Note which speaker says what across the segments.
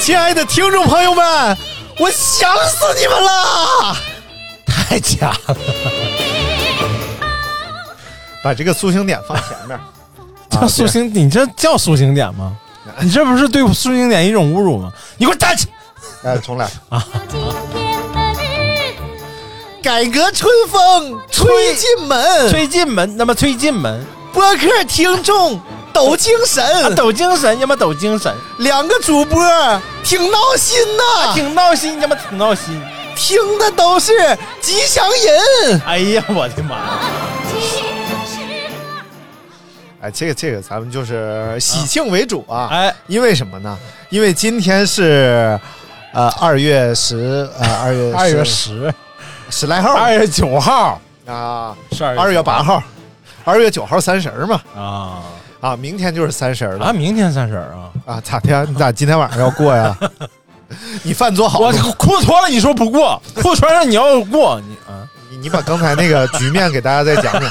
Speaker 1: 亲爱的听众朋友们，我想死你们了！太假了， 把这个苏醒点放前面。
Speaker 2: 叫塑形，你这叫塑形点 吗？你这不是对塑形点一种侮辱吗？你给我站起！
Speaker 1: 来，重来。改革春风吹进门，
Speaker 2: 推进门，那么推进门，
Speaker 1: 播客听众抖精
Speaker 2: 啊
Speaker 1: 神，
Speaker 2: 抖精神，要么抖精神，啊
Speaker 1: 两个主播挺闹心呐、
Speaker 2: 挺闹心，要么挺闹心。
Speaker 1: 听的都是吉祥人。
Speaker 2: 哎呀，我的妈呀！
Speaker 1: 哎，这个这个，咱们就是喜庆为主啊。
Speaker 2: 哎，
Speaker 1: 因为什么呢？因为今天是，呃，二月十，呃，二 月
Speaker 2: 二月十，
Speaker 1: 十来号
Speaker 2: 二月九号，
Speaker 1: 啊，
Speaker 2: 是二
Speaker 1: 二月八号，二月九号三十儿嘛，
Speaker 2: 啊
Speaker 1: 啊，明天就是三十儿了
Speaker 2: 啊！明天三十儿啊！
Speaker 1: 啊，咋的呀？你咋今天晚上要 过呀？你饭做好
Speaker 2: 我
Speaker 1: 了吗，
Speaker 2: 裤子脱了，你说不 过，裤穿上你要过，你啊，
Speaker 1: 你你把刚才那个局面给大家再讲讲。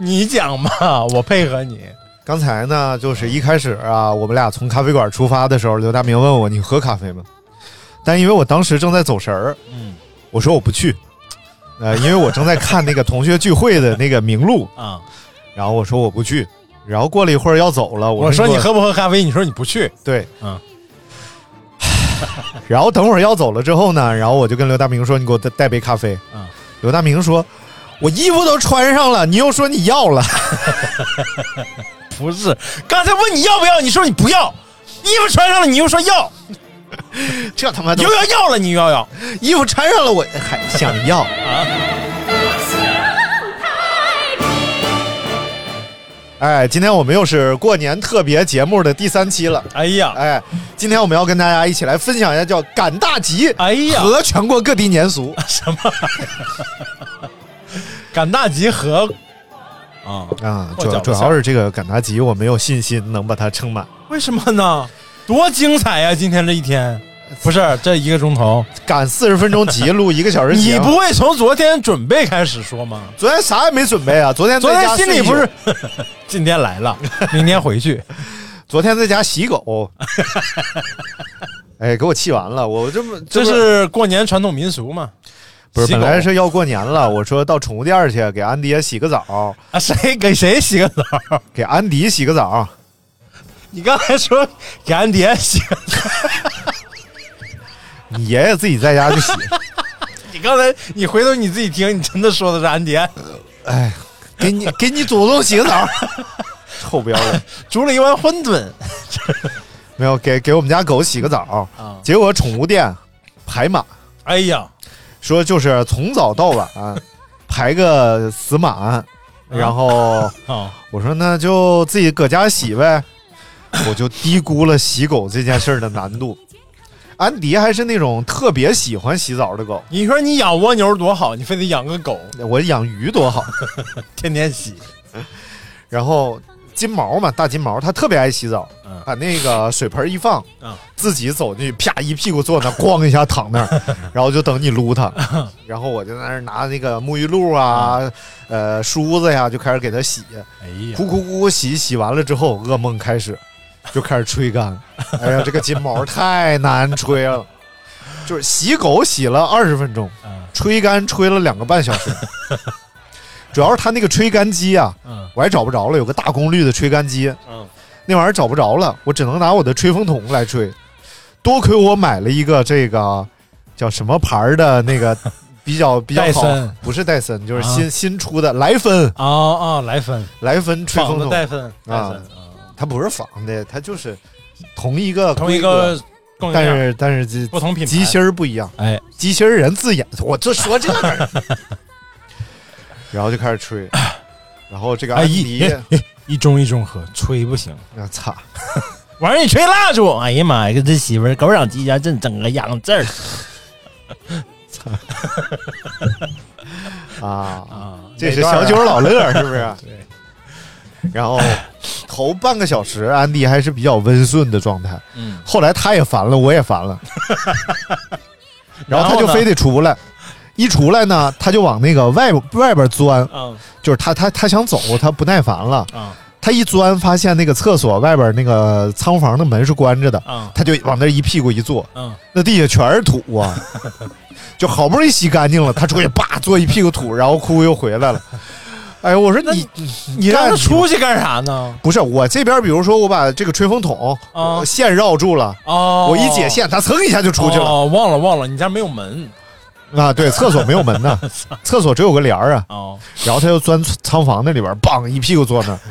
Speaker 2: 你讲吧， 我配合你。
Speaker 1: 刚才呢，就是一开始啊，我们俩从咖啡馆出发的时候，刘大明问我你喝咖啡吗？但因为我当时正在走神儿，
Speaker 2: 嗯
Speaker 1: 我说我不去，呃，因为我正在看那个同学聚会的那个名录，
Speaker 2: 啊，
Speaker 1: 然后我说我不去，然后过了一会儿要走了，
Speaker 2: 我说
Speaker 1: 说
Speaker 2: 你
Speaker 1: 我
Speaker 2: 喝不喝咖啡？你说你不去，
Speaker 1: 对，
Speaker 2: 嗯，
Speaker 1: 然后等会儿要走了之后呢，然后我就跟刘大明说你给我带带杯咖啡，
Speaker 2: 嗯
Speaker 1: 刘大明说我衣服都穿上了，你又说你 要了，
Speaker 2: 不是，刚才问你要不要，你说你不要，衣服穿上了，你又说要，
Speaker 1: 这他妈都
Speaker 2: 又要要了，你又要要，
Speaker 1: 衣服穿上了我还想要。哎，今天我们又是过年特别节目的第三期了。
Speaker 2: 哎呀，
Speaker 1: 哎，今天我们要跟大家一起来分享一下叫“赶大集”
Speaker 2: 哎呀
Speaker 1: 和全国各地年俗。
Speaker 2: 赶大集合啊
Speaker 1: 啊，
Speaker 2: 我
Speaker 1: 主
Speaker 2: 脚
Speaker 1: 主
Speaker 2: 下
Speaker 1: 要是这个赶大集，我没有信心能把它撑满。
Speaker 2: 为什么呢？多精彩呀、今天这一天，不是这一个钟头，啊
Speaker 1: 赶四十分钟 集，录一个小时节
Speaker 2: 你
Speaker 1: 目
Speaker 2: 不会从昨天准备开始说吗？
Speaker 1: 昨天啥也没准备啊？昨天
Speaker 2: 昨
Speaker 1: 在
Speaker 2: 天
Speaker 1: 家
Speaker 2: 心里不
Speaker 1: 睡一
Speaker 2: 是
Speaker 1: 宿，
Speaker 2: 今天来了，明天回去。
Speaker 1: 昨天在家 洗狗，哎，给我气完了。我这么
Speaker 2: 这
Speaker 1: 不
Speaker 2: 是过年传统民俗嘛？
Speaker 1: 不是
Speaker 2: 洗狗
Speaker 1: 本来是要过年了，我说到宠物店儿去给安迪洗个 澡，
Speaker 2: 啊，谁给谁洗个澡？
Speaker 1: 给安迪洗个澡。
Speaker 2: 你刚才说给俺爹洗，
Speaker 1: 你爷爷自己在家就洗，
Speaker 2: 你刚才你回头你自己听，你真的说的是俺爹
Speaker 1: 给你给你祖宗洗个 澡，臭不要脸！
Speaker 2: 煮了一碗馄饨
Speaker 1: 没有给给我们家狗洗个澡，
Speaker 2: 啊！
Speaker 1: 结果宠物店排满，
Speaker 2: 哎呀，
Speaker 1: 说就是从早到晚排个死
Speaker 2: 啊
Speaker 1: 满，然后
Speaker 2: 哦，
Speaker 1: 我说那就自己搁家洗呗，我就低估了洗狗这件事儿的难度。安迪还是那种特别喜欢洗澡的狗，
Speaker 2: 你说你养蜗牛多好，你非得养个狗，
Speaker 1: 我养鱼多好。
Speaker 2: 天天洗。
Speaker 1: 然后金毛嘛，大金毛，它特别爱洗澡，
Speaker 2: 嗯
Speaker 1: 把那个水盆一放，
Speaker 2: 嗯
Speaker 1: 自己走进去，啪一屁股坐那儿，咣一下躺 那儿，然后就等你撸它。然后我就在那儿拿那个沐浴露啊，
Speaker 2: 嗯
Speaker 1: 呃，梳子呀，就开始给它洗，
Speaker 2: 哎呀，
Speaker 1: 咕咕咕咕洗，洗完了之后，噩梦开始，就开始吹干。 哎呀，这个金毛太难吹了，就是洗狗洗了二十分钟，
Speaker 2: 嗯
Speaker 1: 吹干吹了两个半小 时。主要是他那个吹干机啊，
Speaker 2: 嗯
Speaker 1: 我还找不着了，有个大功率的吹干机，
Speaker 2: 嗯
Speaker 1: 那玩意儿找不着了，我只能拿我的吹风筒来吹。多亏我买了一个这个叫什么牌儿的那个比较比较好
Speaker 2: 戴森，
Speaker 1: 不是戴森，就是
Speaker 2: 啊
Speaker 1: 新、新出的莱芬，
Speaker 2: 啊啊，莱芬，
Speaker 1: 莱芬吹
Speaker 2: 仿
Speaker 1: 风
Speaker 2: 的
Speaker 1: 筒，
Speaker 2: 戴芬，戴
Speaker 1: 啊
Speaker 2: 芬，啊
Speaker 1: 它不是仿的，它就是同一个
Speaker 2: 同一
Speaker 1: 规
Speaker 2: 个
Speaker 1: 格，
Speaker 2: 供应
Speaker 1: 但
Speaker 2: 链，
Speaker 1: 是但是这
Speaker 2: 不同品牌
Speaker 1: 机芯儿不一样，
Speaker 2: 哎，
Speaker 1: 机芯儿人自演， 我就说这个人， 然后就开始吹，然后这个
Speaker 2: 哎
Speaker 1: 安
Speaker 2: 一
Speaker 1: 迪，
Speaker 2: 一盅一盅喝，吹不行。
Speaker 1: 我操、
Speaker 2: 完事儿你吹蜡烛，哎呀妈呀，这媳妇儿狗嚷鸡家这整个洋字儿
Speaker 1: 啊，
Speaker 2: 啊！
Speaker 1: 这是
Speaker 2: 哪段啊
Speaker 1: 小九老乐是不是？
Speaker 2: 对，
Speaker 1: 然后头半个小时，安迪还是比较温顺的状态。
Speaker 2: 嗯，
Speaker 1: 后来他也烦了，我也烦 了，然后他就非
Speaker 2: 得
Speaker 1: 得出来。一出来呢，他就往那个外外边钻，
Speaker 2: 嗯
Speaker 1: 就是他他他想走，他不耐烦了。
Speaker 2: 嗯
Speaker 1: 他一钻，发现那个厕所外边那个仓房的门是关着的，
Speaker 2: 嗯
Speaker 1: 他就往那一屁股一坐，
Speaker 2: 嗯，
Speaker 1: 那地下全是土啊！就好不容易洗干净了，他出去叭坐一屁股土，然后哭又回来了。哎，我说你你
Speaker 2: 你让
Speaker 1: 让
Speaker 2: 他出去干啥呢？
Speaker 1: 不是我这边，比如说我把这个吹风筒、
Speaker 2: 啊
Speaker 1: 我线绕住了，
Speaker 2: 哦，
Speaker 1: 我一解线，它噌一下就出去了、
Speaker 2: 哦，忘了忘了，你家没有门
Speaker 1: 啊！对，厕所没有 门呢，厕所只有个帘儿啊，
Speaker 2: 哦，
Speaker 1: 然后他又钻仓房那里边，梆一屁股坐那儿，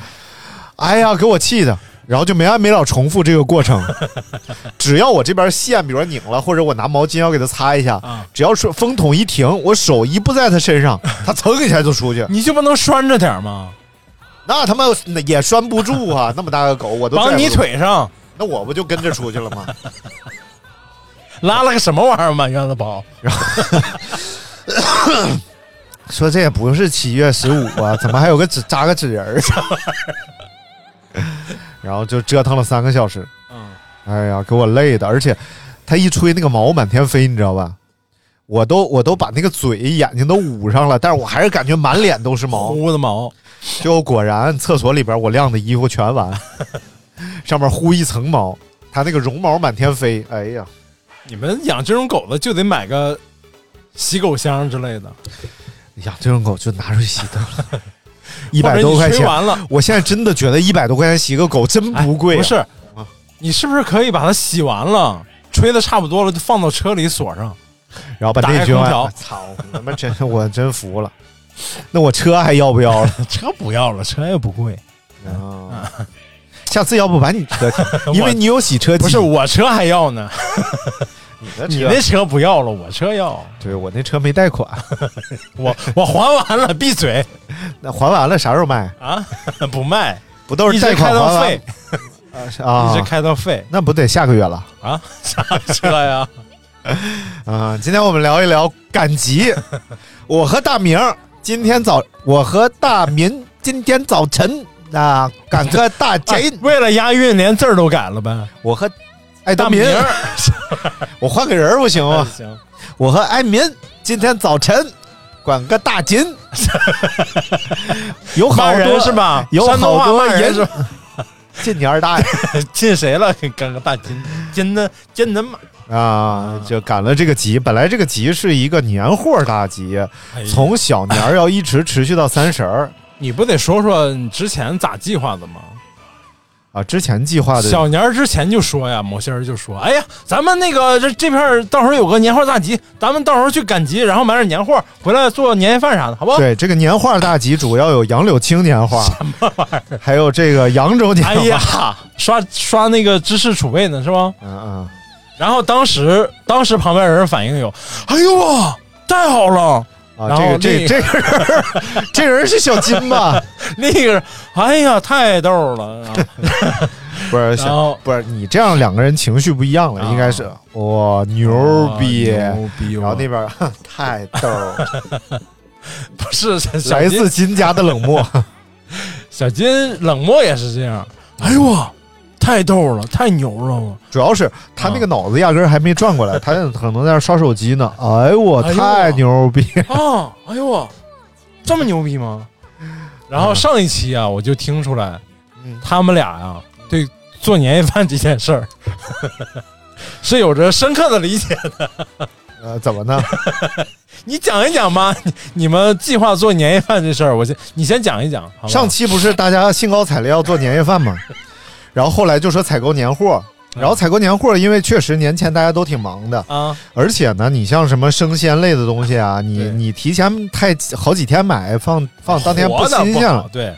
Speaker 1: 哎呀，给我气的！然后就没完没了重复这个过程， 只要我这边线，比如说拧了，或者我拿毛巾要给他擦一下，
Speaker 2: 啊
Speaker 1: 只要是风筒一停，我手一不在他身 上，他噌一下就出去，
Speaker 2: 你就不能拴着点儿吗？
Speaker 1: 那他妈也拴不住啊！那么大个狗，我都拽
Speaker 2: 绑
Speaker 1: 不
Speaker 2: 你
Speaker 1: 住，
Speaker 2: 腿上
Speaker 1: 那我不就跟着出去了吗？
Speaker 2: 拉了个什么玩意儿满院子跑？
Speaker 1: 说这也不是七月十五啊，怎么还有个纸扎个纸人儿？然后就折腾了三个小时，
Speaker 2: 嗯，
Speaker 1: 哎呀，给我累的！而且他一吹那个毛满天飞，你知道吧？我都我都把那个嘴眼睛都捂上了，但是我还是感觉满脸都是毛。
Speaker 2: 呼的毛，
Speaker 1: 最后果然厕所里边我晾的衣服全完，上面糊一层毛，他那个绒毛满天飞，哎呀，
Speaker 2: 你们养这种狗的就得买个洗狗箱之类的，
Speaker 1: 养哎这种狗就拿出去洗得了，一
Speaker 2: 或者
Speaker 1: 百
Speaker 2: 你
Speaker 1: 多块
Speaker 2: 吹
Speaker 1: 钱。
Speaker 2: 完了
Speaker 1: 我现在真的觉得一百多块钱洗个狗真不贵、
Speaker 2: 哎不，是
Speaker 1: 啊，
Speaker 2: 你是不是可以把它洗完了，吹的差不多了，就放到车里锁上？
Speaker 1: 然后把
Speaker 2: 打开
Speaker 1: 那句
Speaker 2: 空
Speaker 1: 话，
Speaker 2: 调
Speaker 1: 我操，他妈真我真服了。那我车还要不要了？
Speaker 2: 车不要了，车也不贵。
Speaker 1: 啊， 下次要不把你 车停，因为
Speaker 2: 我
Speaker 1: 你有洗车机。
Speaker 2: 不是我车还要呢，
Speaker 1: 你 的
Speaker 2: 你
Speaker 1: 车，
Speaker 2: 那车不要了，我车要。
Speaker 1: 对我那车没贷款，
Speaker 2: 我我还完了，闭嘴
Speaker 1: 那还完了啥时候卖？
Speaker 2: 啊！ 不卖，
Speaker 1: 不都
Speaker 2: 一
Speaker 1: 是
Speaker 2: 直
Speaker 1: 贷
Speaker 2: 开
Speaker 1: 款还
Speaker 2: 到
Speaker 1: 完
Speaker 2: 废，
Speaker 1: 啊
Speaker 2: 一直？开到废
Speaker 1: 那不得下个月了
Speaker 2: 啊！ 啥车 呀？
Speaker 1: 啊？今天我们聊一聊赶 集。我和大明儿今天早，我和大明今天早晨啊赶个
Speaker 2: 哎
Speaker 1: 大集。
Speaker 2: 为了押韵，连字儿都改了呗。
Speaker 1: 我和艾德
Speaker 2: 大
Speaker 1: 民
Speaker 2: 名，儿 哎
Speaker 1: 我换个人儿不行吗？
Speaker 2: 行，
Speaker 1: 我和艾民今天早晨管个大金， 有好
Speaker 2: 骂
Speaker 1: 多
Speaker 2: 人是吧？
Speaker 1: 有
Speaker 2: 山东
Speaker 1: 好
Speaker 2: 话
Speaker 1: 多
Speaker 2: 骂人是吧？
Speaker 1: 进你二 大爷
Speaker 2: 进谁了？ 干个大金金的金的马，
Speaker 1: 啊！就赶了这个集，本来这个集是一个年货大集，
Speaker 2: 哎呀
Speaker 1: 从小年儿要一直持续到三十儿
Speaker 2: 你不得说说你之前咋计划的吗？
Speaker 1: 啊。之前计划的
Speaker 2: 小年儿之前就说呀，某些人就说，哎呀，咱们那个这这片儿到时候有个年货大集，咱们到时候去赶集，然后买点年货回来做年夜饭啥的，好不好？
Speaker 1: 对这个年货大集主要有杨柳青年货，还有这个扬 州年
Speaker 2: 哎
Speaker 1: 货。
Speaker 2: 呀， 刷刷那个知识储备呢，是吧？
Speaker 1: 嗯嗯，
Speaker 2: 然后当时当时旁边人反应有，哎呦哇，太好了！然
Speaker 1: 啊，这
Speaker 2: 后
Speaker 1: 个这
Speaker 2: 另
Speaker 1: 个这个人儿， 这人是小金 吧？
Speaker 2: 那个人，哎呀，太逗了！然后
Speaker 1: 不 是，
Speaker 2: 然后
Speaker 1: 不是你这样两个人情绪不一样了，
Speaker 2: 啊
Speaker 1: 应该是哇牛逼，
Speaker 2: 啊牛逼！
Speaker 1: 然后那边哼 太逗了，
Speaker 2: 不是 小小
Speaker 1: 来
Speaker 2: 金
Speaker 1: 自金家的冷漠，
Speaker 2: 小金冷漠也是这样，哎呦哇，太逗了，太牛了我！
Speaker 1: 主要是他那个脑子压根儿还没转 过来，他可能在那儿刷手机呢。哎呦我
Speaker 2: 哎呦
Speaker 1: 太牛逼！
Speaker 2: 啊，哎呦我，这么牛逼
Speaker 1: 嗯
Speaker 2: 吗？然后上一期啊，我就听出来，他们俩呀、对做年夜饭这件事儿， 是有着深刻的理解。
Speaker 1: 呃，怎么呢？
Speaker 2: 你讲一讲吧，你你们计划做年夜饭这事儿，我先你先讲一讲。好吧
Speaker 1: 上期不是大家兴高采烈要做年夜饭 吗？然后后来就说采购年
Speaker 2: 啊
Speaker 1: 货，然后采购年货，因为确实年前大家都挺忙的，
Speaker 2: 啊，
Speaker 1: 而且呢，你像什么生鲜类的东西啊，你
Speaker 2: 对
Speaker 1: 你提前太好几天买，放放当天
Speaker 2: 活的
Speaker 1: 新鲜
Speaker 2: 不好
Speaker 1: 了，
Speaker 2: 对，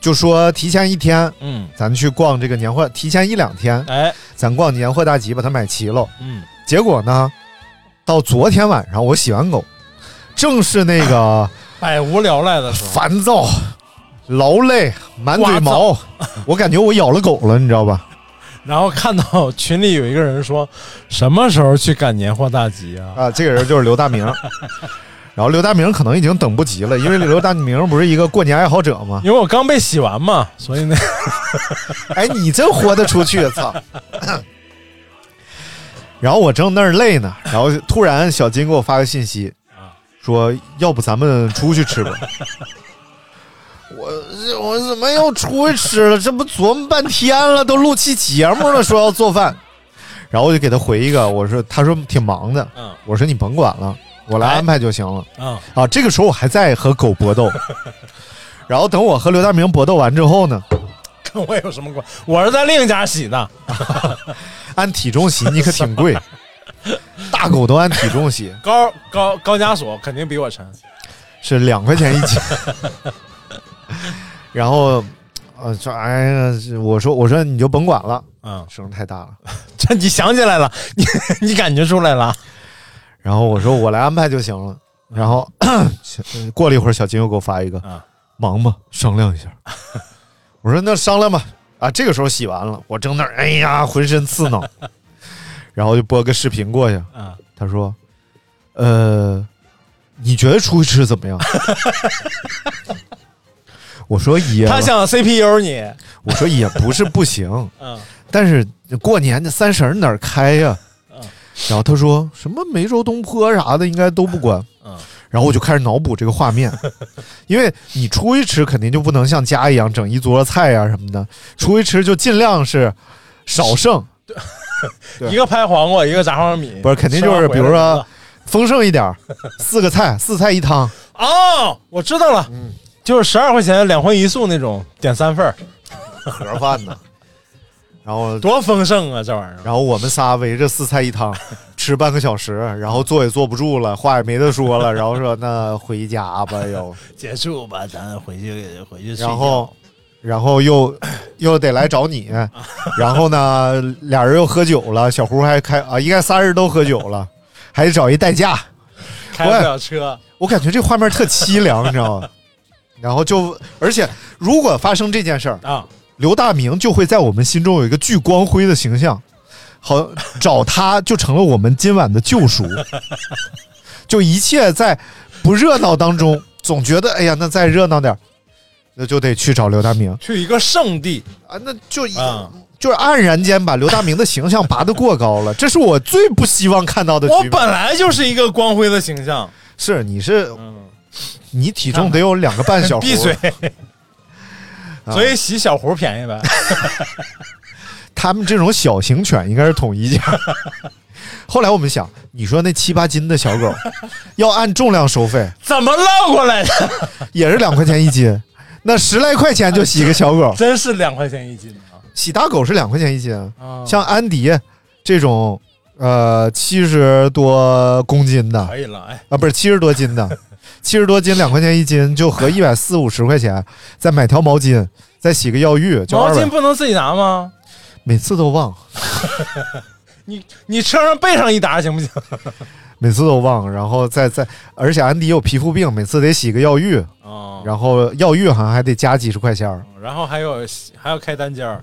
Speaker 1: 就说提前一天，
Speaker 2: 嗯，
Speaker 1: 咱去逛这个年货，提前一两天，
Speaker 2: 哎，
Speaker 1: 咱逛年货大集把它买齐喽。
Speaker 2: 嗯，
Speaker 1: 结果呢，到昨天晚上我洗完狗，正是那个
Speaker 2: 百无聊赖的时候，
Speaker 1: 烦躁、劳累、满嘴毛， 我感觉我咬了狗了，你知道吧？
Speaker 2: 然后看到群里有一个人说，什么时候去赶年货大集啊？
Speaker 1: 啊，这个人就是刘大明。然后刘大明可能已经等不及了，因为刘大明不是一个过年爱好者吗？
Speaker 2: 因为我刚被洗完嘛，所 以呢，
Speaker 1: 哎，你真豁得出去， 操！然后我正那儿累呢，然后突然小金给我发个信息，
Speaker 2: 啊
Speaker 1: 说要不咱们出 去吃吧。我我怎么又出去吃了？这不琢磨半天了，都录期节目了，说要做饭。然后我就给他回一个，我说他说挺忙的，
Speaker 2: 嗯
Speaker 1: 我说你甭管了，我来
Speaker 2: 哎
Speaker 1: 安排就行了。
Speaker 2: 啊，
Speaker 1: 啊，这个时候我还在和狗 搏斗，然后等我和刘大明搏斗完之后呢，
Speaker 2: 跟 我有什么关？我是在另一家洗的，
Speaker 1: 按体重洗你可挺贵，大狗都按体重洗，
Speaker 2: 高高高加索肯定比我沉，
Speaker 1: 是两块钱一斤。 然后，呃，说哎呀，是我说我说你就甭管了，
Speaker 2: 嗯，
Speaker 1: 声太大了。
Speaker 2: 这你想起来了，你你感觉出来了，
Speaker 1: 然后我说我来安排就行了。然后过了一会儿， 小金又给我发一个
Speaker 2: 啊，
Speaker 1: 忙吗？商量一下。我说那商量吧。啊，这个时候洗完了，我正那儿，哎呀，浑身刺挠，然后就播个视频过去。
Speaker 2: 啊，
Speaker 1: 他说：“呃，你觉得出去吃怎么样？” 我说也，啊
Speaker 2: 他想 CPU 你，
Speaker 1: 我说也不是不行，
Speaker 2: 嗯
Speaker 1: 但是过年这三十儿哪儿开呀、
Speaker 2: 嗯
Speaker 1: 然后他说什么梅州东坡啥的应该都不关。
Speaker 2: 嗯
Speaker 1: 然后我就开始脑补这个画 面，因为你出去吃肯定就不能像家一样整一桌菜呀、什么的，出去吃就尽量是少剩，对
Speaker 2: 一个拍黄瓜，一个炸花生米，
Speaker 1: 不是肯定就
Speaker 2: 吃
Speaker 1: 是
Speaker 2: 完回来
Speaker 1: 比如说
Speaker 2: 就饿
Speaker 1: 丰盛一点儿，四个菜四菜一汤。
Speaker 2: 哦，我知道了，
Speaker 1: 嗯
Speaker 2: 就是十二块钱两荤一素那种，点三份儿，
Speaker 1: 盒饭呢。然后，
Speaker 2: 多丰盛啊，这玩意儿。
Speaker 1: 然后我们仨围着四菜 一汤吃半个小时，然后坐也坐不住了，话也没得说了，然后说那回 家吧又，
Speaker 2: 结束吧，咱回去回去睡觉
Speaker 1: 然后，然 后又又得来找你，然后呢俩人又喝酒了，小胡还开啊，应该仨人都喝酒了，还得找一代驾，
Speaker 2: 开不了车，
Speaker 1: 我感觉这画面特凄凉，你知道吗？然后就，而且如果发生这件事儿，
Speaker 2: 啊，
Speaker 1: 刘大明就会在我们心中有一个巨光辉的形象，好找他就成了我们今晚的救赎。 就一切在不热闹当中，总觉得哎呀，那再热闹点儿，那就得去找刘大明
Speaker 2: 去一个圣地
Speaker 1: 啊，那就一、
Speaker 2: 啊！
Speaker 1: 就是黯然间把刘大明的形象拔得过高 了，这是我最不希望看到的
Speaker 2: 我
Speaker 1: 局面。
Speaker 2: 本来就是一个光辉的形象，
Speaker 1: 是你是
Speaker 2: 嗯，
Speaker 1: 你体重得有两个半小时，
Speaker 2: 闭嘴。
Speaker 1: 啊
Speaker 2: 所以洗小胡便宜呗，
Speaker 1: 他们这种小型犬应该是统一价。 后来我们想，你说那七八斤的小狗，要按重量收费，
Speaker 2: 怎么绕过来的？
Speaker 1: 也是两块钱一斤，那十来块钱就洗一个小狗，
Speaker 2: 真是两块钱一斤啊！
Speaker 1: 洗大狗是两块钱一斤。
Speaker 2: 啊
Speaker 1: 像安迪这种，呃，七十多公斤的
Speaker 2: 可以了，哎，
Speaker 1: 啊，不是七十多斤的，七十多斤两块钱一斤，就合一百四五十块钱，再买条毛巾，再洗个药浴，就
Speaker 2: 毛
Speaker 1: 二
Speaker 2: 巾
Speaker 1: 百。
Speaker 2: 不能自己拿吗？
Speaker 1: 每次都忘，
Speaker 2: 你你车上备上一打行不行？
Speaker 1: 每次都忘，然后再再，而且安迪有皮肤病，每次得洗个药浴。
Speaker 2: 啊，
Speaker 1: 然后药浴好像还得加几十块钱儿
Speaker 2: 嗯然后还有还要开单间儿，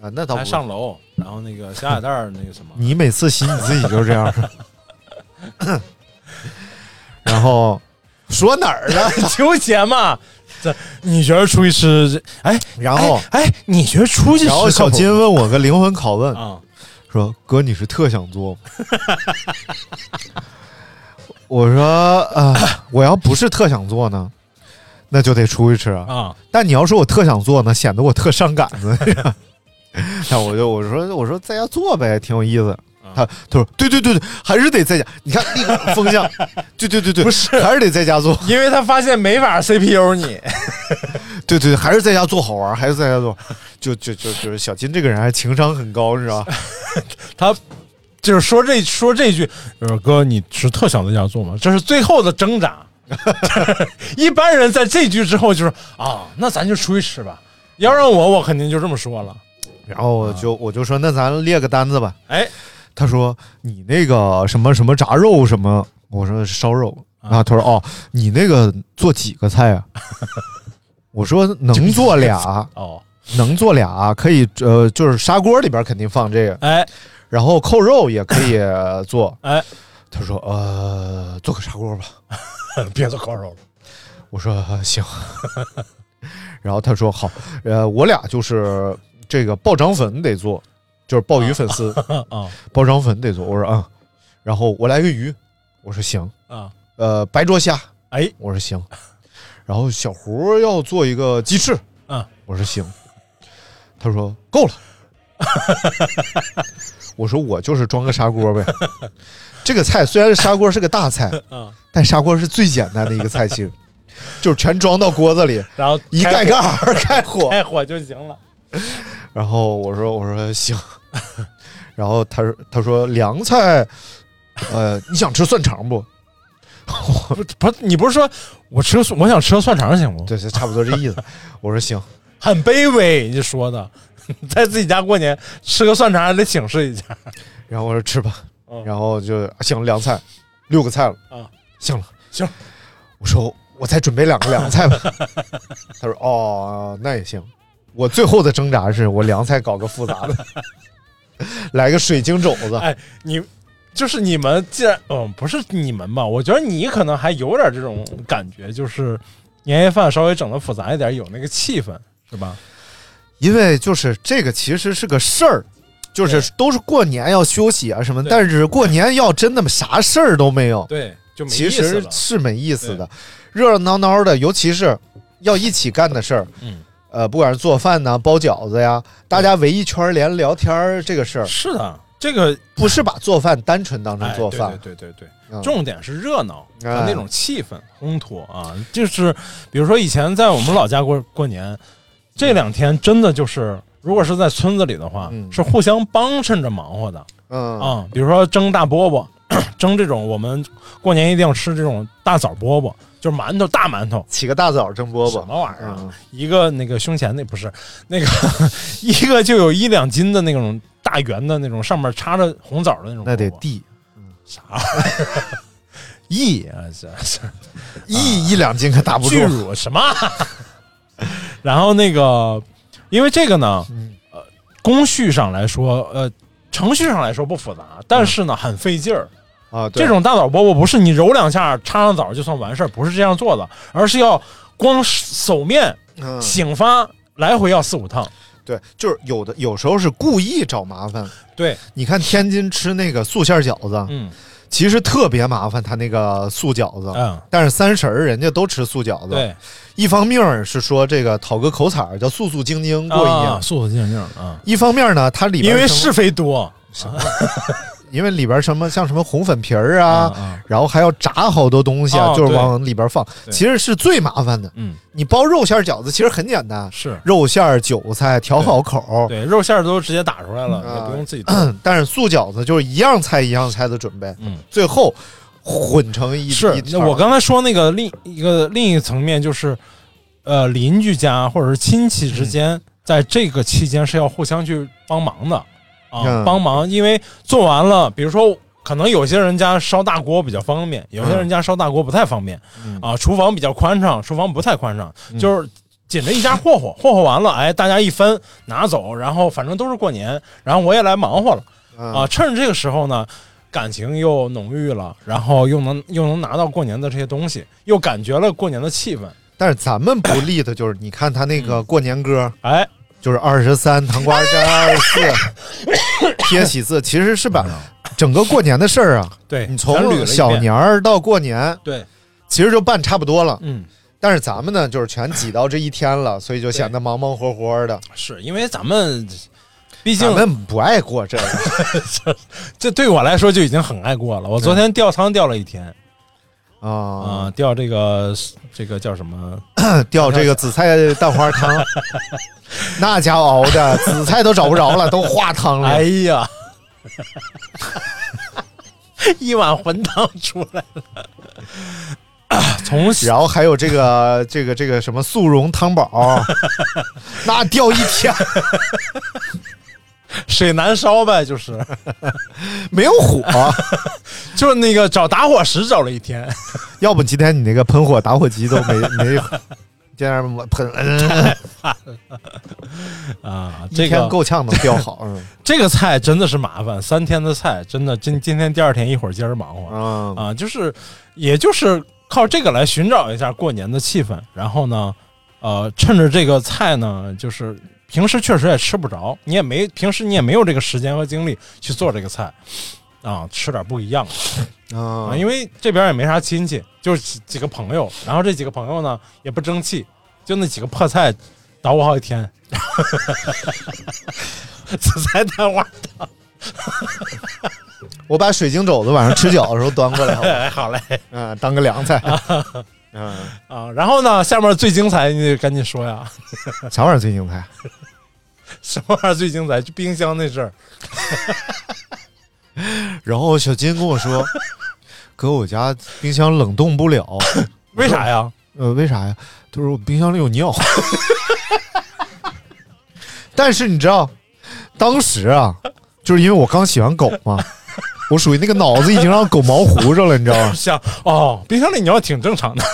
Speaker 1: 啊，那倒
Speaker 2: 还
Speaker 1: 不。
Speaker 2: 上楼，然后那个小海带儿那个什么，
Speaker 1: 你每次洗你自己就是这样。 然后说哪儿了？
Speaker 2: 纠结嘛。这你觉得出去吃这？哎，
Speaker 1: 然后
Speaker 2: 哎，哎你觉得出去吃
Speaker 1: 然
Speaker 2: 靠谱
Speaker 1: 后
Speaker 2: 吗？
Speaker 1: 小金问我个灵魂拷问，
Speaker 2: 啊，
Speaker 1: 说：“哥，你是特想做吗？” 我说：“啊、我要不是特想做呢，那就得出去吃啊。
Speaker 2: 啊，
Speaker 1: 但你要说我特想做呢，显得我特上杆子。”然后我就我说我说在家做呗，挺有意思。
Speaker 2: 啊
Speaker 1: 他他说对对对对，还是得在家。你看那个风 向，对对对对，
Speaker 2: 不是
Speaker 1: 还是得在家做。
Speaker 2: 因为他发现没法 CPU 你，
Speaker 1: 对对，对还是在家做好玩，还是在家做。就就就就是小金这个人还情商很高，你知道吧？
Speaker 2: 他就是说这说这句，就是哥，你是特想在家做吗？这是最后的挣扎。 一般人在这句之后就是啊，那咱就出去吃吧。要让我，我肯定就这么说了。
Speaker 1: 然后我
Speaker 2: 啊
Speaker 1: 就我就说那咱列个单子吧。
Speaker 2: 哎，
Speaker 1: 他说你那个什么什么炸肉什么，我说烧肉啊。他说哦，你那个做几个菜啊？ 我说能做俩，
Speaker 2: 哦，
Speaker 1: 能做俩，可以呃，就是砂锅里边肯定放这个，
Speaker 2: 哎
Speaker 1: 然后扣肉也可以呃做。
Speaker 2: 哎，
Speaker 1: 他说呃，做个砂锅吧。
Speaker 2: 别做烤肉了。
Speaker 1: 我说、呃行。 然后他说好，呃，我俩就是这个爆肠粉得做，就是鲍鱼粉丝。
Speaker 2: 啊啊
Speaker 1: 包肠粉得做。我说啊、然后我来个鱼，我说行。
Speaker 2: 啊！
Speaker 1: 呃，白灼虾，
Speaker 2: 哎，
Speaker 1: 我说行。然后小胡要做一个鸡翅，
Speaker 2: 嗯，
Speaker 1: 我说行。他说够了。我说我就是装个砂锅呗。这个菜虽然砂锅是个 大菜，
Speaker 2: 嗯，
Speaker 1: 但砂锅是最简单的一个菜系，就是全装到锅子里，
Speaker 2: 然后
Speaker 1: 一
Speaker 2: 开
Speaker 1: 盖盖儿开火，
Speaker 2: 开火就行 了。
Speaker 1: 然后我说我说行， 然后他说他说凉菜，呃，你想吃蒜肠不？
Speaker 2: 不是不是，你不是说我吃个蒜我想吃个蒜肠行不？
Speaker 1: 对，就差不多这意思。我说行，
Speaker 2: 很卑微，你说的， 在自己家过年吃个蒜肠还得请示一下。
Speaker 1: 然后我说吃吧
Speaker 2: 嗯，
Speaker 1: 然后就啊行凉菜，六个菜了
Speaker 2: 啊，
Speaker 1: 行了
Speaker 2: 行，
Speaker 1: 我说我再准备两个凉菜吧。 他说哦，那也行。我最后的挣扎是我凉菜搞个复杂的， 来个水晶肘子。
Speaker 2: 哎，你就是你们，既然嗯，不是你们吧？我觉得你可能还有点这种感觉，就是年夜饭稍微整的复杂一点，有那个气氛，是吧？
Speaker 1: 因为就是这个其实是个事儿，就是都是过年要休息啊什么，
Speaker 2: 对
Speaker 1: 但是过年要真的啥事儿都没有，
Speaker 2: 对，就没
Speaker 1: 其
Speaker 2: 意思
Speaker 1: 实
Speaker 2: 了。
Speaker 1: 是没意思的，热热闹闹的，尤其是要一起干的事儿，
Speaker 2: 嗯，
Speaker 1: 呃，不管是做饭呐、包饺子呀，大家围一圈儿连聊天儿这个事儿，
Speaker 2: 是的，这个
Speaker 1: 不是把做饭单纯当成
Speaker 2: 哎
Speaker 1: 做饭，
Speaker 2: 对对对对对，
Speaker 1: 嗯
Speaker 2: 重点是热闹和
Speaker 1: 哎
Speaker 2: 那种气氛烘托啊，就是比如说以前在我们老家过过年，这两天真的就是。如果是在村子里的话，
Speaker 1: 嗯
Speaker 2: 是互相帮衬着忙活的
Speaker 1: 嗯
Speaker 2: 啊、比如说蒸大饽 饽，蒸这种我们过年一定要吃这种大枣饽饽，就是馒头大馒头，
Speaker 1: 起个大早蒸饽
Speaker 2: 什
Speaker 1: 饽，
Speaker 2: 么玩意儿啊、
Speaker 1: 嗯
Speaker 2: 一个那个胸前那不是那个 一个就有一两斤的那种大圆的那种，上面插着红枣的那种饽饽，
Speaker 1: 那得地
Speaker 2: 啥玩意儿亿啊，这这
Speaker 1: 一一两斤可打不住
Speaker 2: 啊巨，乳什么？ 然后那个，因为这个呢，
Speaker 1: 嗯
Speaker 2: 呃，工序上来说，呃，程序上来说不复杂，但是呢，很费劲儿。
Speaker 1: 啊，对
Speaker 2: 这种大枣饽饽不是你揉两下插上枣就算完事儿，不是这样做的，而是要光手面
Speaker 1: 嗯
Speaker 2: 醒发，来回要四五趟。
Speaker 1: 对，就是有的有时候是故意找麻烦。
Speaker 2: 对，
Speaker 1: 你看天津吃那个素馅儿饺子，
Speaker 2: 嗯
Speaker 1: 其实特别麻烦，他那个素饺子。
Speaker 2: 嗯，
Speaker 1: 但是三十儿人家都吃素饺子，
Speaker 2: 对，
Speaker 1: 一方面儿是说这个讨个口彩儿叫素素晶晶过一夜，
Speaker 2: 啊素素净净啊，
Speaker 1: 一方面呢它里边
Speaker 2: 因为
Speaker 1: 什么
Speaker 2: 是非多，
Speaker 1: 因为里边什么像什么红粉皮儿啊，
Speaker 2: 啊啊
Speaker 1: 然后还要炸好多东西啊，
Speaker 2: 哦
Speaker 1: 就是
Speaker 2: 对
Speaker 1: 往里边放，
Speaker 2: 对
Speaker 1: 其实是最麻烦的。
Speaker 2: 嗯，
Speaker 1: 你包肉馅儿饺子其实很简单，
Speaker 2: 是。
Speaker 1: 肉馅儿、韭菜调好口儿，
Speaker 2: 对，肉馅儿都直接打出来了，也不用自己做。
Speaker 1: 但是素饺子就是一样菜一样菜的准备，
Speaker 2: 嗯
Speaker 1: 最后混成一
Speaker 2: 是
Speaker 1: 一，
Speaker 2: 那
Speaker 1: 团
Speaker 2: 我刚才说那个另一个另一层面就是，呃，邻居家或者是亲戚之间，在这个期间是要互相去帮忙的啊，
Speaker 1: 嗯
Speaker 2: 帮忙，因为做完了，比如说。可能有些人家烧大锅比较方便，有些人家烧大锅不太方便、
Speaker 1: 嗯
Speaker 2: 啊。厨房比较宽敞，厨房不太宽敞，
Speaker 1: 嗯
Speaker 2: 就是紧着一家霍霍，霍霍完了，哎，大家一分拿走，然后反正都是过年，然后我也来忙活了，
Speaker 1: 嗯
Speaker 2: 啊，趁着这个时候呢，感情又浓郁了，然后又能又能拿到过年的这些东西，又感觉了过年的气氛。
Speaker 1: 但是咱们不利的就是，你看他那
Speaker 2: 嗯
Speaker 1: 个过年歌，
Speaker 2: 哎，
Speaker 1: 就是二十三糖瓜粘二十四贴喜字，其实是把整个过年的事儿啊，
Speaker 2: 嗯对
Speaker 1: 你
Speaker 2: 咱捋了一
Speaker 1: 从
Speaker 2: 遍
Speaker 1: 小年儿到过年，
Speaker 2: 对，
Speaker 1: 其实就办差不多了。
Speaker 2: 嗯，
Speaker 1: 但是咱们呢，就是全挤到这一天了，所以就显得忙忙活活的。
Speaker 2: 是因为咱们毕
Speaker 1: 咱
Speaker 2: 竟
Speaker 1: 们不爱过这个，
Speaker 2: 这对我来说就已经很爱过了。我昨天掉仓掉了一天啊、
Speaker 1: 啊，
Speaker 2: 掉这个这个叫什么？
Speaker 1: 掉这个紫菜蛋 花汤，那家伙熬的紫菜都找不着了，都化汤了。
Speaker 2: 哎呀， 一碗混汤出来了。 啊从小
Speaker 1: 然后还有这个这个这个什么速溶 汤宝，那掉一天
Speaker 2: 水难烧呗， 就是
Speaker 1: 没有火，
Speaker 2: 就是那个找打火石找了一天，
Speaker 1: 要不今天你那个喷火打火机都没没，在那儿喷，嗯
Speaker 2: 啊，
Speaker 1: 一
Speaker 2: 这
Speaker 1: 天
Speaker 2: 个
Speaker 1: 够呛能 掉好，嗯
Speaker 2: 这个菜真的是麻烦，三天的菜真的今今天第二天一会儿接着忙活
Speaker 1: 嗯
Speaker 2: 啊，就是也就是靠这个来寻找一下过年的气氛，然后呢，呃，趁着这个菜呢，就是平时确实也吃不着，你也没平时你也没有这个时间和精力去做这个菜啊，吃点不一样的。啊，
Speaker 1: 嗯，
Speaker 2: 因为这边也没啥亲戚，就是几几个朋友，然后这几个朋友呢也不争气，就那几个破菜捣鼓好几天， 紫菜蛋花，
Speaker 1: 我把水晶肘子晚上吃饺子的时候端过来好吧，
Speaker 2: 哎，好嘞
Speaker 1: 嗯，当个凉 菜，嗯，
Speaker 2: 啊，然后呢，下面最精彩你得赶紧说呀，
Speaker 1: 啥啊玩意儿最 精彩？
Speaker 2: 什么玩意儿最精彩？就冰箱那事儿，
Speaker 1: 然后小金跟我说， 哥，我家冰箱冷冻不了，
Speaker 2: 为啥呀？
Speaker 1: 呃，为啥呀？他说我冰箱里有尿。 但是你知道，当时啊，就是因为我刚洗完狗嘛，我属于那个脑子已经让狗毛糊上了，你知道 吗？
Speaker 2: 想哦，冰箱里尿挺正常的，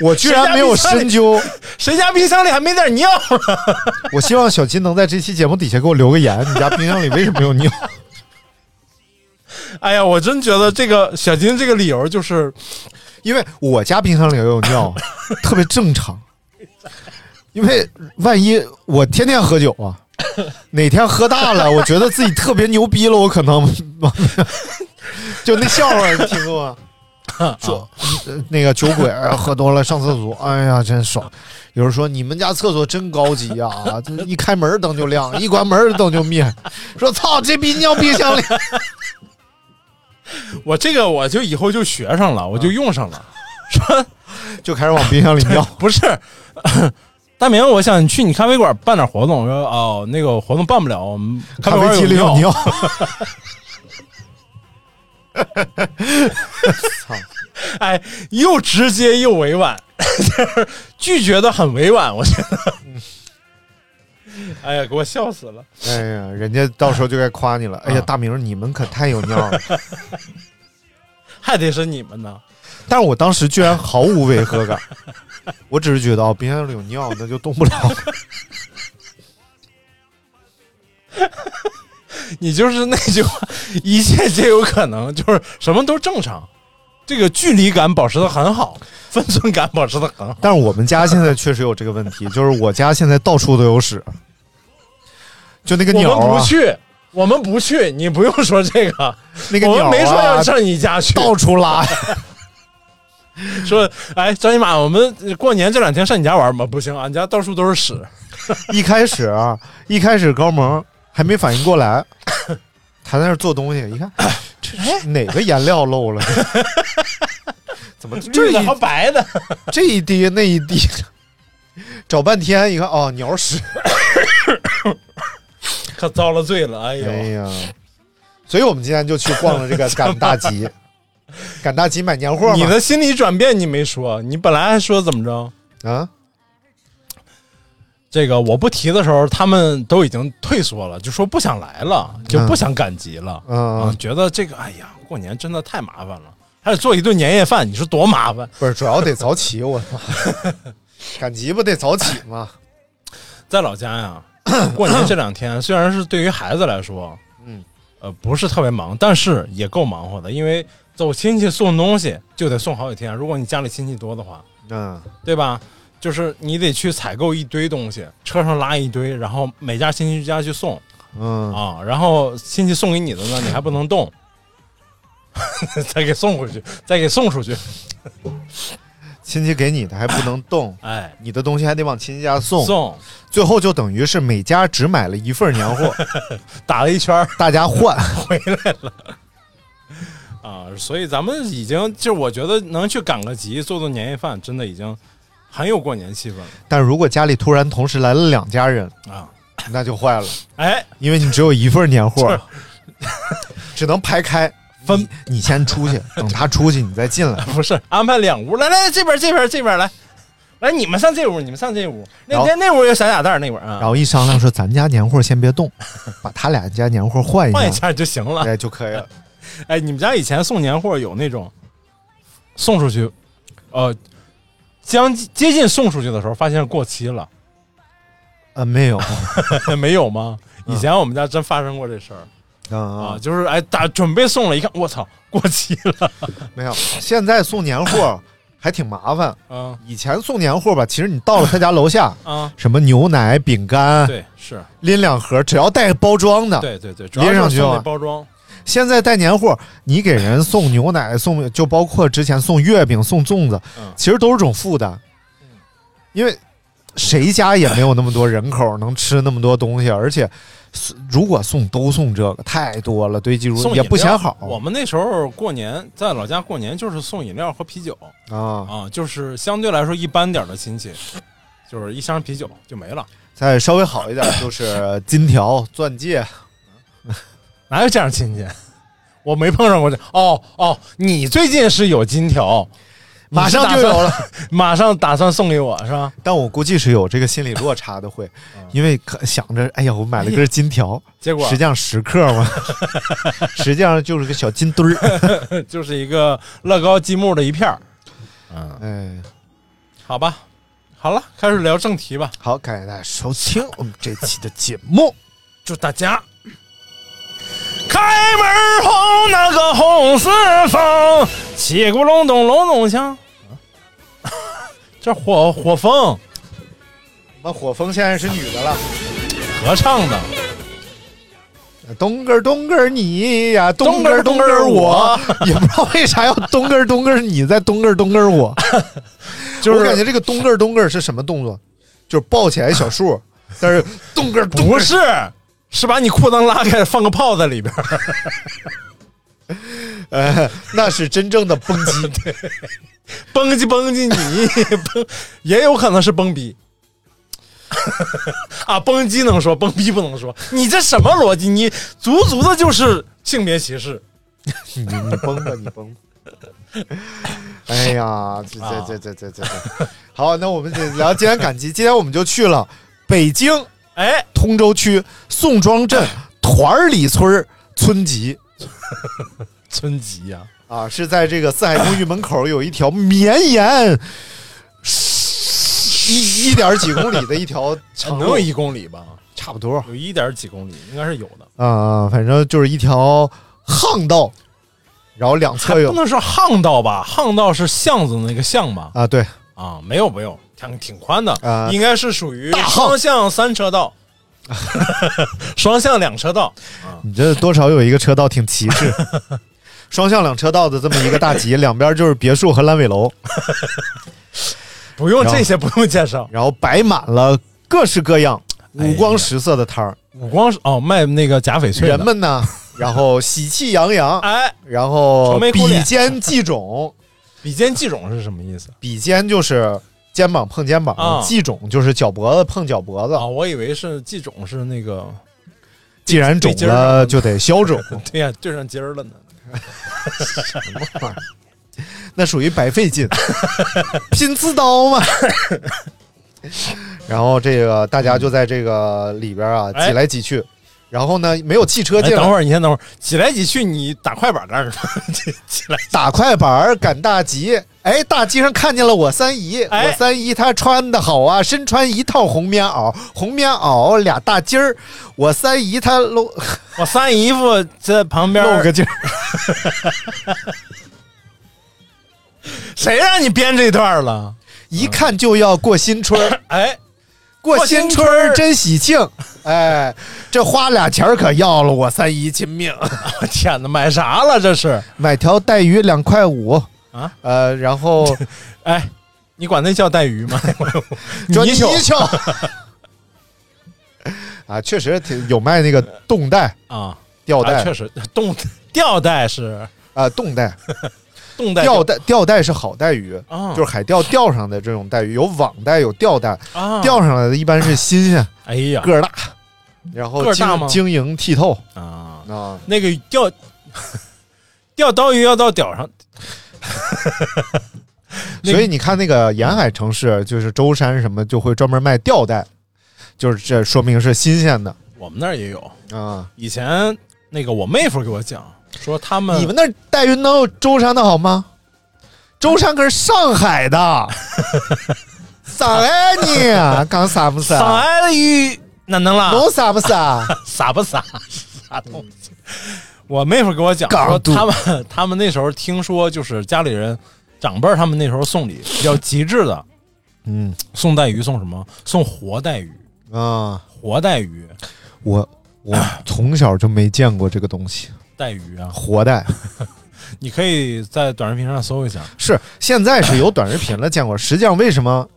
Speaker 1: 我居然没有深究。
Speaker 2: 谁家冰箱里还没点尿呢？
Speaker 1: 我希望小金能在这期节目底下给我留个言，你家冰箱里为什么有尿？
Speaker 2: 哎呀，我真觉得这个小金这个理由就是
Speaker 1: 因为我家冰箱里也有尿，特别正常。因为万一我天天喝酒啊，哪天喝大了，我觉得自己特别牛逼了，我可能就那笑话你听过吗？说呃那个酒鬼、哎喝多了上厕所，哎呀真爽。有人说你们家厕所真高级呀、啊，这一开门灯就亮，一关门灯就灭。说操，这逼尿冰箱里。
Speaker 2: 我这个我就以后就学上了，我就用上了，说。。
Speaker 1: 就开始往冰箱里尿
Speaker 2: 不是， 大明，我想你去你咖啡馆办点活动。我说哦，那个活动办不了，我们咖啡
Speaker 1: 咖
Speaker 2: 馆
Speaker 1: 啡机里有
Speaker 2: 尿。
Speaker 1: 尿，
Speaker 2: 哎，又直接又委婉， 就是拒绝的很委婉，我觉得。 哎呀，给我笑死了！
Speaker 1: 哎呀，人家到时候就该 夸你了。
Speaker 2: 啊
Speaker 1: 哎呀，大明，你们可太有尿了！
Speaker 2: 还得是你们呢。
Speaker 1: 但是我当时居然毫无违和感，我只是觉得哦，冰箱里有尿，那就动不了。
Speaker 2: 你就是那句话，一切皆有可能，就是什么都正常。这个距离感保持的很好，分寸感保持的很好。
Speaker 1: 但是我们家现在确实有这个问题，就是我家现在到处都有屎，就那个鸟
Speaker 2: 我们
Speaker 1: 啊
Speaker 2: 不，去，我们不去，你不用说这个。
Speaker 1: 那个
Speaker 2: 我
Speaker 1: 鸟、啊、
Speaker 2: 们没说要上你家去，
Speaker 1: 到处拉。
Speaker 2: 说，哎，张一马，我们过俺年这两天上你家玩吗？不行，啊俺家到处都是屎。
Speaker 1: 一开始啊，一开始高萌还没反应过来，他在那儿做东西，一看这是哪个颜料漏了？ 怎么这
Speaker 2: 绿
Speaker 1: 一
Speaker 2: 的和白的，
Speaker 1: 这一滴那一滴，找半天一看哦，鸟屎！
Speaker 2: 可遭了罪了。哎呦，
Speaker 1: 哎呀，所以我们今天就去逛了 这个赶大集，赶大集买年货嘛。
Speaker 2: 你的心理转变你没说，你本来还说怎么着？
Speaker 1: 啊，
Speaker 2: 这个我不提的时候，他们都已经退缩了，就说不想来了，就不想赶集了。
Speaker 1: 嗯
Speaker 2: 啊觉得这个，哎呀，过年真的太麻烦了，还得做一顿年夜饭，你说多麻烦？
Speaker 1: 不是，主要得早起，我操， 赶集不得早起 吗？
Speaker 2: 在老家 呀，过年这两天虽然是对于孩子来说，
Speaker 1: 嗯，
Speaker 2: 呃，不是特别忙，但是也够忙活的，因为走亲戚送东西就得送好几天，如果你家里亲戚多的话，
Speaker 1: 嗯，
Speaker 2: 对吧？就是你得去采购一堆东西，车上拉一堆，然后每家亲戚家去送
Speaker 1: 嗯，
Speaker 2: 啊，然后亲戚送给你的呢，你还不能动， 再给送回去，再给送出去，，
Speaker 1: 亲戚给你的还不能动
Speaker 2: 哎，
Speaker 1: 你的东西还得往亲戚家送，
Speaker 2: 送
Speaker 1: 最后就等于是每家只买了一份 年货，
Speaker 2: 打了一圈儿
Speaker 1: 大家换。
Speaker 2: 回来了。啊，所以咱们已经就是我觉得能去赶个集做做年夜饭，真的已经很有过年气氛了
Speaker 1: 但如果家里突然同时来了两家人，
Speaker 2: 啊！
Speaker 1: 那就坏了，
Speaker 2: 哎，
Speaker 1: 因为你只有一份年货， 只能排开
Speaker 2: 分
Speaker 1: 你你先出去， 等他出去你再进 来。
Speaker 2: 不是安排两屋，来来这边这边这边来，来你们上这屋，你们上这屋，那
Speaker 1: 然后
Speaker 2: 那那屋有小假蛋儿，那屋啊，
Speaker 1: 然后一商量说，咱家年货先 别动，把他俩家年货换一
Speaker 2: 换一
Speaker 1: 下，
Speaker 2: 家就行了。
Speaker 1: 哎就可以了。
Speaker 2: 哎，你们家以前送年货有那种送出去，呃，将近接近送出去的时候发现过期了，
Speaker 1: 呃，没有，
Speaker 2: 没有吗？以前我们家真发生过这事儿、啊，
Speaker 1: 啊，
Speaker 2: 就是哎打准备送了，一看我操 过期了，
Speaker 1: 没有。现在送年货 还挺麻烦，
Speaker 2: 嗯
Speaker 1: 以前送年货吧，其实你到了他家楼下，
Speaker 2: 啊，
Speaker 1: 什么牛奶、饼 干，
Speaker 2: 对是，
Speaker 1: 拎两盒，只要带包装的。
Speaker 2: 对对对，主要
Speaker 1: 拎上
Speaker 2: 是
Speaker 1: 去
Speaker 2: 送那
Speaker 1: 啊
Speaker 2: 包装，
Speaker 1: 现在带年货，你给人送牛奶、送，就包括之前送月饼、送粽子，
Speaker 2: 嗯
Speaker 1: 其实都是种负担，因为谁家也没有那么多人口能吃那么多东西，而且如果送都送这个，太多了，堆积如
Speaker 2: 送
Speaker 1: 也
Speaker 2: 饮
Speaker 1: 不
Speaker 2: 料
Speaker 1: 显好
Speaker 2: 我们那时候过年在老家过年就是送饮料和啤酒
Speaker 1: 啊。
Speaker 2: 啊，就是相对来说一般点儿的亲戚，就是一箱啤酒就没了，
Speaker 1: 再稍微好一点就是金条、钻戒，
Speaker 2: 哪有这样亲戚？我没碰上过这。哦哦，你最近是有金条，
Speaker 1: 马上就有了。
Speaker 2: 马上打算送给我是吧？
Speaker 1: 但我估计是有这个心理落差的会，因为可想着，哎呀，我买了根金 条，
Speaker 2: 结果
Speaker 1: 实际上十克 嘛，实际上就是个小金墩儿。
Speaker 2: 就是一个乐高积木的一片儿，
Speaker 1: 哎，
Speaker 2: 好吧？好了，开始聊正题吧。
Speaker 1: 好，感谢大家收听我们这期的节目。
Speaker 2: 祝大家开门红，那个红四方，起鼓隆咚隆咚响。 这火火风
Speaker 1: 那火风现在是女的了，
Speaker 2: 合唱 的，
Speaker 1: 东根儿东根儿你呀，
Speaker 2: 东根
Speaker 1: 根
Speaker 2: 儿
Speaker 1: 儿
Speaker 2: 东根
Speaker 1: 东根
Speaker 2: 儿
Speaker 1: 儿
Speaker 2: 我
Speaker 1: 我，也不知道为啥要东根儿东根儿你，再东根儿东根儿 我。
Speaker 2: 就是
Speaker 1: 我感觉这个东根儿东根儿是什么动作？就是抱起来小 树，但是东根儿东根
Speaker 2: 不
Speaker 1: 儿
Speaker 2: 是，是把你裤裆拉开，放个炮在里边儿。
Speaker 1: 哎， 那是真正的蹦 极。
Speaker 2: 蹦叽蹦叽你 蹦，也有可能是蹦逼。 啊，蹦叽能说，蹦逼不能说，你这什么逻辑？你足足的就是性别歧视。
Speaker 1: 你你崩吧，你崩吧。哎呀，这这这这这这这，好，那我们得聊今天赶集。今天我们就去了北京
Speaker 2: 哎，
Speaker 1: 通州区宋庄镇团儿里村儿村集
Speaker 2: 村集呀、
Speaker 1: 啊，是在这个四海公寓门口有一条绵延一一点儿几公里的一 条长
Speaker 2: 哎能
Speaker 1: 路
Speaker 2: 有，一公里吧？
Speaker 1: 差不多啊、
Speaker 2: 有一点几公里，应该是有的。
Speaker 1: 反正就是一条巷道，然后两
Speaker 2: 还
Speaker 1: 侧有
Speaker 2: 不能说巷道吧？巷道是巷子的那个巷吧？
Speaker 1: 啊，对，
Speaker 2: 啊，没有没有，挺挺宽的，
Speaker 1: 啊
Speaker 2: 应该是属于
Speaker 1: 大巷
Speaker 2: 双向三车 道，双向两车道。
Speaker 1: 你这多少有一个车道挺 歧视，双向两车道的这么一个大集，两边就是别墅和烂尾楼，
Speaker 2: 不用
Speaker 1: 然后
Speaker 2: 这些，不用介绍。
Speaker 1: 然后摆满了各式各样、
Speaker 2: 哎
Speaker 1: 五光十色的摊儿。
Speaker 2: 五光是哦，卖那个假翡翠的
Speaker 1: 人们 呢，然后喜气洋洋，
Speaker 2: 哎，
Speaker 1: 然后
Speaker 2: 愁眉苦脸
Speaker 1: 比肩系踵，
Speaker 2: 比肩系踵是什么意思
Speaker 1: 比肩就是肩膀碰肩膀
Speaker 2: 啊，
Speaker 1: 系踵就是脚脖子碰脚脖子
Speaker 2: 啊？。我以为是系踵是那个，
Speaker 1: 既然肿
Speaker 2: 对劲儿
Speaker 1: 了，就得消肿，
Speaker 2: 对哎呀、对上尖儿了呢。
Speaker 1: 那属于白费劲，拼刺刀嘛。 然后这个大家就在这个里边啊
Speaker 2: 哎
Speaker 1: 挤来挤去，然后呢没有汽车
Speaker 2: 哎，
Speaker 1: 进
Speaker 2: 等
Speaker 1: 来，
Speaker 2: 会儿，你先等会儿，挤来挤去，你打快板干什么？起 起来，
Speaker 1: 打快板儿赶大集。哎，大街上看见了我三姨，
Speaker 2: 哎
Speaker 1: 我三姨她穿的好啊，身穿一套红棉袄，红棉袄俩大襟儿。我三姨她露
Speaker 2: 我三姨夫在旁边儿，
Speaker 1: 露个劲儿，
Speaker 2: 谁让你编这段了？
Speaker 1: 一看就要过新春儿，
Speaker 2: 哎，
Speaker 1: 过新 春
Speaker 2: 过新春
Speaker 1: 儿
Speaker 2: 儿
Speaker 1: 真喜庆。哎，这花俩钱儿可要了我三姨亲命。
Speaker 2: 我天哪，买啥了这是？
Speaker 1: 买条带鱼两块五
Speaker 2: 啊，
Speaker 1: 呃，然后
Speaker 2: 哎，你管那叫带鱼 吗？
Speaker 1: 叫
Speaker 2: 泥鳅
Speaker 1: 鳅。 啊，确实挺有卖那个冻带、
Speaker 2: 啊，
Speaker 1: 吊
Speaker 2: 啊
Speaker 1: 带
Speaker 2: 确实冻吊带是
Speaker 1: 啊，冻带、
Speaker 2: 冻带
Speaker 1: 吊带、吊带是好带鱼，
Speaker 2: 啊
Speaker 1: 就是海钓钓上的这种带鱼，有网带，有吊带，
Speaker 2: 啊
Speaker 1: 钓上来的一般是 新鲜、
Speaker 2: 哎呀
Speaker 1: 个儿大，然后
Speaker 2: 个儿
Speaker 1: 晶
Speaker 2: 大吗
Speaker 1: 晶莹剔透
Speaker 2: 啊，
Speaker 1: 啊。
Speaker 2: 那个钓 钓刀鱼要到屌上，那个
Speaker 1: 所以你看那个沿海城市，就是舟山什么，就会专门卖吊带，就是这说明是新鲜的
Speaker 2: 我们那儿也有。
Speaker 1: 啊。
Speaker 2: 以前那个我妹夫给我讲说他们
Speaker 1: 你们那儿待遇能有舟山的好吗？舟山可是上海的，上海你讲啥不啥？
Speaker 2: 上啊岸的鱼哪能啦？
Speaker 1: 侬啥不啥？
Speaker 2: 傻不 傻？啥东西？我妹夫给我讲说，
Speaker 1: 港独
Speaker 2: 他们他们那时候听说，就是家里人长辈儿他们那时候送礼比较极致的，
Speaker 1: 嗯
Speaker 2: 送带鱼送什么？送活带鱼，
Speaker 1: 啊，
Speaker 2: 活带鱼，
Speaker 1: 我我从小就没见过这个东西，
Speaker 2: 带鱼啊！
Speaker 1: 活带
Speaker 2: 你可以在短视频上搜一下，
Speaker 1: 是现在是有短视频了，见过。实际上，为什
Speaker 2: 嗯
Speaker 1: 么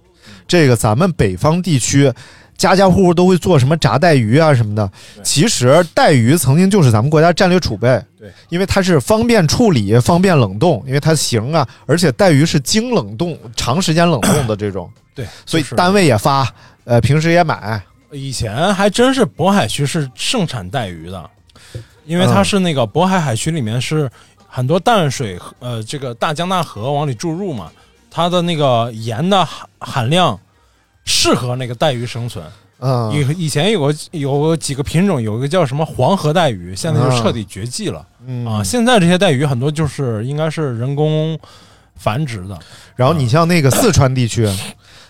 Speaker 1: 这个咱们北方地区家家户户都会做什么炸带鱼啊什么的？其实带鱼曾经就是咱们国家战略储备，
Speaker 2: 对，
Speaker 1: 因为它是方便处理、方便冷冻，因为它形啊，而且带鱼是经冷冻、长时间冷冻的 这种，
Speaker 2: 对，
Speaker 1: 所以
Speaker 2: 就是
Speaker 1: 单位也发，呃，平时也买。
Speaker 2: 以前还真是渤海区是盛产带鱼的，因为它是那个渤海海区里面是很多淡水河呃这个大江大河往里注入嘛，它的那个盐的含含量适合那个带鱼生存。
Speaker 1: 嗯，
Speaker 2: 以以前有个有几个品种，有一个叫什么黄河带鱼，现在就彻底绝迹了、
Speaker 1: 嗯
Speaker 2: 啊！现在这些带鱼很多就是应该是人工繁殖的，
Speaker 1: 然后你像那个四川地区，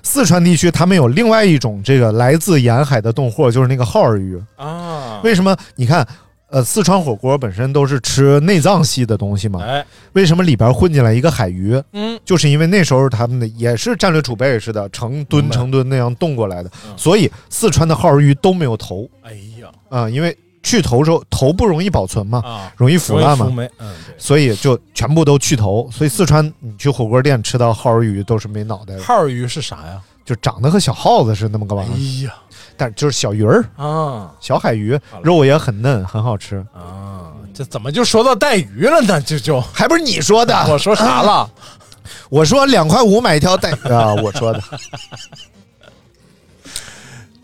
Speaker 1: 四川地区他们有另外一种这个来自沿海的冻货，就是那个耗儿鱼。
Speaker 2: 啊，
Speaker 1: 为什么？你看，呃，四川火锅本身都是吃内脏系的东西嘛，
Speaker 2: 哎，
Speaker 1: 为什么里边混进来一个海鱼？
Speaker 2: 嗯，
Speaker 1: 就是因为那时候他们的也是战略储备似的，成吨成吨那样冻过来的，
Speaker 2: 嗯
Speaker 1: 所以四川的耗儿鱼都没有头
Speaker 2: 哎呀
Speaker 1: 啊、因为去头之后头不容易保存嘛，
Speaker 2: 啊，
Speaker 1: 容易腐烂
Speaker 2: 容易
Speaker 1: 嘛
Speaker 2: 腐，霉，嗯，对。
Speaker 1: 所以就全部都去头。所以四川你去火锅店吃到耗儿鱼都是没脑袋的，
Speaker 2: 耗儿鱼是啥呀？
Speaker 1: 就长得和小耗子似的那么个玩意儿，
Speaker 2: 哎呀
Speaker 1: 但就是小鱼儿、
Speaker 2: 啊
Speaker 1: 小海鱼
Speaker 2: 好，嘞
Speaker 1: 肉也很嫩，很好吃，
Speaker 2: 啊！这怎么就说到带鱼了呢？这就
Speaker 1: 还不是你说的？
Speaker 2: 我说啥了？
Speaker 1: 我说两块五买一条带鱼啊，我说的。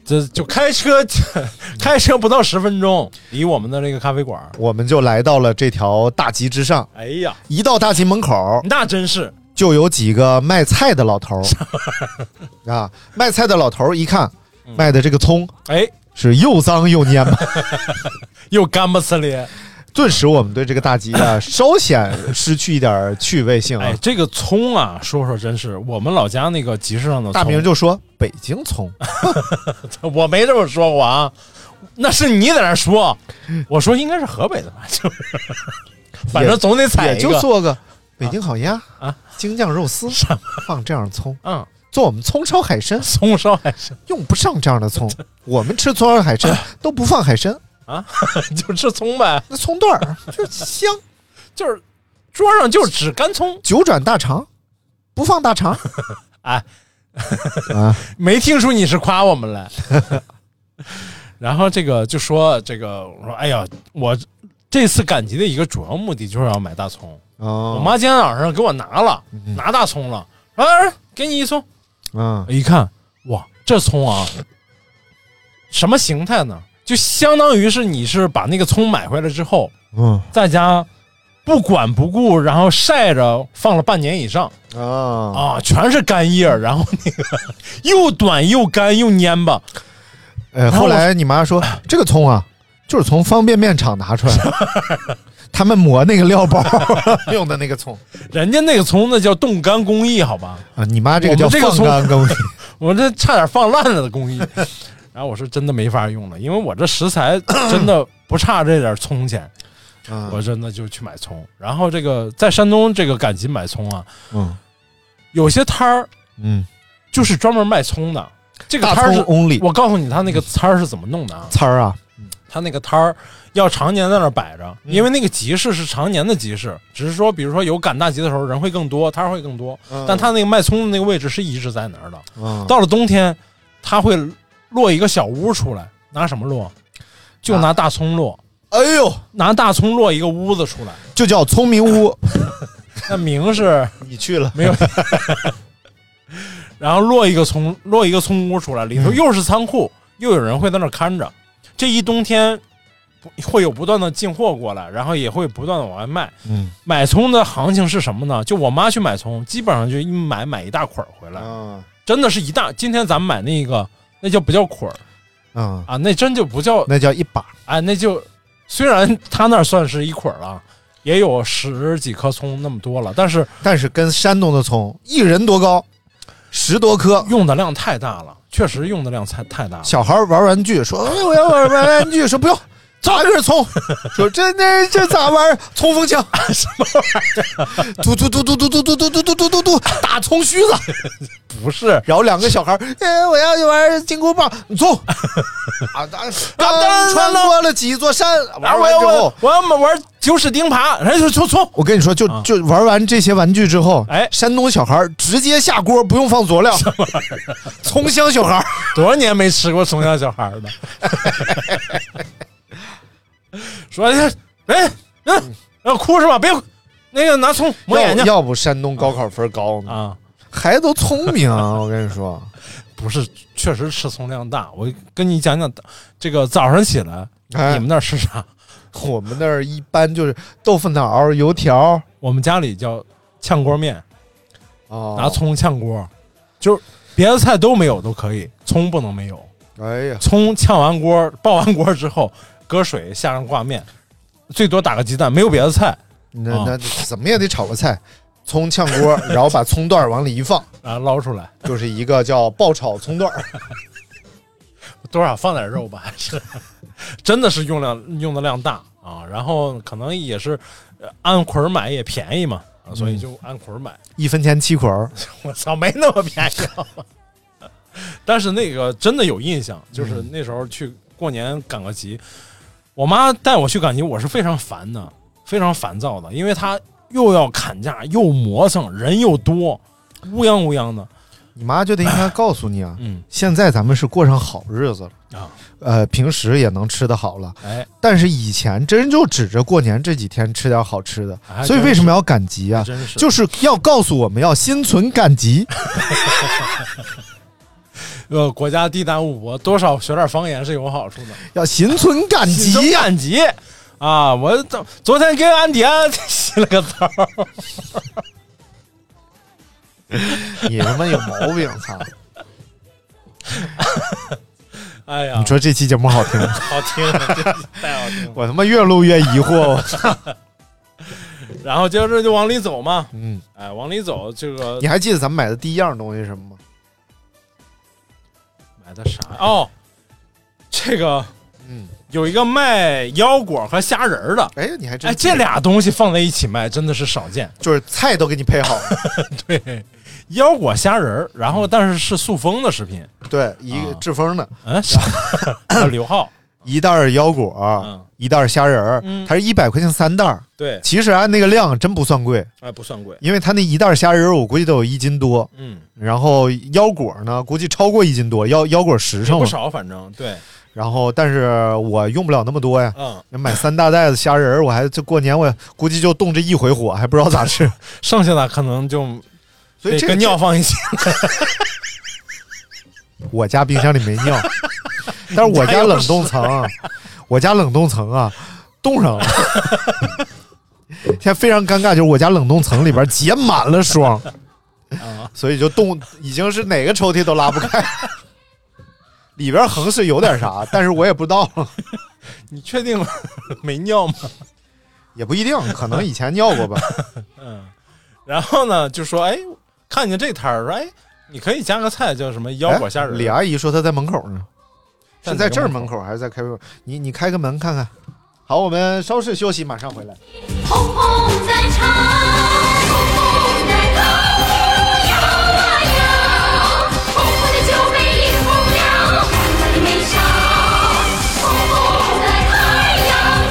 Speaker 2: 这就开车， 开车不到十分钟，离我们的那个咖啡馆儿。
Speaker 1: 我们就来到了这条大集之上，
Speaker 2: 哎呀，
Speaker 1: 一到大集门口，
Speaker 2: 那真是
Speaker 1: 就有几个卖菜的老头儿啊，卖菜的老头儿一看卖的这个葱
Speaker 2: 哎，
Speaker 1: 是又脏又 蔫巴，
Speaker 2: 又干巴呲咧。
Speaker 1: 顿时我们对这个大集啊稍显失去一点趣味性啊
Speaker 2: 哎，。这个葱啊，说说真是我们老家那个集市上的葱
Speaker 1: 大明就说：“北京葱，
Speaker 2: 我没这么说过啊，那是你在那儿说，我说应该是河北的吧， 就是， 反正总得踩
Speaker 1: 也
Speaker 2: 一
Speaker 1: 就
Speaker 2: 个。
Speaker 1: 做个北京烤鸭
Speaker 2: 啊、
Speaker 1: 京酱肉丝
Speaker 2: 什么，
Speaker 1: 放这样的葱，
Speaker 2: 嗯，
Speaker 1: 做我们葱烧海参
Speaker 2: 葱烧还是
Speaker 1: 用不上这样的葱。 我们吃葱烧海参都不放海参，
Speaker 2: 啊，就吃葱呗，
Speaker 1: 那葱段 儿就香。”
Speaker 2: 就是桌上就只干葱，
Speaker 1: 九转大肠，不放大肠
Speaker 2: 哎，
Speaker 1: 啊！
Speaker 2: 没听出你是夸我们来。 然后这个就说这个，我说哎呀，我这次赶集的一个主要目的就是要买大葱。我
Speaker 1: 哦，
Speaker 2: 妈今天早上给我拿了，拿大葱了，哎，给你一葱，哎
Speaker 1: 嗯，
Speaker 2: 一看，哇，这葱啊，什么形态呢？就相当于是你是把那个葱买回来之后，
Speaker 1: 嗯
Speaker 2: 在家不管不顾，然后晒着放了半年以上
Speaker 1: 啊，
Speaker 2: 啊，全是干叶儿，然后那个又短又干又蔫巴，
Speaker 1: 呃，
Speaker 2: 后
Speaker 1: 后来你妈 说这个葱啊，就是从方便面厂拿出来的， 他们磨那个料包 用的那个葱
Speaker 2: 人家那个葱那叫冻干工艺，好吧？
Speaker 1: 啊，你妈这个叫
Speaker 2: 我们这个
Speaker 1: 放干工艺，
Speaker 2: 我这差点放烂了的工艺。 然后我说真的没法用了，因为我这食材真的不差这点葱钱，
Speaker 1: 嗯
Speaker 2: 我真的就去买葱。然后这个在山东这个赶集买葱啊，
Speaker 1: 嗯
Speaker 2: 有些摊儿
Speaker 1: 嗯，
Speaker 2: 就是专门卖葱的。这个
Speaker 1: 大
Speaker 2: 摊儿
Speaker 1: 葱
Speaker 2: 是，
Speaker 1: only
Speaker 2: 我告诉你，他那个摊儿是怎么弄的啊？
Speaker 1: 摊儿啊，
Speaker 2: 他那个摊儿要常年在那儿摆着，因为那个集市是常年的集市，只是说比如说有赶大集的时候人会更多，摊儿会更多，但他那个卖葱的那个位置是一直在那儿的。
Speaker 1: 嗯，
Speaker 2: 到了冬天，他会落一个小屋出来，拿什么落？就
Speaker 1: 啊
Speaker 2: 拿大葱落，
Speaker 1: 哎呦，
Speaker 2: 拿大葱落一个屋子出来，
Speaker 1: 就叫聪明屋，
Speaker 2: 那名 是。
Speaker 1: 你去了，
Speaker 2: 没有。然后落一个葱，落一个葱屋出来，里
Speaker 1: 嗯
Speaker 2: 头又是仓库，又有人会在那儿看着。这一冬天不会有不断的进货过来，然后也会不断的往外卖。
Speaker 1: 嗯，
Speaker 2: 买葱的行情是什么呢？就我妈去买葱，基本上就一买买一大捆儿回来，
Speaker 1: 嗯
Speaker 2: 真的是一大。今天咱们买那个，那叫不叫捆儿
Speaker 1: 嗯，
Speaker 2: 啊？那真就不叫
Speaker 1: 那叫一把，
Speaker 2: 哎，那就虽然他那儿算是一捆儿了，也有十几颗葱那么多了，但是
Speaker 1: 但是跟山东的葱一人多高，十多颗。
Speaker 2: 用的量太大了，确实用的量太太大了。
Speaker 1: 小孩玩玩具说：“哎，我要玩玩玩具。”说：“不用，砸根葱。”说：“这那这咋玩？冲锋枪什么玩意儿？嘟嘟嘟嘟嘟嘟嘟嘟嘟嘟嘟嘟嘟，打葱须子。”
Speaker 2: 不是，
Speaker 1: 然后两个小孩儿，哎，我要玩金箍棒，你冲！啊，当当穿过了几座山，
Speaker 2: 然
Speaker 1: 玩
Speaker 2: 后我
Speaker 1: 完
Speaker 2: 要
Speaker 1: 之后
Speaker 2: 我，我要么玩九齿钉耙，然后就冲冲，
Speaker 1: 我跟你说，就
Speaker 2: 啊
Speaker 1: 就玩完这些玩具之后，
Speaker 2: 哎
Speaker 1: 山东小孩儿直接下锅，不用放佐料， 葱香小孩儿，
Speaker 2: 多少年没吃过葱香小孩了？ 说哎哎嗯，要哭是吧？别哭，那个拿葱 抹眼
Speaker 1: 要
Speaker 2: 睛
Speaker 1: 要不山东高考分高呢？
Speaker 2: 啊！
Speaker 1: 孩子都聪明啊， 我跟你说，
Speaker 2: 不是，确实吃葱量大。我跟你讲讲，这个早上起来、
Speaker 1: 哎
Speaker 2: 你们那儿吃啥？
Speaker 1: 我们那儿一般就是豆腐脑儿、油条儿，
Speaker 2: 我们家里叫炝锅面，
Speaker 1: 哦
Speaker 2: 拿，葱炝锅，就是别的菜都没有都可以，葱不能没有。
Speaker 1: 哎呀，
Speaker 2: 葱炝完锅、爆完锅之后，搁水下上挂面，最多打个鸡蛋，没有别的菜。
Speaker 1: 那
Speaker 2: 啊
Speaker 1: 那怎么也得炒个菜，葱炝锅，然后把葱段儿往里一放，
Speaker 2: 然后啊捞出来，
Speaker 1: 就是一个叫爆炒葱段儿。
Speaker 2: 多少放点肉 吧，还是真的是用量用的量大啊。然后可能也是呃按捆儿买也便宜嘛，啊所以就按捆儿买。
Speaker 1: 一分钱七捆儿，
Speaker 2: 我操，没那么便宜好吗。 但是那个真的有印象，就是那时候去过年赶个集，我妈带我去赶集，我是非常烦的，非常烦躁的，因为她又要砍价，又磨蹭，人又多，乌泱乌泱的。
Speaker 1: 你妈就得应该告诉你 啊，
Speaker 2: 嗯
Speaker 1: 现在咱们是过上好日子了
Speaker 2: 啊，
Speaker 1: 呃，平时也能吃得好了，
Speaker 2: 哎，
Speaker 1: 但是以前真就指着过年这几天吃点好吃的，
Speaker 2: 哎
Speaker 1: 所以为什么要赶集啊？
Speaker 2: 真是
Speaker 1: 就是要告诉我们要心存 感激，
Speaker 2: 呃，国家地大物博，多少学点方言是有好处的。
Speaker 1: 要心存感激呀、
Speaker 2: 赶集啊！我昨昨天跟安 迪安洗了个澡儿，
Speaker 1: 你他妈有毛病！操！
Speaker 2: 哎呀
Speaker 1: 你，说这期节目好 听吗，
Speaker 2: 好听，真是太好听了。
Speaker 1: 我他妈越录越疑 惑。
Speaker 2: 然后接着就往里走嘛，
Speaker 1: 嗯，
Speaker 2: 哎，往里走，这个
Speaker 1: 你还记得咱们买的第一样东西是什么吗？
Speaker 2: 买的啥？哦，这个，
Speaker 1: 嗯，
Speaker 2: 有一个卖腰果和虾仁儿的，
Speaker 1: 哎，你还真
Speaker 2: 哎，
Speaker 1: 记得
Speaker 2: 这俩东西放在一起卖真的是少 见。
Speaker 1: 就是菜都给你配好了，
Speaker 2: 对，腰果虾仁儿，然后但是是塑封的食品，
Speaker 1: 对，一个
Speaker 2: 啊
Speaker 1: 志峰的，
Speaker 2: 嗯，啥刘浩，
Speaker 1: 一袋儿腰果，
Speaker 2: 嗯
Speaker 1: 一袋儿虾仁儿，
Speaker 2: 嗯
Speaker 1: 它是一百块钱三袋儿。
Speaker 2: 对，
Speaker 1: 其实按啊那个量真不算贵，
Speaker 2: 哎，不算贵，
Speaker 1: 因为它那一袋儿虾仁儿我估计都有一斤多，
Speaker 2: 嗯，
Speaker 1: 然后腰果呢估计超过一斤多，腰腰果十
Speaker 2: 也
Speaker 1: 称
Speaker 2: 不
Speaker 1: 了。
Speaker 2: 少，反正对，
Speaker 1: 然后但是我用不了那么多呀，
Speaker 2: 嗯，
Speaker 1: 买三大袋子虾仁儿，我还这过年我估计就冻这一回火，还不知道 咋吃。
Speaker 2: 剩下的可能就
Speaker 1: 所以
Speaker 2: 得
Speaker 1: 这个
Speaker 2: 跟尿放一起，
Speaker 1: 我家冰箱里没 尿，但是我家冷冻层啊， 我家冷冻层啊，冻上了。现在非常尴尬，就是我家冷冻层里边结满了霜，所以就冻已经是哪个抽屉都拉不 开。里边横是有点啥，但是我也不知道，
Speaker 2: 你确定 没尿吗？
Speaker 1: 也不一定，可能以前尿过 吧。
Speaker 2: 然后呢，就说哎，看见这摊儿，说哎，你可以加个菜，叫什么腰果虾仁
Speaker 1: 哎
Speaker 2: 儿。
Speaker 1: 李阿姨说她在门口呢，
Speaker 2: 在
Speaker 1: 是
Speaker 2: 哪个
Speaker 1: 在这儿
Speaker 2: 门
Speaker 1: 门口还是在开门口？你你开个门看看。好，我们稍事休息，马上回来。
Speaker 3: 红红在唱，红红在高，摇啊摇，红红的酒杯饮不了，看看你眉梢，红红在高，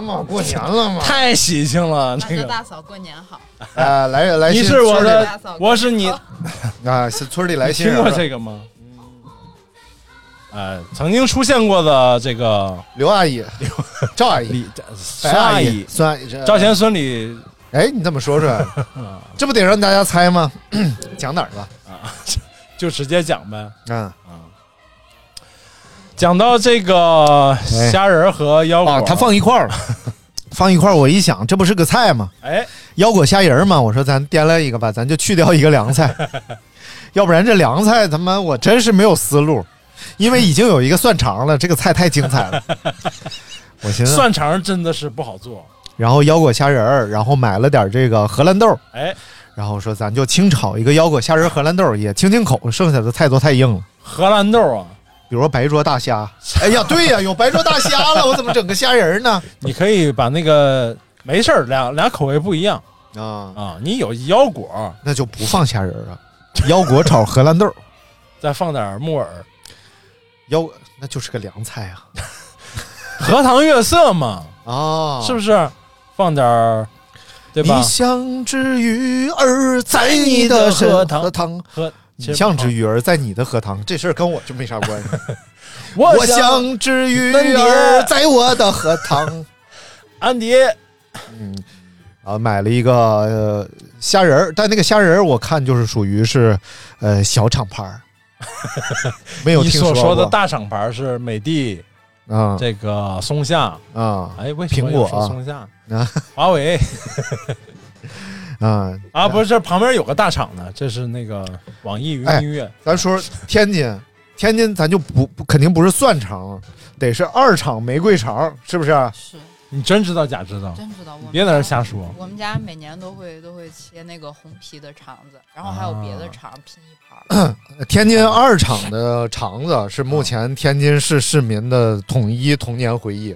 Speaker 1: 嘛，过年了嘛，
Speaker 2: 太喜庆了，
Speaker 4: 那
Speaker 2: 那
Speaker 4: 叫
Speaker 2: 个
Speaker 4: 大嫂过年好，
Speaker 1: 啊，来来
Speaker 2: 你
Speaker 1: 信
Speaker 2: 是我
Speaker 1: 村里
Speaker 4: 大
Speaker 2: 的
Speaker 4: 嫂，
Speaker 2: 我是你，
Speaker 1: 啊，嗯是村里来
Speaker 2: 你
Speaker 1: 信
Speaker 2: 听
Speaker 1: 人
Speaker 2: 过
Speaker 1: 了，
Speaker 2: 这个吗？呃，曾经出现过的这个
Speaker 1: 刘阿姨、赵阿姨、
Speaker 2: 李孙
Speaker 1: 白
Speaker 2: 阿
Speaker 1: 姨
Speaker 2: 姨、、
Speaker 1: 孙哎阿姨、这
Speaker 2: 赵钱孙李
Speaker 1: 哎，你怎么说 出来了？这不得让大家猜吗？
Speaker 2: 嗯
Speaker 1: 讲哪儿了？
Speaker 2: 就直接讲呗，
Speaker 1: 啊
Speaker 2: 讲到这个虾仁和腰果，
Speaker 1: 哎啊，他放一块儿了，放一块儿。我一想，这不是个菜吗？
Speaker 2: 哎，
Speaker 1: 腰果虾仁儿嘛，我说咱掂量一个吧，咱就去掉一个凉 菜，要不然这凉菜他妈我真是没有思路，因为已经有一个蒜肠了，这个菜太精彩 了。我寻思，
Speaker 2: 蒜肠真的是不好做，
Speaker 1: 然后腰果虾仁儿，然后买了点这个荷兰豆，
Speaker 2: 哎，
Speaker 1: 然后说咱就清炒一个腰果虾仁儿荷兰豆，也清清口，剩下的菜都太硬了。
Speaker 2: 荷兰豆啊，
Speaker 1: 比如说白灼大虾， 哎呀，对呀，有白灼大虾了，我怎么整个虾仁儿呢？
Speaker 2: 你可以把那个没事儿，俩俩口味不一样
Speaker 1: 啊，
Speaker 2: 啊，你有腰果，
Speaker 1: 那就不放虾仁儿了，腰果炒荷兰豆，
Speaker 2: 再放点木 耳，
Speaker 1: 腰那就是个凉菜啊。
Speaker 2: 荷塘月色嘛，
Speaker 1: 啊，
Speaker 2: 是不是？放点儿，对吧
Speaker 1: 你？像只鱼儿在你的荷荷塘，
Speaker 2: 和
Speaker 1: 你像只鱼儿在你的荷塘，这事儿跟我就没啥关系。
Speaker 2: 我
Speaker 1: 我像只鱼儿在我的荷塘。
Speaker 2: 安迪，
Speaker 1: 啊，买了一个呃虾仁儿，但那个虾仁儿我看就是属于是呃小厂牌 儿，没有
Speaker 2: 你
Speaker 1: 听
Speaker 2: 所
Speaker 1: 过
Speaker 2: 说的大厂牌是美的，
Speaker 1: 啊
Speaker 2: 这个松下，
Speaker 1: 啊
Speaker 2: 哎，为什
Speaker 1: 苹
Speaker 2: 么
Speaker 1: 果
Speaker 2: 要
Speaker 1: 啊
Speaker 2: 说松下
Speaker 1: 啊？
Speaker 2: 华 为
Speaker 1: 啊
Speaker 2: 啊，不是，这旁边有个大厂呢，这是那个网易云
Speaker 1: 哎
Speaker 2: 音乐，
Speaker 1: 咱说说天津，天津咱就不不肯定不是蒜肠，得是二厂玫瑰肠，是不是？啊
Speaker 4: 是
Speaker 2: 你真知道假知道？
Speaker 4: 真知道我们
Speaker 2: 别在那
Speaker 4: 家
Speaker 2: 儿瞎说，
Speaker 4: 我们家每年都会都会切那个红皮的肠子，然后还有别的肠拼一盘儿。
Speaker 1: 天津二厂的肠子是目前天津市市民的统一童年回忆。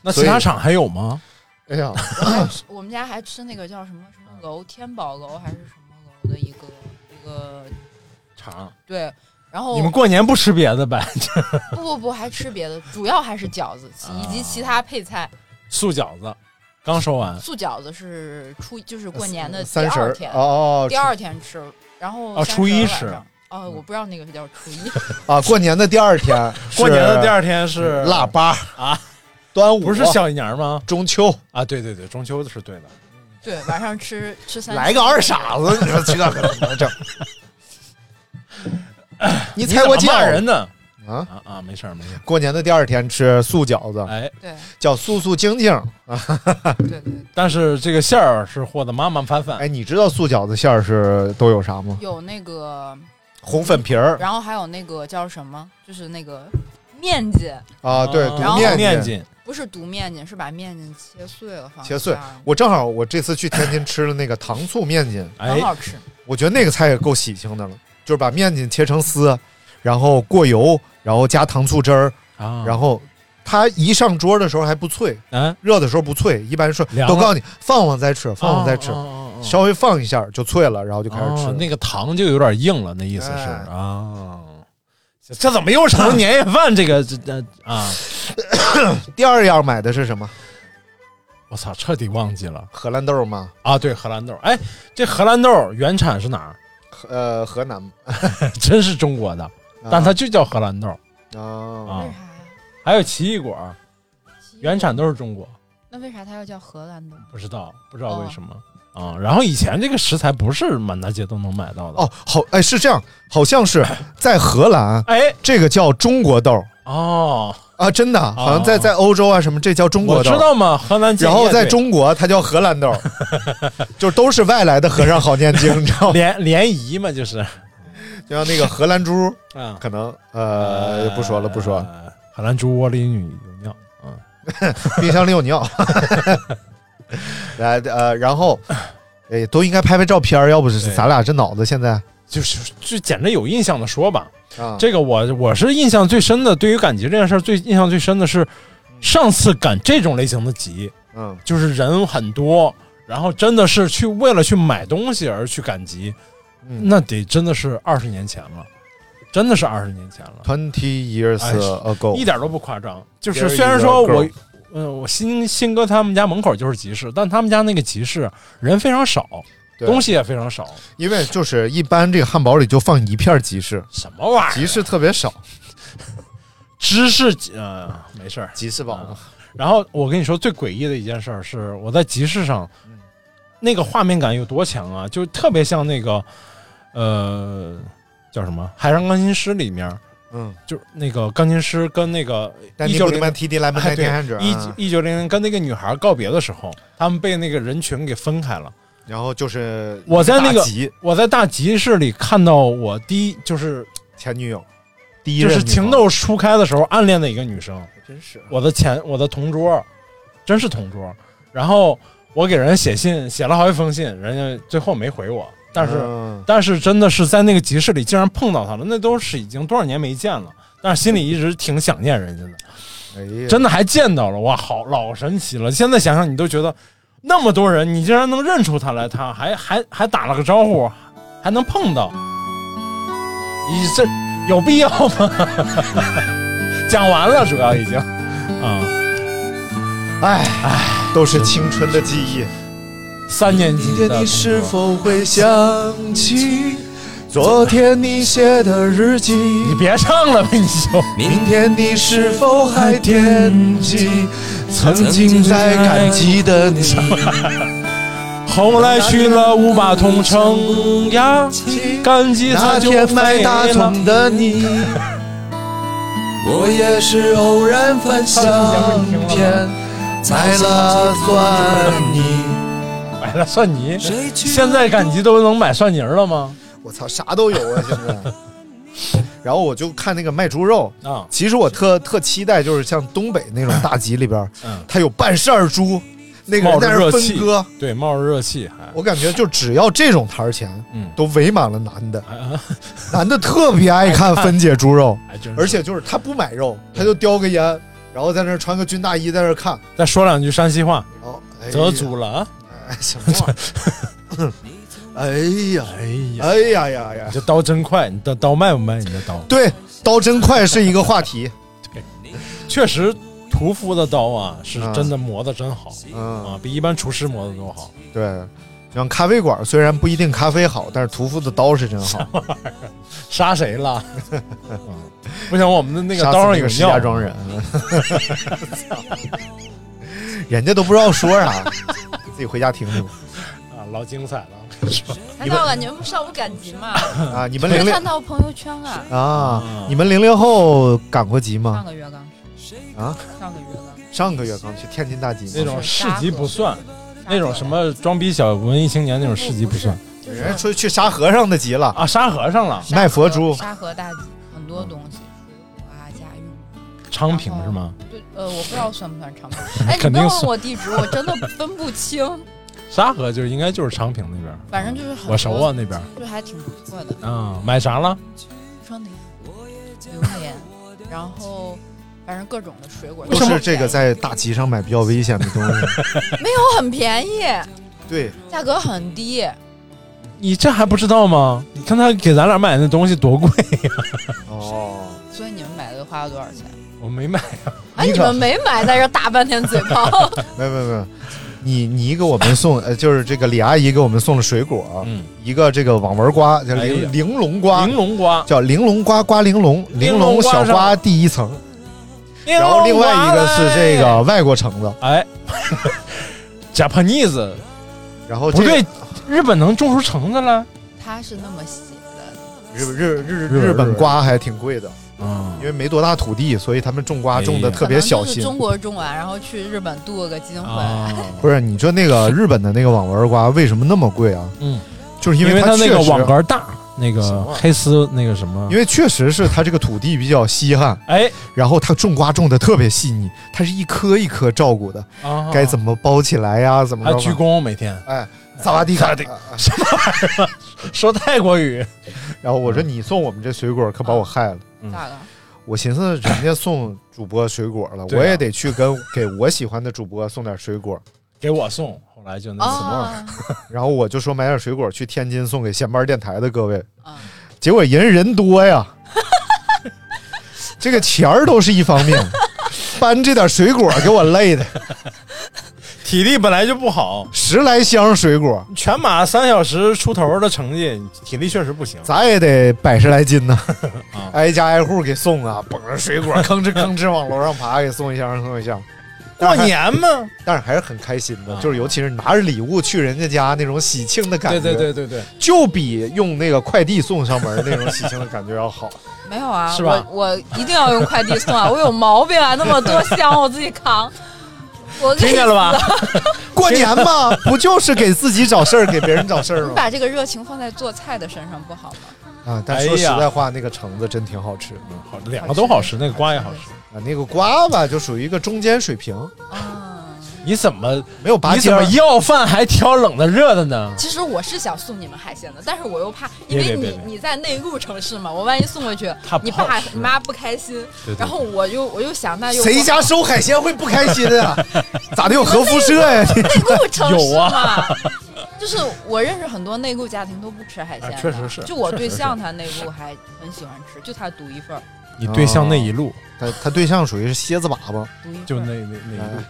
Speaker 2: 那
Speaker 1: 所
Speaker 2: 其
Speaker 1: 以
Speaker 2: 他厂还有吗？
Speaker 1: 哎呀，
Speaker 4: 还吃我们家还吃那个叫什么什么楼，天宝楼还是什么楼的一个一个
Speaker 2: 厂，
Speaker 4: 对。然后
Speaker 2: 你们过年不吃别的呗？
Speaker 4: 不不不，还吃别的，主要还是饺子
Speaker 1: 啊
Speaker 4: 其以及其他配菜。
Speaker 2: 素饺子，刚说完。
Speaker 4: 素饺子是初就是过年的第
Speaker 1: 呃三十
Speaker 4: 二
Speaker 1: 儿
Speaker 4: 天，
Speaker 1: 哦
Speaker 4: 第二天吃，然后
Speaker 2: 哦
Speaker 4: 三十
Speaker 2: 初一
Speaker 4: 晚
Speaker 2: 吃，
Speaker 4: 上。哦，我不知道那个叫初一，
Speaker 1: 啊，过年的第二天
Speaker 2: 过年的第二天是
Speaker 1: 腊八啊
Speaker 2: 啊，
Speaker 1: 端午
Speaker 2: 不是小年儿吗？
Speaker 1: 中秋，
Speaker 2: 啊，对对对，中秋是对的。
Speaker 4: 对，晚上吃吃三
Speaker 1: 来个二傻子，你说这个怎么 整？你
Speaker 2: 你
Speaker 1: 猜我
Speaker 2: 怎么
Speaker 1: 叫
Speaker 2: 骂人呢？
Speaker 1: 啊？
Speaker 2: 啊啊，没事儿没事儿。
Speaker 1: 过年的第二天吃素饺子，
Speaker 2: 哎，
Speaker 4: 对
Speaker 1: 叫素素晶晶。
Speaker 4: 对对，
Speaker 2: 但是这个馅儿是和的麻麻烦烦。
Speaker 1: 哎，你知道素饺子馅儿是都有啥吗？
Speaker 4: 有那个，
Speaker 1: 红粉皮儿
Speaker 4: 然后还有那个叫什么，就是那个面筋，
Speaker 1: 啊，对，
Speaker 4: 哦然
Speaker 1: 毒
Speaker 4: 后
Speaker 1: 面
Speaker 2: 面
Speaker 1: 筋
Speaker 2: 筋，
Speaker 4: 不是毒面筋，是把面筋切碎了放
Speaker 1: 切碎
Speaker 4: 馅儿。
Speaker 1: 我正好，我这次去天津吃了那个糖醋面筋，
Speaker 2: 哎
Speaker 4: 很，好吃，
Speaker 1: 我觉得那个菜也够喜庆的了，就是把面筋切成丝，然后过油，然后加糖醋汁儿，
Speaker 2: 啊
Speaker 1: 然后它一上桌的时候还不脆，
Speaker 2: 嗯，
Speaker 1: 热的时候不脆，一般说
Speaker 2: 凉了
Speaker 1: 都告诉你放放再吃，放放再吃，
Speaker 2: 哦哦哦哦
Speaker 1: 稍微放一下就脆了，然后就开始吃
Speaker 2: 哦
Speaker 1: 了。
Speaker 2: 那个糖就有点硬了，那意思是
Speaker 1: 哎
Speaker 2: 啊。这这怎么又成年夜饭这个这这啊？
Speaker 1: 第二样买的是什么？
Speaker 2: 我操，彻底忘记了
Speaker 1: 荷兰豆吗？
Speaker 2: 啊！对，荷兰豆。哎，这荷兰豆原产是哪儿？
Speaker 1: 呃，河南。呃
Speaker 2: 真是中国的，但它就叫荷兰豆
Speaker 1: 啊，
Speaker 4: 为
Speaker 2: 啊
Speaker 4: 啥。呀？
Speaker 2: 还有奇异果，原产都是中国，
Speaker 4: 那为啥它要叫荷兰豆？
Speaker 2: 不知
Speaker 4: 哦
Speaker 2: 道不知道为什么啊、然后以前这个食材不是满大街都能买到的。
Speaker 1: 哦，好，哎，是这样，好像是在荷兰，
Speaker 2: 哎
Speaker 1: 这个叫中国豆
Speaker 2: 哦，
Speaker 1: 啊，真的，好像在在欧洲啊什么，这叫中
Speaker 2: 我
Speaker 1: 国
Speaker 2: 知
Speaker 1: 豆。
Speaker 2: 道嘛，河南建
Speaker 1: 然
Speaker 2: 业
Speaker 1: 后在
Speaker 2: 对
Speaker 1: 中国，它叫 荷兰豆，就都是外来的和尚好念经，你知道吗？
Speaker 2: 联联谊嘛，就是
Speaker 1: 就像那个荷兰猪，
Speaker 2: 啊，
Speaker 1: 可能呃不说了不说了，
Speaker 2: 呃荷兰猪窝里有尿，嗯，
Speaker 1: 冰箱里有尿。 来呃，然后哎，都应该拍拍照片儿，要不是
Speaker 2: 对
Speaker 1: 咱俩这脑子现在
Speaker 2: 就是就简直有印象的说吧，
Speaker 1: 啊，
Speaker 2: 这个我我是印象最深的，对于赶集这件事儿，最印象最深的是上次赶这种类型的集，
Speaker 1: 嗯
Speaker 2: 就是人很多，然后真的是去为了去买东西而去赶集，
Speaker 1: 嗯
Speaker 2: 那得真的是二十年前了，真的是二十年前了，
Speaker 1: ，twenty years
Speaker 2: 哎是
Speaker 1: ago，
Speaker 2: 一点都不夸张。就
Speaker 1: 第
Speaker 2: 是
Speaker 1: 二
Speaker 2: 虽然说
Speaker 1: 一个
Speaker 2: 我
Speaker 1: girl
Speaker 2: 呃，我新新哥他们家门口就是集市，但他们家那个集市人非常少，
Speaker 1: 对
Speaker 2: 东西也非常少。
Speaker 1: 因为就是一般这个汉堡里就放一片鸡 翅，
Speaker 2: 什么玩意儿？啊
Speaker 1: 鸡翅特别少，
Speaker 2: 芝士呃没事儿，
Speaker 1: 集市堡嘛。
Speaker 2: 然后我跟你说最诡异的一件事儿是，我在集市上，
Speaker 1: 嗯
Speaker 2: 那个画面感有多强啊，就特别像那个，呃，叫什么《海上钢琴师》里面，
Speaker 1: 嗯，
Speaker 2: 就是那个钢琴师跟那个
Speaker 1: 但
Speaker 2: 一
Speaker 1: 你
Speaker 2: 九
Speaker 1: 不得
Speaker 2: 零
Speaker 1: 曼提迪莱蒙
Speaker 2: 哎
Speaker 1: 奈
Speaker 2: 对
Speaker 1: 天汉者，啊
Speaker 2: 一一九零零跟那个女孩告别的时候，他们被那个人群给分开了。
Speaker 1: 然后就是
Speaker 2: 我在那个
Speaker 1: 大集
Speaker 2: 我在大集市里看到我第一就是
Speaker 1: 前女友，第一
Speaker 2: 就
Speaker 1: 任
Speaker 2: 是
Speaker 1: 女
Speaker 2: 情
Speaker 1: 友
Speaker 2: 窦初开的时候暗恋的一个女生，
Speaker 1: 真是
Speaker 2: 我的前我的同桌，真是同桌。然后我给人写信，写了好几封信，人家最后没回我。但是、
Speaker 1: 嗯
Speaker 2: 但是真的是在那个集市里竟然碰到她了，那都是已经多少年没见了，但是心里一直挺想念人家的。
Speaker 1: 哎呀，
Speaker 2: 真的还见到了，哇，好老神奇了！现在想想，你都觉得那么多人，你竟然能认出他来，他还还还打了个招呼，还能碰到，你这有必要吗？ 讲完了，主要已经啊、
Speaker 1: 哎哎，都是青春的记忆。
Speaker 2: 三年级的
Speaker 5: 你是否会想起昨天你写的日记？你
Speaker 2: 别唱了呗，你就。
Speaker 5: 明天你是否还惦记曾经在感激的 你？
Speaker 2: 后来去了五八同城 呀，感激他
Speaker 5: 那
Speaker 2: 就
Speaker 5: 天卖
Speaker 2: 飞
Speaker 5: 大
Speaker 2: 了。
Speaker 5: 葱的你，我也是偶然翻相 片，买了蒜泥。
Speaker 2: 买了蒜泥，现在赶集都能买蒜泥儿了吗？
Speaker 1: 我操，啥都有啊，现 在。然后我就看那个卖猪肉
Speaker 2: 啊
Speaker 1: 其实我特特期待，就是像东北那种大集里边，
Speaker 2: 嗯
Speaker 1: 它有办事儿猪，那个
Speaker 2: 冒
Speaker 1: 人在
Speaker 2: 着
Speaker 1: 那儿
Speaker 2: 热
Speaker 1: 分
Speaker 2: 气
Speaker 1: 割，，
Speaker 2: 对，冒着热气哎还。
Speaker 1: 我感觉就只要这种摊儿前，
Speaker 2: 嗯
Speaker 1: 都围满了男的， 男的特别爱看分解猪 肉，
Speaker 2: 还哎真是
Speaker 1: 而且就是他不买肉，他就叼个烟，然后在那儿穿个军大衣在那儿看，
Speaker 2: 再说两句山西话，
Speaker 1: 哦，哎呀
Speaker 2: 得足了啊！
Speaker 1: 哎什么玩 意儿？哎呀，
Speaker 2: 哎呀，
Speaker 1: 哎呀呀呀
Speaker 2: 你！这刀真快，你的刀卖不卖？你的刀
Speaker 1: 对，刀真快是一个话题。
Speaker 2: 确实，屠夫的刀啊，是
Speaker 1: 嗯
Speaker 2: 真的磨的真好啊，比一般厨师磨的都好。
Speaker 1: 对，像咖啡馆虽然不一定咖啡好，但是屠夫的刀是真好。
Speaker 2: 杀谁 了？嗯不行，我们 的那个
Speaker 1: 杀死
Speaker 2: 刀上
Speaker 1: 那
Speaker 2: 有
Speaker 1: 个石家
Speaker 2: 尿。
Speaker 1: 庄人， 人家都不知道说啥，自己回家听听吧。
Speaker 2: 啊，老精彩了！
Speaker 4: 难道感觉不上午赶集吗？
Speaker 1: 啊，你
Speaker 4: 你
Speaker 1: 们零零
Speaker 4: 看到朋友圈啊，
Speaker 1: 啊，你们零零后赶过集
Speaker 4: 上
Speaker 1: 吗？
Speaker 4: 个月刚去，
Speaker 1: 啊，
Speaker 4: 上个月刚
Speaker 1: 上个月刚去天津大集吗，
Speaker 2: 那种市集不算，那种什么装逼小文艺青年那种市集不算
Speaker 1: 人家说去沙和尚的集了
Speaker 2: 啊，沙和尚了，
Speaker 1: 卖佛珠，
Speaker 4: 沙河大集很多东西，水果啊、家用。
Speaker 2: 昌平是吗？
Speaker 4: 对，呃，我不知道算不算 长平。哎，你
Speaker 2: 肯
Speaker 4: 不
Speaker 2: 定
Speaker 4: 要问
Speaker 2: 算
Speaker 4: 我地址，我真的分不 清。
Speaker 2: 沙河就是应该就是昌平那边，
Speaker 4: 反正就是很多
Speaker 2: 我熟啊那边
Speaker 4: 就还挺不错的。
Speaker 2: 啊，买啥了？
Speaker 4: 窗帘、榴莲，然后反正各种的水果。
Speaker 1: 不是这个在大集上买比较危险的东西。
Speaker 4: 没有很便宜，
Speaker 1: 对，
Speaker 4: 价格很低。
Speaker 2: 你这还不知道吗？你看他给咱俩买那东西多贵呀、
Speaker 1: 哦，
Speaker 4: 所以你们买的花了多少钱？
Speaker 2: 我没买呀、
Speaker 4: 哎，
Speaker 1: 你
Speaker 4: 你
Speaker 1: 可
Speaker 4: 们没买，在这大半天嘴炮。
Speaker 1: 没有没有没有，你你给我们送呃，就是这个李阿姨给我们送了水果，
Speaker 2: 嗯，
Speaker 1: 一个这个网纹瓜叫
Speaker 2: 哎
Speaker 1: 玲
Speaker 2: 呀
Speaker 1: 玲珑 瓜，
Speaker 2: 玲珑瓜，
Speaker 1: 叫玲珑瓜瓜玲珑，
Speaker 2: 玲
Speaker 1: 玲
Speaker 2: 珑
Speaker 1: 珑
Speaker 2: 瓜
Speaker 1: 小
Speaker 2: 上
Speaker 1: 瓜第一层， 然后另外一个是这个外国橙子，
Speaker 2: 哎 ，Japanese
Speaker 1: 然后
Speaker 2: 不
Speaker 1: 这个
Speaker 2: 对，日本能种出橙子来？
Speaker 4: 它是那么写的，
Speaker 1: 日日日
Speaker 2: 日
Speaker 1: 日本
Speaker 2: 日
Speaker 1: 瓜还挺贵的，
Speaker 2: 啊
Speaker 1: 因为没多大土地，所以他们种瓜种的
Speaker 2: 哎呀
Speaker 1: 特别小
Speaker 4: 可能就是
Speaker 1: 心。
Speaker 4: 中国种完，然后去日本镀个金回来。
Speaker 2: 啊，
Speaker 1: 不是，你说那个日本的那个网纹瓜为什么那么贵啊？
Speaker 2: 嗯，
Speaker 1: 就是因
Speaker 2: 因
Speaker 1: 为
Speaker 2: 它
Speaker 1: 它
Speaker 2: 那个
Speaker 1: 确实
Speaker 2: 网格大，那个黑丝那个什么
Speaker 1: 因，为确实是它这个土地比较稀罕，
Speaker 2: 哎，
Speaker 1: 然后它种瓜种的特别细腻，它是一颗一颗照顾的，
Speaker 2: 啊
Speaker 1: 该怎么包起来呀、怎么
Speaker 2: 还
Speaker 1: 着吧？
Speaker 2: 鞠躬每天
Speaker 1: 哎，萨瓦迪卡的。
Speaker 2: 说泰国语，
Speaker 1: 然后我
Speaker 2: 嗯
Speaker 1: 说你送我们这水果可把我害了，
Speaker 4: 咋了？
Speaker 1: 我寻思人家送主播水果了，
Speaker 2: 对啊
Speaker 1: 我也得去跟给我喜欢的主播送点水 果。
Speaker 2: 给我送，后来就那次
Speaker 4: 啊
Speaker 1: 然后我就说买点水果去天津送给闲班电台的各位，
Speaker 4: 啊！
Speaker 1: 结 果人人多呀，这个钱儿都是一方面，搬这点水果给我累的，
Speaker 2: 体力本来就不好，
Speaker 1: 十来箱水果，
Speaker 2: 全马三小时出头的成绩，体力确实不行。
Speaker 1: 咱也得百十来 斤呢，
Speaker 2: 啊
Speaker 1: 挨家挨户给送啊，捧着水果吭哧吭哧往楼上爬，给送一箱送一箱。
Speaker 2: 过年嘛，
Speaker 1: 但是还是很开心的，就是尤其是拿着礼物去人家家那种喜庆的感觉，
Speaker 2: 对对对对对，
Speaker 1: 就比用那个快递送上门那种喜庆的感觉要好。
Speaker 4: 没有啊，
Speaker 1: 是吧
Speaker 4: 我我一定要用快递送啊！我有毛病啊，那么多箱我自己扛。我
Speaker 2: 听见了吧？
Speaker 1: 过年嘛，不就是给自己找事儿，给别人找事儿
Speaker 4: 你
Speaker 1: 吗？
Speaker 4: 把这个热情放在做菜的身上不好吗？
Speaker 1: 啊，但说实在话，那个橙子真挺好吃，
Speaker 2: 好，两个都好吃，那个瓜也好
Speaker 4: 嗯
Speaker 2: 吃。
Speaker 1: 啊，那个瓜吧，就属于一个中间水平。
Speaker 4: 啊
Speaker 2: 你怎么
Speaker 1: 没有拔
Speaker 2: 你怎
Speaker 1: 尖儿
Speaker 2: 么要饭还挑冷的热的呢？
Speaker 4: 其实我是想送你们海鲜的，但是我又怕，因
Speaker 2: 别
Speaker 4: 为
Speaker 2: 别别
Speaker 4: 你
Speaker 2: 别
Speaker 4: 你在内陆城市嘛，我万一送过去
Speaker 2: 它，不
Speaker 4: 你
Speaker 2: 好
Speaker 4: 爸
Speaker 2: 吃
Speaker 4: 你妈不开心
Speaker 2: 对对，
Speaker 4: 然后我就我就想那又
Speaker 1: 嗯谁家收海鲜会不开心 啊？咋的有核辐射呀？
Speaker 4: 内陆城市
Speaker 1: 有
Speaker 4: 嘛？就是我认识很多内陆家庭都不吃海鲜的、
Speaker 2: 啊确实是
Speaker 4: 就我
Speaker 2: 确实
Speaker 4: 对
Speaker 2: 是
Speaker 4: 象他内陆还很喜欢吃，就他独一份儿，
Speaker 2: 你对象那一路，
Speaker 1: 他他对象属于是蝎子粑粑，
Speaker 2: 就那那那一路
Speaker 1: 哎，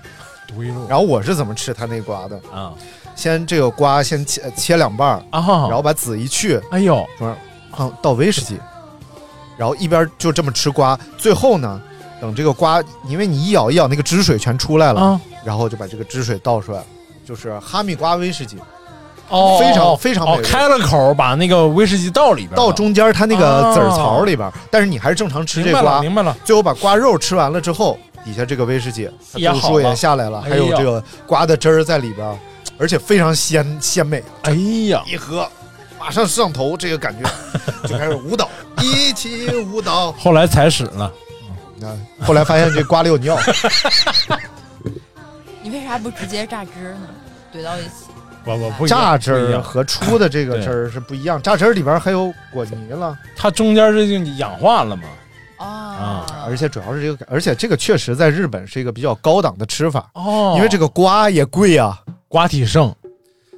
Speaker 2: 独一路
Speaker 1: 嗯然后我是怎么吃他那瓜的
Speaker 2: 啊？
Speaker 1: 先这个瓜先切呃切两半儿
Speaker 2: 啊，
Speaker 1: 然后把籽一去，
Speaker 2: 哎呦，
Speaker 1: 嗯，倒威士忌，然后一边就这么吃瓜，最后呢，等这个瓜，因为你一咬一咬那个汁水全出来了，
Speaker 2: 啊
Speaker 1: 然后就把这个汁水倒出来，就是哈密瓜威士忌，
Speaker 2: 哦，
Speaker 1: 非常非常美
Speaker 2: 哦
Speaker 1: 味，
Speaker 2: 开了口把那个威士忌倒里边了，
Speaker 1: 到中间它那个籽儿槽
Speaker 2: 哦
Speaker 1: 里边，但是你还是正常吃这
Speaker 2: 明白
Speaker 1: 瓜，
Speaker 2: 了明白了，
Speaker 1: 最后把瓜肉吃完了之后，底下这个威士忌它
Speaker 2: 也
Speaker 1: 度
Speaker 2: 好
Speaker 1: 数也
Speaker 2: 了
Speaker 1: 下来了，还有
Speaker 2: 哎呀
Speaker 1: 这个瓜的汁儿在里边，而且非常鲜鲜美。
Speaker 2: 哎呀，
Speaker 1: 一喝马上上头，这个感觉就开始舞蹈，一起舞蹈。
Speaker 2: 后来踩屎了，
Speaker 1: 啊后来发现这瓜里有尿，
Speaker 4: 你为啥不直接榨汁呢？怼到一起，
Speaker 2: 我我不一样
Speaker 1: 榨汁
Speaker 2: 不一
Speaker 1: 儿
Speaker 2: 样
Speaker 1: 和出的这个汁儿是不一样，榨汁儿里边还有果泥了，
Speaker 2: 它中间这就氧化了嘛，哦
Speaker 4: 啊，
Speaker 1: 而且主要是这个，而且这个确实在日本是一个比较高档的吃法，
Speaker 2: 哦
Speaker 1: 因为这个瓜也贵啊。
Speaker 2: 瓜体盛，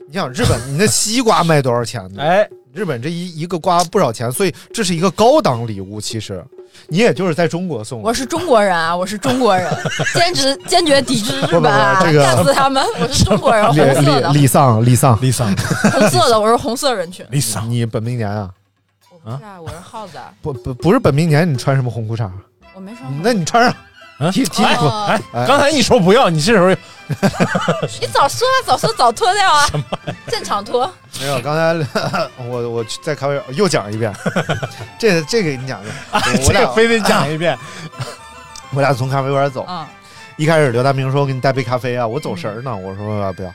Speaker 1: 你想日本，你那西瓜卖多少钱呢？
Speaker 2: 哎，
Speaker 1: 日本这一一个瓜不少钱，所以这是一个高档礼物。其实，你也就是在中国送的，
Speaker 4: 我是中国人啊，我是中国 人，坚持坚决抵制日
Speaker 1: 不不不
Speaker 4: 本啊，
Speaker 1: 这个
Speaker 4: 干死他们！我是中国人，红
Speaker 1: 李
Speaker 4: 色的
Speaker 1: 李，李丧李丧
Speaker 2: 李桑，
Speaker 4: 红色的，我是红色人群。
Speaker 2: 李桑，
Speaker 1: 你本命年啊？
Speaker 4: 不是啊，我是耗子啊，
Speaker 1: 不不不是本命年，你穿什么红裤衩？啊
Speaker 4: 我没说。
Speaker 1: 那你穿上
Speaker 2: 嗯，
Speaker 1: 提提
Speaker 2: 哎
Speaker 1: 裤
Speaker 4: 哦
Speaker 2: 哎，刚才你说不要，你这时候
Speaker 4: 你早说啊，早说早脱掉啊，现场脱。
Speaker 1: 没有？刚才 我我去在咖啡馆又讲 一遍，这个这个你讲一遍，我我
Speaker 2: 啊这
Speaker 1: 俩
Speaker 2: 个非得讲一遍，
Speaker 1: 我俩从咖啡馆走，
Speaker 4: 嗯，
Speaker 1: 一开始刘大明说我给你带杯咖啡啊，我走神儿呢，我说啊不要。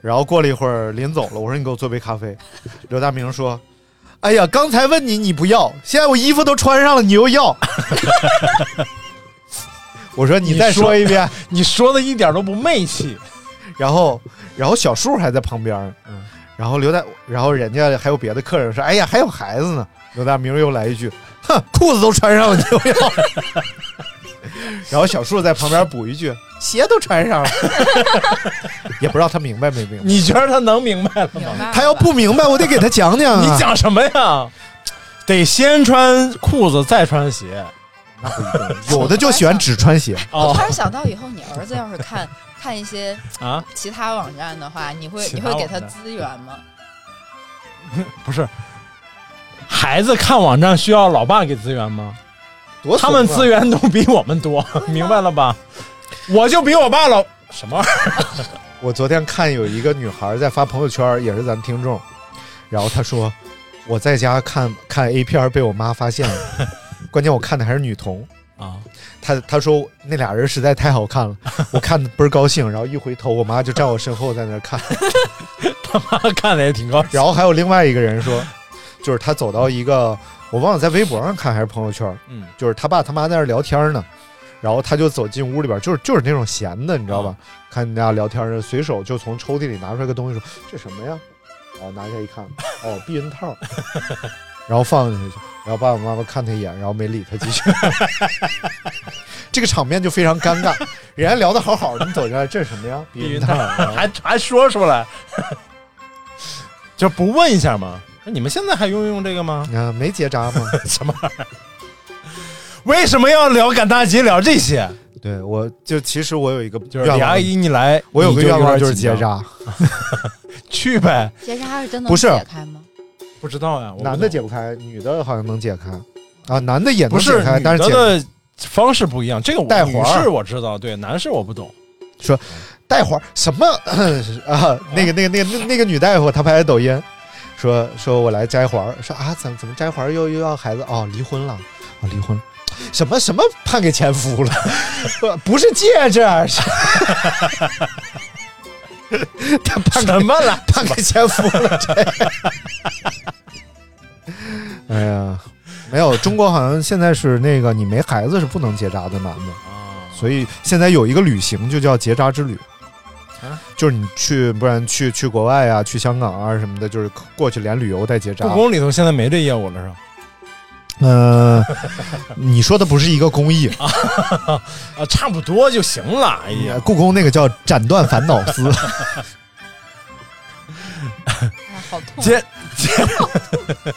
Speaker 1: 然后过了一会儿，临走了，我说你给我做杯咖啡。刘大明说：“哎呀，刚才问你你不要，现在我衣服都穿上了，你又要。” 我说你再说一遍。
Speaker 2: 你说的一点都不媚气，
Speaker 1: 然后，然后小树还在旁边儿，
Speaker 2: 嗯
Speaker 1: 然后刘大，然后人家还有别的客人说：“哎呀，还有孩子呢。”刘大明又来一句：“哼，裤子都穿上了，你又 要。”然后小树在旁边补一句：“鞋都穿上了。” 也不知道他明白没明白。
Speaker 2: 你觉得他能明白了
Speaker 4: 明
Speaker 2: 吗？
Speaker 4: 白了。
Speaker 1: 他要不明白，我得给他讲讲、啊。
Speaker 2: 你讲什么呀？嗯得先穿裤子，再穿鞋。
Speaker 1: 有的就喜欢只穿鞋，
Speaker 4: 我
Speaker 2: 哦
Speaker 4: 突然想到，以后你儿子要是看看一些
Speaker 2: 啊，
Speaker 4: 其他网站的话，你会
Speaker 2: 其
Speaker 4: 你
Speaker 2: 他
Speaker 4: 会给
Speaker 2: 网
Speaker 4: 他
Speaker 2: 站
Speaker 4: 资源吗？
Speaker 2: 不是，孩子看网站需要老爸给资源吗？
Speaker 1: 多啊
Speaker 2: 他们资
Speaker 1: 源
Speaker 2: 源都比我 们多，
Speaker 4: 啊
Speaker 2: 明白了吧？我就比我爸老什么玩意儿？
Speaker 1: 我昨天看有一个女孩在发朋友圈，也是咱听众，然后她说我在家看看 A 片儿被我妈发现了， 关键我看的还是女童。
Speaker 2: 啊？
Speaker 1: 她她说那俩人实在太好看了，我看的倍儿高兴，然后一回头我妈就站我身后在那儿看，
Speaker 2: 他妈看的也挺 高兴。
Speaker 1: 然后还有另外一个人说， 就是他走到一个我忘了在微博上看还是朋友圈，
Speaker 2: 嗯，
Speaker 1: 就是他爸他妈在那儿聊天呢，然后他就走进屋里边，就是就是那种闲的，你知道吧？看人家聊天，随手就从抽屉里拿出来个东西，说这什么呀？然后拿下一看，哦， 避孕套，然后放进去，然后爸爸妈妈看他一眼，然后没理他，继续。 这个场面就非常尴尬，人家聊得好好的，你走进来，这是什么呀？避
Speaker 2: 避
Speaker 1: 孕
Speaker 2: 孕
Speaker 1: 套
Speaker 2: 套。还还说出来， 就不问一下吗？那你们现在还用用这个吗？
Speaker 1: 啊，没结扎吗？
Speaker 2: 什么玩意儿？为什么要聊赶大集聊这些？
Speaker 1: 对，我就其实我有一个
Speaker 2: 就
Speaker 1: 愿
Speaker 2: 是
Speaker 1: 望，
Speaker 2: 李阿姨你来，
Speaker 1: 我有个
Speaker 2: 你就
Speaker 1: 愿望
Speaker 2: 点
Speaker 1: 就是结
Speaker 2: 紧张
Speaker 1: 扎，
Speaker 2: 去呗，
Speaker 4: 结扎是真的
Speaker 1: 不是
Speaker 4: 解开吗？
Speaker 2: 不知道呀，我不
Speaker 1: 男
Speaker 2: 懂
Speaker 1: 的解不开，女的好像能解开啊，男的也能
Speaker 2: 不
Speaker 1: 解
Speaker 2: 是
Speaker 1: 开，
Speaker 2: 女
Speaker 1: 但是
Speaker 2: 的
Speaker 1: 解
Speaker 2: 的方式不一样，这个我
Speaker 1: 带环
Speaker 2: 女
Speaker 1: 儿
Speaker 2: 士我知道，对，男士我不懂。
Speaker 1: 说带环儿什么啊？那个那个那个那那个女大夫，她拍的抖音，说说我来摘环儿，说啊怎么怎么摘环儿又又要孩子哦，离婚了哦，离婚了，什么什么判给前夫了， 不不是戒指，啊是 他判什
Speaker 2: 么 了？
Speaker 1: 判给前夫了， 这。哎呀，没有，中国好像现在是那个你没孩子是不能结扎的男的，
Speaker 2: 啊
Speaker 1: 所以现在有一个旅行就叫结扎之旅，
Speaker 2: 啊
Speaker 1: 就是你去，不然去去国外啊，去香港啊什么的，就是过去连旅游带结扎。
Speaker 2: 故宫里头现在没这业务了是吧？
Speaker 1: 呃，你说的不是一个公益，
Speaker 2: 啊，差不多就行了。 哎呀，
Speaker 1: 故宫那个叫斩断烦恼 丝。
Speaker 4: 好
Speaker 1: 嗯
Speaker 4: 痛！
Speaker 2: 这这，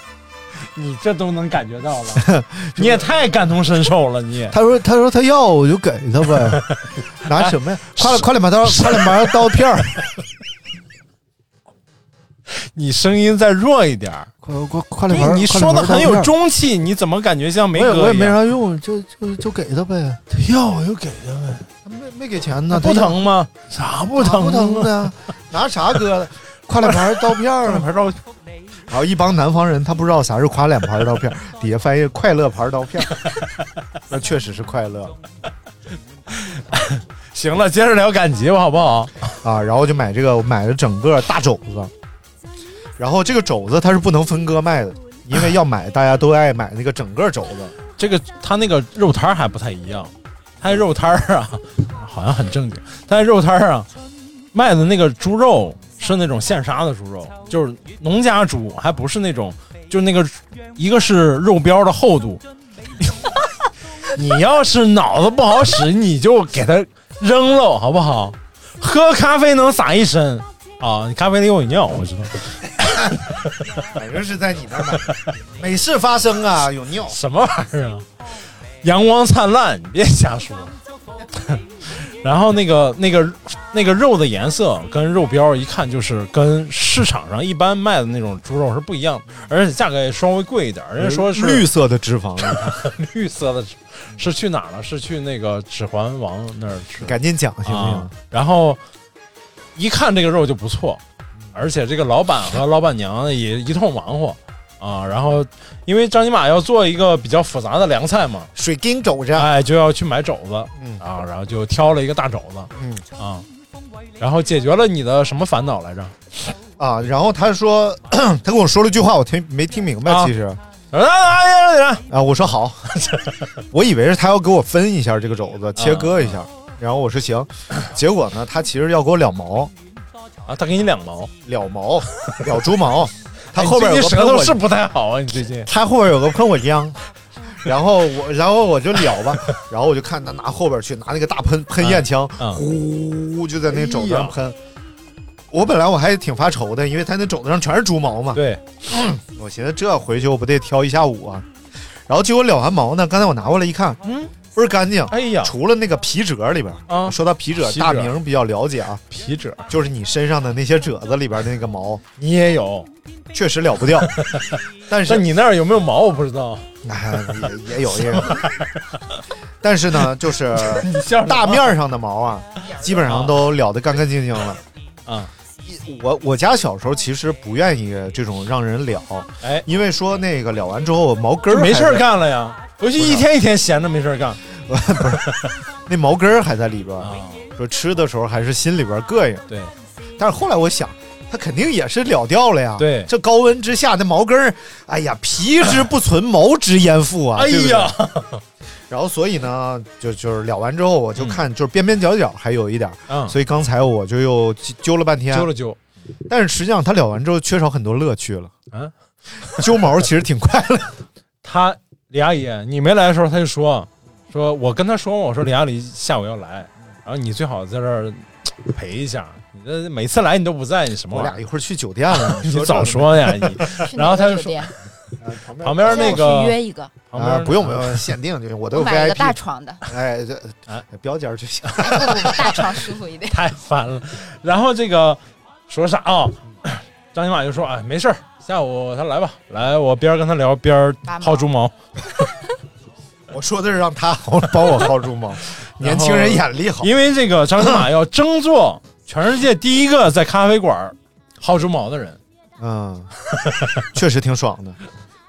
Speaker 2: 你这都能感觉到 了，你也太感同身受了，你也
Speaker 1: 他说：“他说他要我就给他 呗，拿什么
Speaker 2: 哎
Speaker 1: 呀？快快点把刀，快点把刀片儿，
Speaker 2: 你声音再弱一点儿。
Speaker 1: 快快快点把
Speaker 2: 对你说的很有
Speaker 1: 中，
Speaker 2: 中气，你怎么感觉像
Speaker 1: 我
Speaker 2: 没啊
Speaker 1: 也我
Speaker 2: 哥
Speaker 1: 也
Speaker 2: 一
Speaker 1: 没
Speaker 2: 样？
Speaker 1: 啥用，就就就给他呗，
Speaker 5: 要我就给他呗，
Speaker 1: 没没给钱呢，
Speaker 2: 不疼吗？
Speaker 5: 啥
Speaker 1: 他
Speaker 5: 不
Speaker 1: 要，
Speaker 5: 疼
Speaker 1: 不疼
Speaker 5: 啊？
Speaker 1: 的，拿啥割的？夸脸盘刀片儿，
Speaker 2: 牌照
Speaker 1: 然后一帮南方人他不知道啥是夸脸盘刀片儿，底下翻译快乐牌刀片儿， 那确实是快乐
Speaker 2: 行了，接着聊赶集吧，好不好？
Speaker 1: 啊。然后就买这个，我买了整个大肘子，然后这个肘子它是不能分割卖的，因为要买大家都爱买那个整个肘子。”
Speaker 2: 这个他那个肉摊儿还不太一样，他那肉摊儿啊，好像很正经，但是肉摊儿啊卖的那个猪肉是那种现杀的猪肉，就是农家猪，还不是那种，就是那个一个是肉膘的厚度，你要是脑子不好使，你就给它扔了，好不好？喝咖啡能洒一身啊！你咖啡里有尿，我知道。
Speaker 1: 反正是在你那儿买，每事发生 啊，有尿。
Speaker 2: 什么玩意儿啊？阳光灿烂，你别瞎说。然后那个那个那个肉的颜色跟肉膘一看就是跟市场上一般卖的那种猪肉是不一样的，而且价格也稍微贵一点。人家说是
Speaker 1: 绿色的脂肪，
Speaker 2: 绿色的，是去哪儿了？是去那个《指环王》那儿吃。
Speaker 1: 赶紧讲行不行
Speaker 2: 啊？，然后一看这个肉就不错，而且这个老板和老板娘也一通忙活啊。然后因为张金马要做一个比较复杂的凉菜嘛，
Speaker 1: 水晶肘 子，啊
Speaker 2: 哎，就要去买肘子，
Speaker 1: 嗯
Speaker 2: 啊，然后就挑了一个大肘子
Speaker 1: 嗯
Speaker 2: 啊，然后解决了你的什么烦恼来着？
Speaker 1: 啊，然后他说， 他跟我说了句话，我听没听明白，
Speaker 2: 啊
Speaker 1: 其实
Speaker 2: 啊啊啊啊！
Speaker 1: 啊，我说好， 我以为是他要给我分一下这个肘子，
Speaker 2: 啊
Speaker 1: 切割一下，然后我说行，结果呢，他其实要给我两毛，
Speaker 2: 啊，他给你两毛，
Speaker 1: 两 毛，两猪毛，他
Speaker 2: 哎
Speaker 1: 后边
Speaker 2: 你
Speaker 1: 有
Speaker 2: 最
Speaker 1: 个
Speaker 2: 近
Speaker 1: 喷
Speaker 2: 舌头
Speaker 1: 火
Speaker 2: 是不太好啊，你最近
Speaker 1: 他后边有个喷火枪，然后我，然后我就了吧， 然后我就看他拿后边去拿那个大喷喷焰枪，
Speaker 2: 嗯
Speaker 1: 呼就在那肘子
Speaker 2: 哎
Speaker 1: 上
Speaker 2: 呀
Speaker 1: 喷。我本来我还挺发愁的，因为他那肘子上全是猪毛嘛，
Speaker 2: 对，
Speaker 1: 我寻思这回去我不得挑一下午啊。然后结果了完毛呢，刚才我拿过来一看，
Speaker 2: 嗯，
Speaker 1: 倍儿干净。
Speaker 2: 哎呀，
Speaker 1: 除了那个皮褶里边，
Speaker 2: 啊
Speaker 1: 说到皮褶，
Speaker 2: 皮褶
Speaker 1: 大明比较了解啊，
Speaker 2: 皮褶
Speaker 1: 就是你身上的那些褶子里边的那个毛，
Speaker 2: 你也有，
Speaker 1: 确实了 不掉。但是
Speaker 2: 但你那儿有没有毛我不知道。
Speaker 1: 哎也也有也有，但是呢，就是
Speaker 2: 你笑什么
Speaker 1: 大面儿上的毛啊，基本上都了得干干净净了。
Speaker 2: 啊，
Speaker 1: 我我家小时候其实不愿意这种让人了，
Speaker 2: 哎，
Speaker 1: 因为说那个了完之后毛根
Speaker 2: 就
Speaker 1: 儿
Speaker 2: 没事
Speaker 1: 还
Speaker 2: 儿
Speaker 1: 在，
Speaker 2: 干了呀，回去一天一天闲着没事儿干
Speaker 1: 那毛根儿还在里边儿。
Speaker 2: 啊。
Speaker 1: 说吃的时候还是心里边儿膈应，
Speaker 2: 对，
Speaker 1: 但是后来我想，它肯定也是了掉了呀。
Speaker 2: 对
Speaker 1: 这高温之下那毛根儿，哎呀，皮之不存，毛之焉附啊！
Speaker 2: 哎
Speaker 1: 对不对
Speaker 2: 呀，
Speaker 1: 然后所以呢，就就是了完之后，我就看、就是边边角角还有一点儿，
Speaker 2: 嗯，
Speaker 1: 所以刚才我就又揪揪了半天，啊
Speaker 2: 揪了揪，
Speaker 1: 但是实际上它了完之后缺少很多乐趣了。
Speaker 2: 嗯，
Speaker 1: 揪毛其实挺快乐，
Speaker 2: 他李阿姨，你没来的时候，他就说说，我跟他说我说李阿姨下午要来，然后你最好在这儿嘖陪一下。你这每次来你都不在，你什么
Speaker 1: 我
Speaker 2: 玩意
Speaker 1: 俩
Speaker 2: 儿？
Speaker 1: 一会儿去酒店了，
Speaker 2: 你
Speaker 1: 这
Speaker 2: 早
Speaker 1: 个
Speaker 2: 说呀！你
Speaker 4: 去
Speaker 2: 然
Speaker 4: 哪
Speaker 2: 后他
Speaker 4: 个
Speaker 2: 就
Speaker 4: 酒
Speaker 2: 说
Speaker 4: 店
Speaker 2: 旁边那个
Speaker 4: 我去约一个
Speaker 2: 旁边那
Speaker 1: 啊
Speaker 2: 个
Speaker 1: 不用不用限定就行，我都有
Speaker 4: 我买一个
Speaker 1: VIP
Speaker 4: 大床 的，
Speaker 1: 哎，这标间儿就行。
Speaker 4: 大床舒服一 点。
Speaker 2: 太烦了。然后这个说啥啊、 张金马就说：“哎，没事儿，下午他来吧，来我边儿跟他聊边儿薅猪毛。
Speaker 1: 我说的是让他帮我薅猪 毛，年轻人眼力好。
Speaker 2: 因为这个张金马要争做全世界第一个在咖啡馆儿薅猪毛的人。
Speaker 1: 嗯， 确实挺爽的，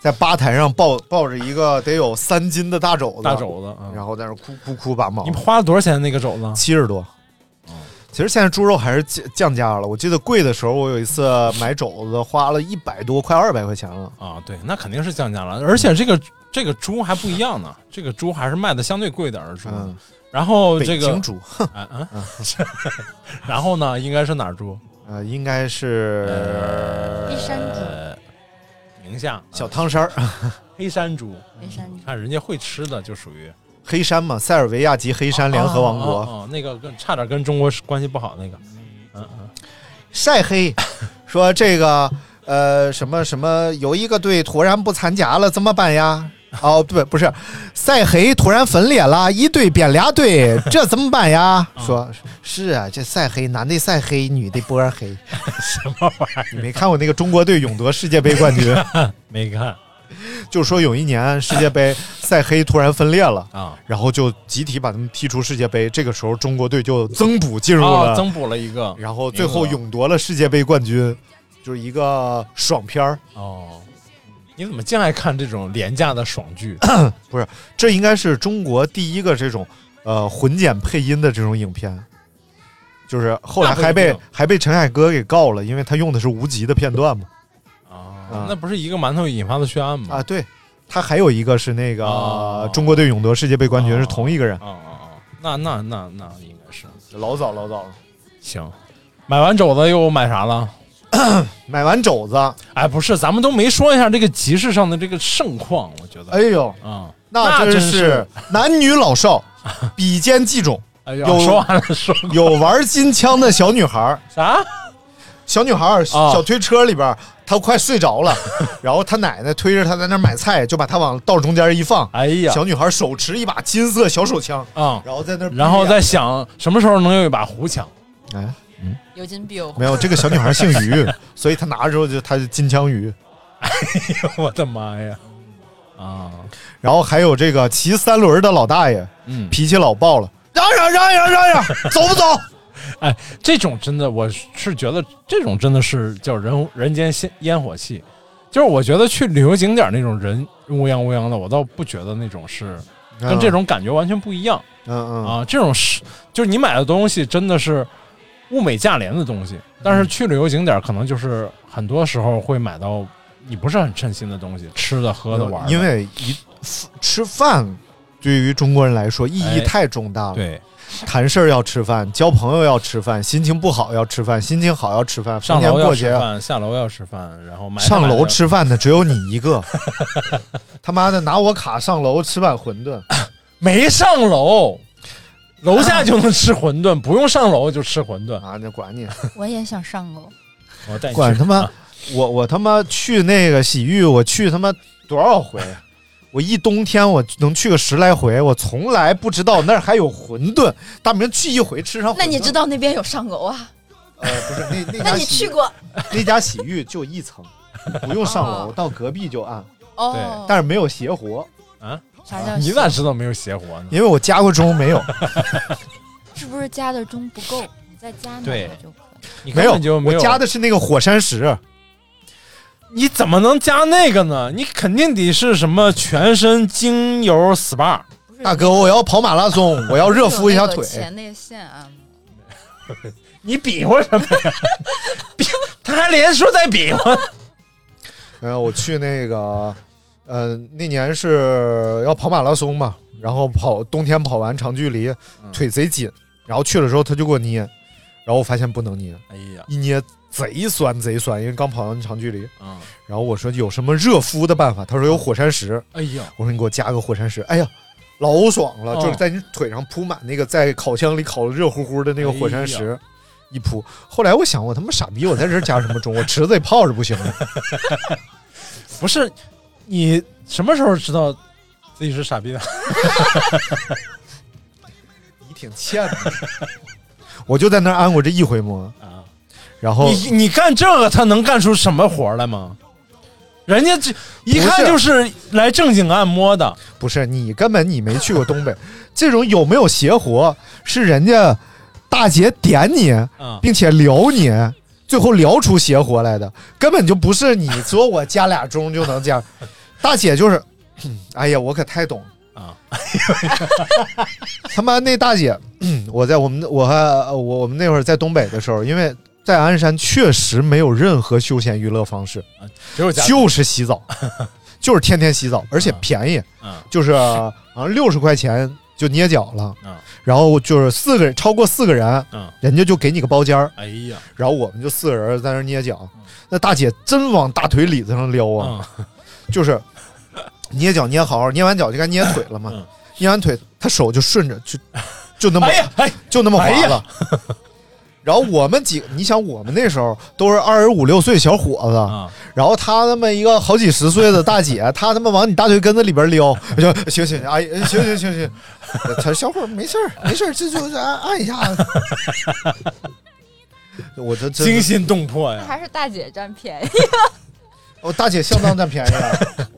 Speaker 1: 在吧台上抱抱着一个得有三斤的大肘子，嗯
Speaker 2: 大肘子，啊
Speaker 1: 然后在那儿哭哭哭把毛。
Speaker 2: 你花了多少钱那个肘子？
Speaker 1: 七十多。其实现在猪肉还是降降价了，我记得贵的时候，我有一次买肘子花了一百多，快二百块钱了。
Speaker 2: 啊，对，那肯定是降价了。而且这个这个猪还不一样呢，这个猪还是卖的相对贵点儿的猪。
Speaker 1: 嗯
Speaker 2: 然后这个
Speaker 1: 北京猪，
Speaker 2: 啊啊， 然后呢，应该是哪儿猪？
Speaker 1: 呃，应该是
Speaker 4: 黑山猪
Speaker 2: 宁夏
Speaker 1: 小汤山儿，
Speaker 2: 黑山猪，
Speaker 4: 黑山
Speaker 2: 你看人家会吃的就属于
Speaker 1: 黑山嘛，塞尔维亚及黑山联合王国，
Speaker 2: 哦哦哦那个跟差点跟中国关系不好那个，嗯嗯，
Speaker 1: 晒 黑，说这个呃什么什么，有一个队突然不参加了，怎么 办呀？哦，不不是，赛黑突然分裂了，一队变俩 队，这怎么办呀？
Speaker 2: 哦
Speaker 1: 说是啊，这赛黑男的赛黑，女的波儿黑，
Speaker 2: 什么玩意儿？
Speaker 1: 你没看过那个中国队勇夺世界杯 冠军？
Speaker 2: 没看，
Speaker 1: 就说有一年世界杯赛黑突然分裂了
Speaker 2: 啊，
Speaker 1: 然后就集体把他们踢出世界杯。这个时候中国队就增补进入了，
Speaker 2: 哦增补了一个，
Speaker 1: 然后最后勇夺了世界杯冠军，就是一个爽片儿。
Speaker 2: 哦，你怎么净爱看这种廉价的爽 剧？
Speaker 1: 不是，这应该是中国第一个这种呃混剪配音的这种影片，就是后来
Speaker 2: 那不一
Speaker 1: 还被
Speaker 2: 定
Speaker 1: 还被陈凯歌给告了，因为他用的是无极的片段嘛。啊
Speaker 2: 那不是一个馒头引发的血案吗？
Speaker 1: 啊，对，啊他还有一个是那个、
Speaker 2: 哦
Speaker 1: 中国队勇夺世界杯冠军、是同一个人，
Speaker 2: 哦哦哦，那那那那应该是
Speaker 1: 啊老早老早了。
Speaker 2: 行。买完肘子又买啥了？
Speaker 1: 买完肘子，
Speaker 2: 哎，不是，咱们都没说一下这个集市上的这个盛况，我觉得，
Speaker 1: 哎呦，
Speaker 2: 啊、
Speaker 1: 那
Speaker 2: 那
Speaker 1: 真
Speaker 2: 真
Speaker 1: 是
Speaker 2: 是
Speaker 1: 男女老少比肩计 种。
Speaker 2: 哎呀，
Speaker 1: 有
Speaker 2: 说完了， 说
Speaker 1: 有玩金枪的小女孩儿，
Speaker 2: 啥？
Speaker 1: 小女孩儿
Speaker 2: 啊
Speaker 1: 小推车里边儿，她快睡 着了，然后她奶奶推着她在那儿买菜，就把她往道中间一放。
Speaker 2: 哎呀
Speaker 1: 小女孩手持一把金色小手枪，
Speaker 2: 啊、
Speaker 1: 然后在那儿，
Speaker 2: 然后在想什么时候能有一把胡枪？
Speaker 1: 哎，
Speaker 4: 有金必有火
Speaker 1: 没。有这个小女孩姓 于，所以她拿着之后就她就金枪鱼。
Speaker 2: 我的妈呀！啊，
Speaker 1: 然后还有这个骑三轮的老大爷，
Speaker 2: 嗯
Speaker 1: 脾气老暴了，嚷嚷嚷嚷嚷嚷，走不走？
Speaker 2: 哎，这种真的，我是觉得这种真的是叫人人间烟烟火气。就是我觉得去旅游景点那种人乌泱乌泱的，我倒不觉得那种是
Speaker 1: 啊
Speaker 2: 跟这种感觉完全不一样
Speaker 1: 嗯嗯
Speaker 2: 啊。这种是就是你买的东西真的是物美价廉的东西，但
Speaker 1: 嗯
Speaker 2: 是去旅游景点可能就是很多时候会买到你不是很称心的东西，吃的、喝的、玩的。
Speaker 1: 因为一吃饭对于中国人来说意
Speaker 2: 哎
Speaker 1: 义太重大了。
Speaker 2: 对，
Speaker 1: 谈事儿要吃饭，交朋友要吃饭，心情不好要吃饭，心情好要吃饭，逢
Speaker 2: 上
Speaker 1: 年
Speaker 2: 楼要
Speaker 1: 过
Speaker 2: 吃
Speaker 1: 节啊
Speaker 2: 饭，下楼要吃饭，然后买
Speaker 1: 上楼吃饭的只有你 一个。他妈的，拿我卡上楼吃碗馄饨，
Speaker 2: 没上楼，楼下就能吃馄饨，不用上楼就吃馄饨。
Speaker 1: 啊，那 管你，
Speaker 4: 我也想上楼，
Speaker 2: 我哦带你去
Speaker 1: 管他妈！我我他妈去那个洗浴，我去他妈多少回？啊我一冬天我能去个十来回，我从来不知道那儿还有馄饨。大明去一回吃上馄饨，
Speaker 4: 那你知道那边有上楼啊？
Speaker 1: 呃，不是那 那
Speaker 4: 那
Speaker 1: 家
Speaker 4: 你
Speaker 1: 洗
Speaker 4: 去
Speaker 1: 浴
Speaker 4: 过？
Speaker 1: 那家洗浴就一层，不用上楼，到隔壁就按，
Speaker 4: 哦，
Speaker 1: 但是没有鞋活。
Speaker 2: 啊！
Speaker 4: 啥叫
Speaker 2: 你咋知道没有邪火呢？
Speaker 1: 因为我加过 钟没有，
Speaker 4: 是不是加的钟不够？你再加两
Speaker 2: 对
Speaker 4: 个就可以。
Speaker 2: 你
Speaker 1: 没
Speaker 2: 根
Speaker 1: 有
Speaker 2: 本就，没
Speaker 1: 我
Speaker 2: 有
Speaker 1: 加的，是那个火山石，
Speaker 2: 你怎么能加那个呢？你肯定得是什么全身精油 SPA，
Speaker 4: 不是
Speaker 1: 大哥，我要跑马拉松，我要热敷一下
Speaker 4: 有那
Speaker 1: 腿
Speaker 4: 个。前列腺按摩，
Speaker 2: 你比划什么呀？比 他还连说带比划，
Speaker 1: 然哎后我去那个，呃，那年是要跑马拉松嘛，然后跑冬天跑完长距离，
Speaker 2: 嗯
Speaker 1: 腿贼紧，然后去了之后他就给我捏，然后我发现不能捏，
Speaker 2: 哎呀，
Speaker 1: 一捏贼酸贼酸，因为刚跑完长距离。
Speaker 2: 嗯，
Speaker 1: 然后我说有什么热敷的办法？他说有火山石。
Speaker 2: 哎呀，
Speaker 1: 我说你给我加个火山石，哎呀，老爽了，
Speaker 2: 哦
Speaker 1: 就是在你腿上铺满那个在烤箱里烤的热乎乎的那个火山石，一铺。后来我想，我他妈傻逼，我在这儿加什么钟？我池子里泡着不行吗？
Speaker 2: 不是，你什么时候知道自己是傻逼的？
Speaker 1: 你挺欠的。 我就在那儿安过这一回摸啊，然后
Speaker 2: 你你干这个，他能干出什么活来吗？人家这一看就是来正经按摩的，
Speaker 1: 不是你根本你没去过东北， 这种有没有邪活是人家大姐点你，并且聊你，最后聊出邪活来的，根本就不是你说我加俩钟就能这样。大姐就是， 嗯哎呀，我可太懂啊！ 他妈那大姐， 嗯我在我们我还我我们那会儿在东北的时候，因为在鞍山确实没有任何休闲娱乐方式，
Speaker 2: 只有家
Speaker 1: 就是洗澡，就是天天洗澡，而且便宜，就是好像六十块钱就捏脚了，然后就是四个人超过四个人，人家就给你个包间儿，
Speaker 2: 哎呀，
Speaker 1: 然后我们就四个人在那儿捏脚，那大姐真往大腿里子上撩
Speaker 2: 嗯
Speaker 1: 啊，就是捏脚捏好，捏完脚就该捏腿了嘛，捏完腿她手就顺着就
Speaker 2: 哎
Speaker 1: 就那么、就那么滑了。然后我们几个，你想我们那时候都是二十五六岁小伙子，
Speaker 2: 啊
Speaker 1: 然后她那么一个好几十岁的大 姐，她他妈往你大腿根子里边撩，我就行行，哎，行行 行行，她说小伙儿没事儿没事儿，这就是按 按一下子。我这
Speaker 2: 惊心动魄
Speaker 4: 那
Speaker 2: 呀！
Speaker 4: 还是大姐占便 宜。
Speaker 1: 我大姐相当占便宜 了。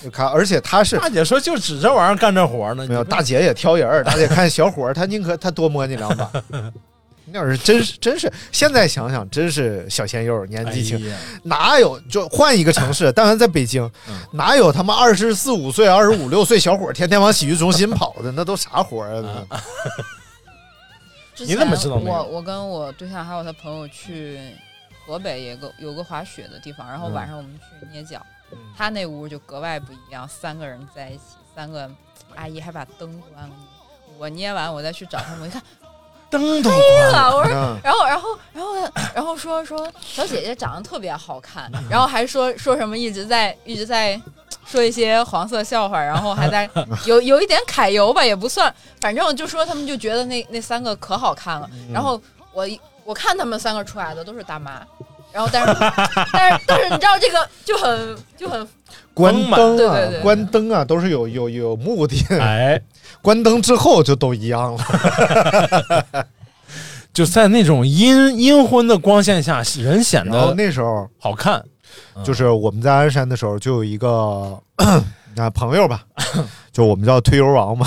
Speaker 1: 你看，而且她是
Speaker 2: 大姐说就指这玩意儿干这活呢，
Speaker 1: 没有，大姐也挑人儿，大姐看小伙儿，她宁可她多摸你两 把。你要是真是真是，现在想想真是小鲜肉，年纪轻，
Speaker 2: 哎呀
Speaker 1: 哪有就换一个城市，但凡在北京，哪有他妈二十四五岁、二十五六岁小伙儿天天往洗浴中心跑的，那都啥活儿啊？
Speaker 4: 之
Speaker 1: 你怎么
Speaker 4: 前
Speaker 1: 知道没有
Speaker 4: 我我跟我对象还有他朋友去河北有个有个滑雪的地方， 然后
Speaker 1: 嗯
Speaker 4: 晚上我们去捏脚，他那屋就格外不一样，三个人在一起，三个阿姨还把灯关了。我捏完，我再去找他们，我一看
Speaker 2: 灯都
Speaker 4: 黑
Speaker 1: 啊
Speaker 4: 了，啊我说
Speaker 2: 嗯，
Speaker 4: 然后，然后，然后，然后说说小姐姐长得特别好看，然后还说说什么一直在一直在说一些黄色笑话，然后还 在有有一点揩油吧，也不算，反正就说他们就觉得那那三个可好看了。
Speaker 1: 嗯
Speaker 4: 然后我一我看他们三个出来的都是大妈，然后但是 但是但是你知道这个就很就很
Speaker 1: 关
Speaker 4: 对
Speaker 1: 灯
Speaker 4: 对
Speaker 1: 啊
Speaker 4: 对，对
Speaker 1: 关灯啊，都是有有有目的。
Speaker 2: 哎，
Speaker 1: 关灯之后就都一样了。
Speaker 2: 就在那种阴阴昏的光线下，人显
Speaker 1: 然后
Speaker 2: 得
Speaker 1: 那时候
Speaker 2: 好看。
Speaker 1: 就是我们在鞍山的时候，就有一个 啊朋友吧，就我们叫推油王嘛，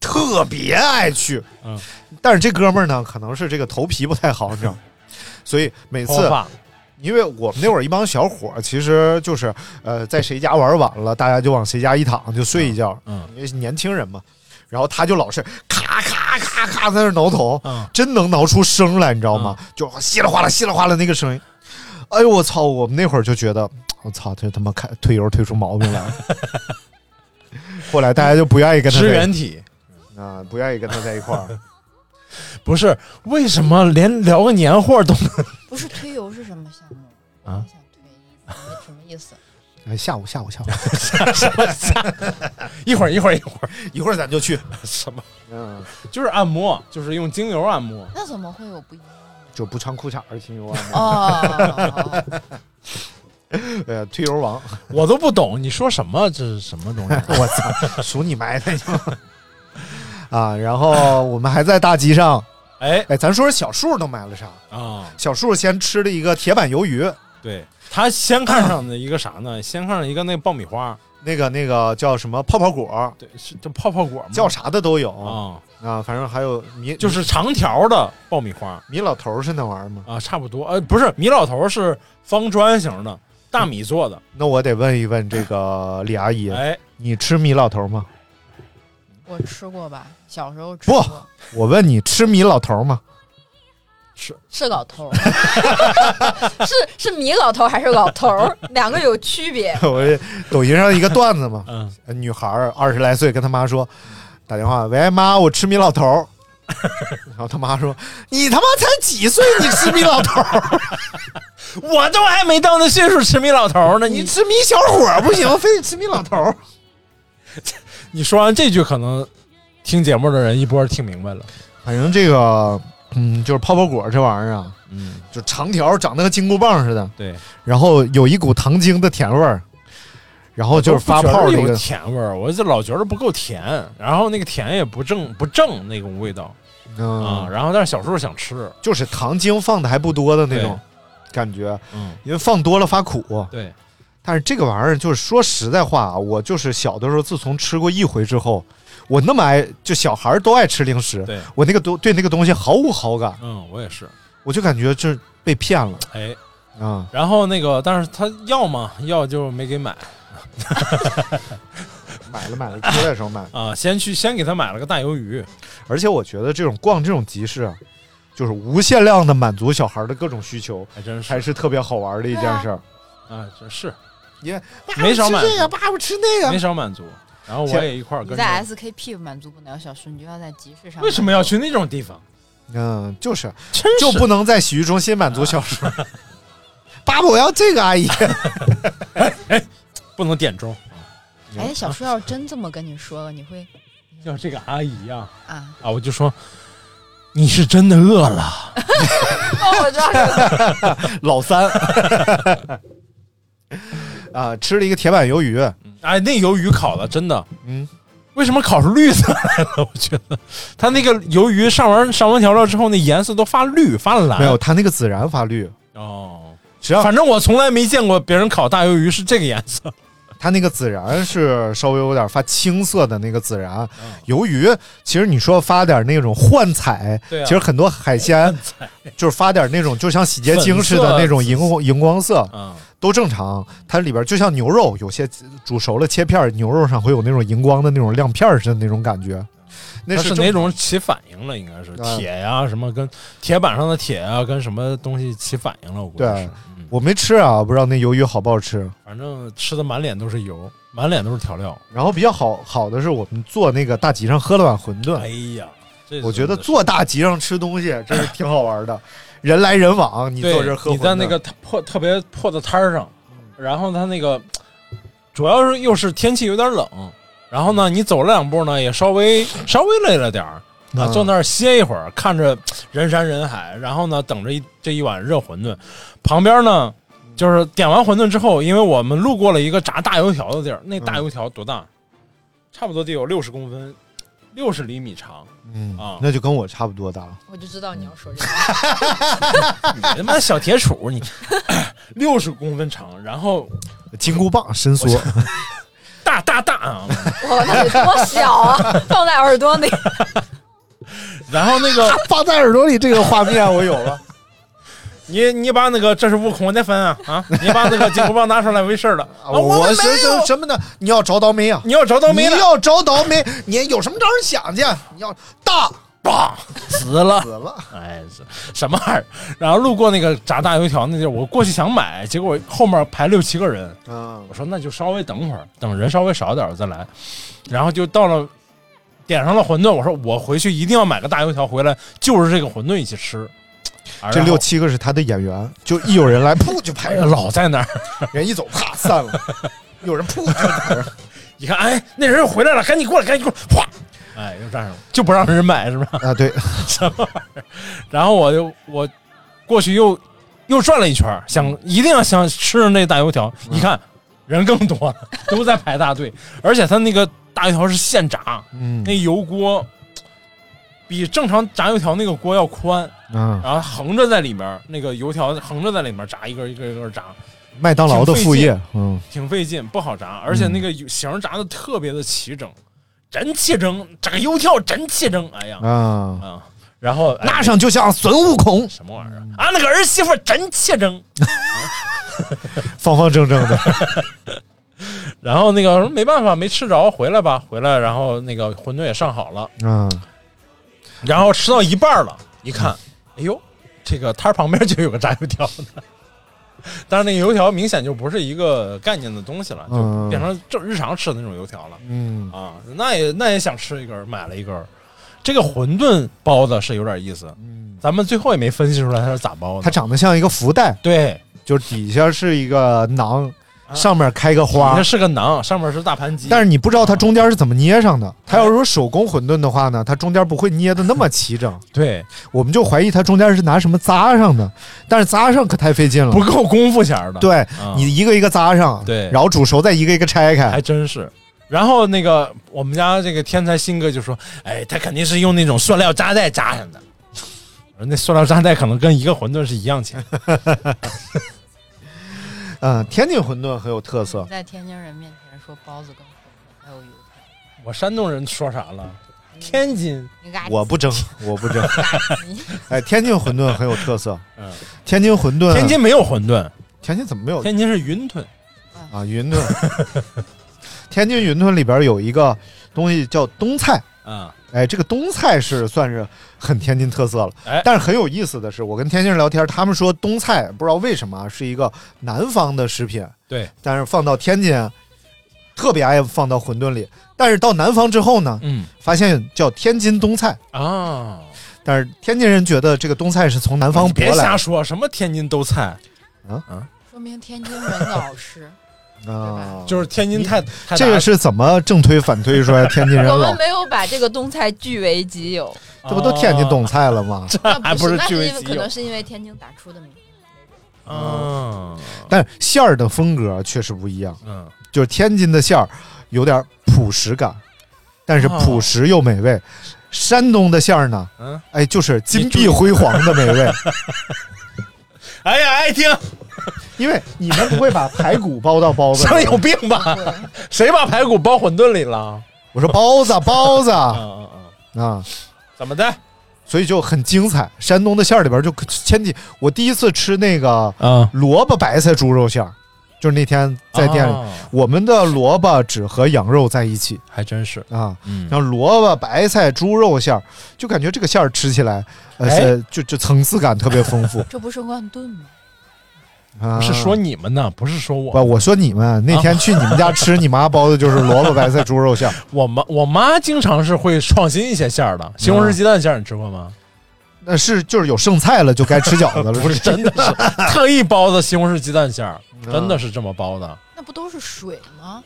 Speaker 1: 特别爱去。
Speaker 2: 嗯，
Speaker 1: 但是这哥们儿呢，可能是这个头皮不太好，你知道吗，所以每次
Speaker 2: 脱发
Speaker 1: 因为我们那会儿一帮小伙儿，其实就是呃，在谁家玩晚了，大家就往谁家一躺就睡一觉，
Speaker 2: 嗯，
Speaker 1: 因为是年轻人嘛。然后他就老是咔咔咔咔在那儿挠头，
Speaker 2: 嗯
Speaker 1: 真能挠出声来，你知道吗？就稀里哗啦稀里哗啦那个声音。哎呦我操！我们那会儿就觉得，我操，这他妈开推油推出毛 病来了。后来大家就不愿意跟他在
Speaker 2: 支原体
Speaker 1: 啊，不愿意跟他在一块儿。
Speaker 2: 不是为什么连聊个年货都能
Speaker 4: 不是推油是什么项目？
Speaker 2: 啊？
Speaker 4: 什么意思？
Speaker 1: 哎，下午下午下午
Speaker 2: 什么下？ 一会儿一会儿一会儿
Speaker 1: 一会儿咱就去
Speaker 2: 什么？
Speaker 1: 嗯，
Speaker 2: 就是按摩，就是用精油按摩。
Speaker 4: 那怎么会有不一样？
Speaker 1: 就不穿裤衩儿听油王。
Speaker 4: 哦，
Speaker 1: 呃，推油王，
Speaker 2: 我都不懂你说什么，这是什么 东西？
Speaker 1: 我操，数你埋汰去吧。啊，然后我们还在大集上，
Speaker 2: 哎
Speaker 1: 哎，咱说说小树都买了啥？
Speaker 2: 啊，
Speaker 1: 小树先吃了一个铁板鱿鱼，
Speaker 2: 对他先看上的一个啥呢？先看上一个那爆米花，
Speaker 1: 那个那个叫什么泡泡果，
Speaker 2: 对，是叫泡泡果吗？
Speaker 1: 叫啥的都有
Speaker 2: 啊
Speaker 1: 啊，反正还有米，
Speaker 2: 就是长条的爆米花
Speaker 1: 米老头儿是那玩意儿吗？
Speaker 2: 啊，差不多。呃，不是，米老头是方砖型的，大米做的。
Speaker 1: 那我得问一问这 个李阿姨，
Speaker 2: 哎，
Speaker 1: 你吃米老头吗？
Speaker 4: 我吃过吧，小时候吃
Speaker 1: 不
Speaker 4: 过，
Speaker 1: 我问你吃米老头吗？
Speaker 4: 是老头儿，是是米老头儿还是老头 儿？两个有区别。
Speaker 1: 我这抖音上一个段子嘛， 女孩二十来岁跟她妈说，打电话，喂妈，我吃米老头儿。然后他妈说：“你他妈才几岁，你吃米老头儿？
Speaker 2: 我都还没到那岁数吃米老头呢，你
Speaker 1: 你吃米小伙儿不行，非得吃米老头 儿。
Speaker 2: 你说完这句，可能听节目的人一波听明白了。
Speaker 1: 反正这个，嗯，就是泡泡果这玩意儿啊，
Speaker 2: 嗯，
Speaker 1: 就长条长得和金箍棒似的，
Speaker 2: 对，
Speaker 1: 然后有一股糖精的甜味儿，然后就是发泡
Speaker 2: 那
Speaker 1: 那个
Speaker 2: 甜味儿，我这老觉得不够甜，然后那个甜也不正不正那种味道啊、
Speaker 1: 嗯，
Speaker 2: 然后但是小时候想吃，
Speaker 1: 就是糖精放的还不多的那种感觉，
Speaker 2: 嗯，
Speaker 1: 因为放多了发苦。
Speaker 2: 对，
Speaker 1: 但是这个玩意儿就是说实在话啊，我就是小的时候，自从吃过一回之后，我那么爱，就小孩儿都爱吃零食，
Speaker 2: 对
Speaker 1: 我那个都对那个东西毫无好感，
Speaker 2: 嗯，我也是，
Speaker 1: 我就感觉这被骗了
Speaker 2: 哎，
Speaker 1: 啊、
Speaker 2: 然后那个但是他要嘛要就没给买
Speaker 1: 买了买了，出来的时候买。
Speaker 2: 啊，先去先给他买了个大鱿鱼，
Speaker 1: 而且我觉得这种逛这种集市啊，就是无限量的满足小孩的各种需求，
Speaker 2: 还真是
Speaker 1: 还是特别好玩的一件事儿。
Speaker 2: 啊，这是
Speaker 1: 因为
Speaker 2: 没少满足，
Speaker 1: 啊爸爸吃那
Speaker 2: 没少满足，然后我也一块儿
Speaker 4: 你
Speaker 2: 跟着。
Speaker 4: 在啊 SKP 满足不了小吃，你就要在集市上。
Speaker 2: 为什么要去那种地方？
Speaker 1: 嗯，就是，
Speaker 2: 真
Speaker 1: 就不能在洗浴中心满足小时候。 爸爸，我要这个阿姨。
Speaker 2: 不能点钟，啊
Speaker 4: 哎，小叔要是真这么跟你说了，你会
Speaker 2: 要这个阿姨呀
Speaker 4: 啊？
Speaker 2: 啊，我就说你是真的饿了，
Speaker 4: 哦，我知道了。
Speaker 1: 老三， 啊，吃了一个铁板鱿鱼，
Speaker 2: 哎，那鱿鱼烤的真的，
Speaker 1: 嗯，
Speaker 2: 为什么烤出绿色来了？我觉得它那个鱿鱼上完上完调料之后，那颜色都发绿发蓝。
Speaker 1: 没有，它那个孜然发绿，
Speaker 2: 哦，
Speaker 1: 只要
Speaker 2: 反正我从来没见过别人烤大鱿鱼是这个颜色。
Speaker 1: 它那个孜然是稍微有点发青色的那个孜然。
Speaker 2: 嗯
Speaker 1: 鱿鱼其实你说发点那种幻彩，
Speaker 2: 对啊
Speaker 1: 其实很多海鲜就是发点那种就像洗洁精似
Speaker 2: 粉
Speaker 1: 的
Speaker 2: 色
Speaker 1: 那种荧光荧光色，
Speaker 2: 嗯，
Speaker 1: 都正常。它里边就像牛肉，有些煮熟了切片儿，牛肉上会有那种荧光的那种亮片儿似的那种感觉。那
Speaker 2: 它是
Speaker 1: 正
Speaker 2: 哪种起反应了？应该是
Speaker 1: 啊
Speaker 2: 铁呀、什么跟铁板上的铁啊，跟什么东西起反应了？我估计
Speaker 1: 对
Speaker 2: 是。嗯，
Speaker 1: 我没吃啊，不知道那鱿鱼好不好吃。
Speaker 2: 反正吃的满脸都是油，满脸都是调料。
Speaker 1: 然后比较好好的是，我们坐那个大集上喝了碗馄饨。
Speaker 2: 哎呀，这
Speaker 1: 我觉得
Speaker 2: 真的是
Speaker 1: 坐大集上吃东西真是挺好玩的，人来人往，你
Speaker 2: 对
Speaker 1: 坐这儿喝嗯
Speaker 2: 你在
Speaker 1: 馄饨
Speaker 2: 那个特破特别破的摊儿上，然后它那个主要是又是天气有点冷，然后呢你走了两步呢也稍微稍微累了点儿。啊，
Speaker 1: 嗯
Speaker 2: 坐那儿歇一会儿，看着人山人海，然后呢，等着一这一碗热馄饨。旁边呢，
Speaker 1: 嗯
Speaker 2: 就是点完馄饨之后，因为我们路过了一个炸大油条的地儿，那大
Speaker 1: 嗯
Speaker 2: 油条多大？差不多得有六十公分，六十厘米长。
Speaker 1: 嗯
Speaker 2: 啊
Speaker 1: 那就跟我差不多大了。
Speaker 4: 我就知道你要说这个。
Speaker 2: 你 他妈小铁杵，你 六十公分长，然后
Speaker 1: 金箍棒伸缩，
Speaker 2: 大大大啊！
Speaker 4: 哇，哦那得多小啊！放在耳朵里，
Speaker 2: 然后那个
Speaker 1: 放在耳朵里这个画面我有了。
Speaker 2: 你你把那个这是悟空的分啊啊！你把那个金箍棒拿出来没事儿了。 啊
Speaker 1: 我
Speaker 2: 我们
Speaker 1: 什
Speaker 2: 没有
Speaker 1: 什什么的，你要找倒霉啊！
Speaker 2: 你要找到没
Speaker 1: 你
Speaker 2: 了，
Speaker 1: 要找倒霉，你有什么招儿想去？你要大
Speaker 2: 棒死了
Speaker 1: 死。了，
Speaker 2: 哎，是什么玩意儿？然后路过那个炸大油条那地儿，我过去想买，结果后面排六七个人，
Speaker 1: 嗯
Speaker 2: 我说那就稍微等会儿，等人稍微少点儿再来。然后就到了，点上了馄饨，我说我回去一定要买个大油条回来，就是这个馄饨一起吃。啊
Speaker 1: 这
Speaker 2: 然后
Speaker 1: 六七个是他的演员，就一有人来，噗就排
Speaker 2: 哎
Speaker 1: 上
Speaker 2: 呀，
Speaker 1: 了，
Speaker 2: 老在那儿，
Speaker 1: 人一走，啪散了。有人噗就排上，
Speaker 2: 一看，哎，那人又回来了，赶紧过来，赶紧过来，哗，哎，又站上了，就不让人买是吧？
Speaker 1: 啊，对，
Speaker 2: 什么玩意儿？ 然后我就我过去又又转了一圈儿，想一定要想吃那大油条，一看人更多了， 都在排大队，而且他那个大油条是现炸，
Speaker 1: 嗯
Speaker 2: 那油锅比正常炸油条那个锅要宽，
Speaker 1: 嗯，
Speaker 2: 然后横着在里面儿，那个油条横着在里面儿炸，一根儿一根儿一根儿炸，
Speaker 1: 麦当劳的副业，嗯，
Speaker 2: 挺费劲，不好炸，而且那个油形儿炸的特别的齐整，真齐整，炸个油条真齐整，哎呀
Speaker 1: 啊，
Speaker 2: 啊！然后哎
Speaker 1: 拉上就像孙悟空，
Speaker 2: 什么玩意儿啊？那个儿媳妇真切整。
Speaker 1: 方方正正的。
Speaker 2: 然后那个没办法，没吃着，回来吧，回来。然后那个馄饨也上好了，
Speaker 1: 嗯，
Speaker 2: 然后吃到一半了，一看，哎呦，这个摊儿旁边就有个炸油条呢。 但是那个油条明显就不是一个概念的东西了，就
Speaker 1: 嗯
Speaker 2: 变成正日常吃的那种油条了。
Speaker 1: 嗯
Speaker 2: 啊，那也那也想吃一根儿，买了一根儿。这个馄饨包的是有点意思，咱们最后也没分析出来它是咋包
Speaker 1: 它
Speaker 2: 的。
Speaker 1: 长得像一个福袋，
Speaker 2: 对，
Speaker 1: 就是底下是一个馕，上面开个花，
Speaker 2: 那是个馕，上面是大盘鸡，
Speaker 1: 但是你不知道它中间是怎么捏上的。它要是说手工馄饨的话呢，它中间不会捏的那么齐整。
Speaker 2: 对，
Speaker 1: 我们就怀疑它中间是拿什么扎上的，但是扎上可太费劲了，
Speaker 2: 不够功夫钱儿的。
Speaker 1: 对
Speaker 2: 啊
Speaker 1: 你一个一个扎上，
Speaker 2: 对
Speaker 1: 然后煮熟再一个一个拆开，
Speaker 2: 还真是。然后那个我们家这个天才新哥就说：“哎，他肯定是用那种塑料扎带扎上的。”我说：“那塑料扎带可能跟一个馄饨是一样钱。
Speaker 1: 嗯，天津馄饨很有特色。
Speaker 4: 在天津人面前说包子更好吃，还有油菜，”
Speaker 2: 我山东人说啥了？天津，
Speaker 4: 你嘎
Speaker 1: 我 不争，我不争。哎，天津馄饨很有特色。
Speaker 2: 嗯，
Speaker 1: 天津馄饨，
Speaker 2: 天津没有馄饨，
Speaker 1: 天津怎么没有？
Speaker 2: 天津是云吞，
Speaker 1: 啊，云吞。 天津云吞里边有一个东西叫冬菜，
Speaker 2: 啊，
Speaker 1: 哎，这个冬菜是算是很天津特色了。
Speaker 2: 哎
Speaker 1: 但是很有意思的是，我跟天津人聊天，他们说冬菜不知道为什么啊是一个南方的食品，
Speaker 2: 对，
Speaker 1: 但是放到天津啊特别爱放到馄饨里。但是到南方之后呢，
Speaker 2: 嗯
Speaker 1: 发现叫天津冬菜，哦
Speaker 2: 啊，
Speaker 1: 但是天津人觉得这个冬菜是从南方
Speaker 2: 你
Speaker 1: 舶
Speaker 2: 别瞎
Speaker 1: 来
Speaker 2: 说，什么天津都菜
Speaker 1: 啊
Speaker 2: 啊，
Speaker 4: 说明天津人老 实。
Speaker 1: 啊，
Speaker 2: 就是天津太太
Speaker 1: 这个
Speaker 2: 大
Speaker 1: 是怎么正推反推出来天津人
Speaker 4: 我
Speaker 1: 老
Speaker 4: 们？没有把这个冬菜据为己有，
Speaker 1: 这不都天津冬菜了
Speaker 2: 哦
Speaker 1: 吗？
Speaker 2: 这还
Speaker 4: 那
Speaker 2: 不
Speaker 4: 是，那
Speaker 2: 据
Speaker 4: 是
Speaker 2: 为
Speaker 4: 因为
Speaker 2: 己
Speaker 4: 可
Speaker 2: 有
Speaker 4: 能是因为天津打出的名。。
Speaker 2: 啊，
Speaker 1: 但是馅儿的风格确实不一样，
Speaker 2: 嗯，
Speaker 1: 就是天津的馅儿有点朴实感，但是朴实又美味。山东的馅儿呢，
Speaker 2: 哦嗯
Speaker 1: 哎，就是金碧辉煌的美味，
Speaker 2: 哎呀，爱听，
Speaker 1: 因为你们不会把排骨包到包 子
Speaker 2: 上
Speaker 1: 里。
Speaker 2: 有病吧？ 谁把排骨包馄饨里了？
Speaker 1: 我说 包子包子
Speaker 2: 嗯
Speaker 1: 啊，
Speaker 2: 嗯嗯，怎么的？
Speaker 1: 所以就很精彩。山东的馅儿里边就千几，我第一次吃那个
Speaker 2: 啊，
Speaker 1: 萝卜白菜猪肉馅儿，就是那天在店里，
Speaker 2: 啊
Speaker 1: 我们的萝卜只和羊肉在一起
Speaker 2: 还真是，
Speaker 1: 啊。
Speaker 2: 嗯，
Speaker 1: 像萝卜、白菜、猪肉馅儿，就感觉这个馅儿吃起来，呃，
Speaker 2: 哎
Speaker 1: 是就就层次感特别丰富
Speaker 4: 这不是乱炖吗？
Speaker 1: 啊、
Speaker 2: 不是说你们呢，不是说我
Speaker 1: 不，，我说你们那天去你们家吃，你妈包的就是萝卜、白菜、猪肉 馅儿。
Speaker 2: 我妈我妈经常是会创新一些馅儿的，西
Speaker 1: 啊
Speaker 2: 红柿鸡蛋馅儿你吃过吗？
Speaker 1: 那是就是有剩菜了，就该吃饺子了，
Speaker 2: 不是，真的是
Speaker 1: 啊
Speaker 2: 特意包的西红柿鸡蛋馅儿，真的是这么包的。
Speaker 4: 那不都是水吗？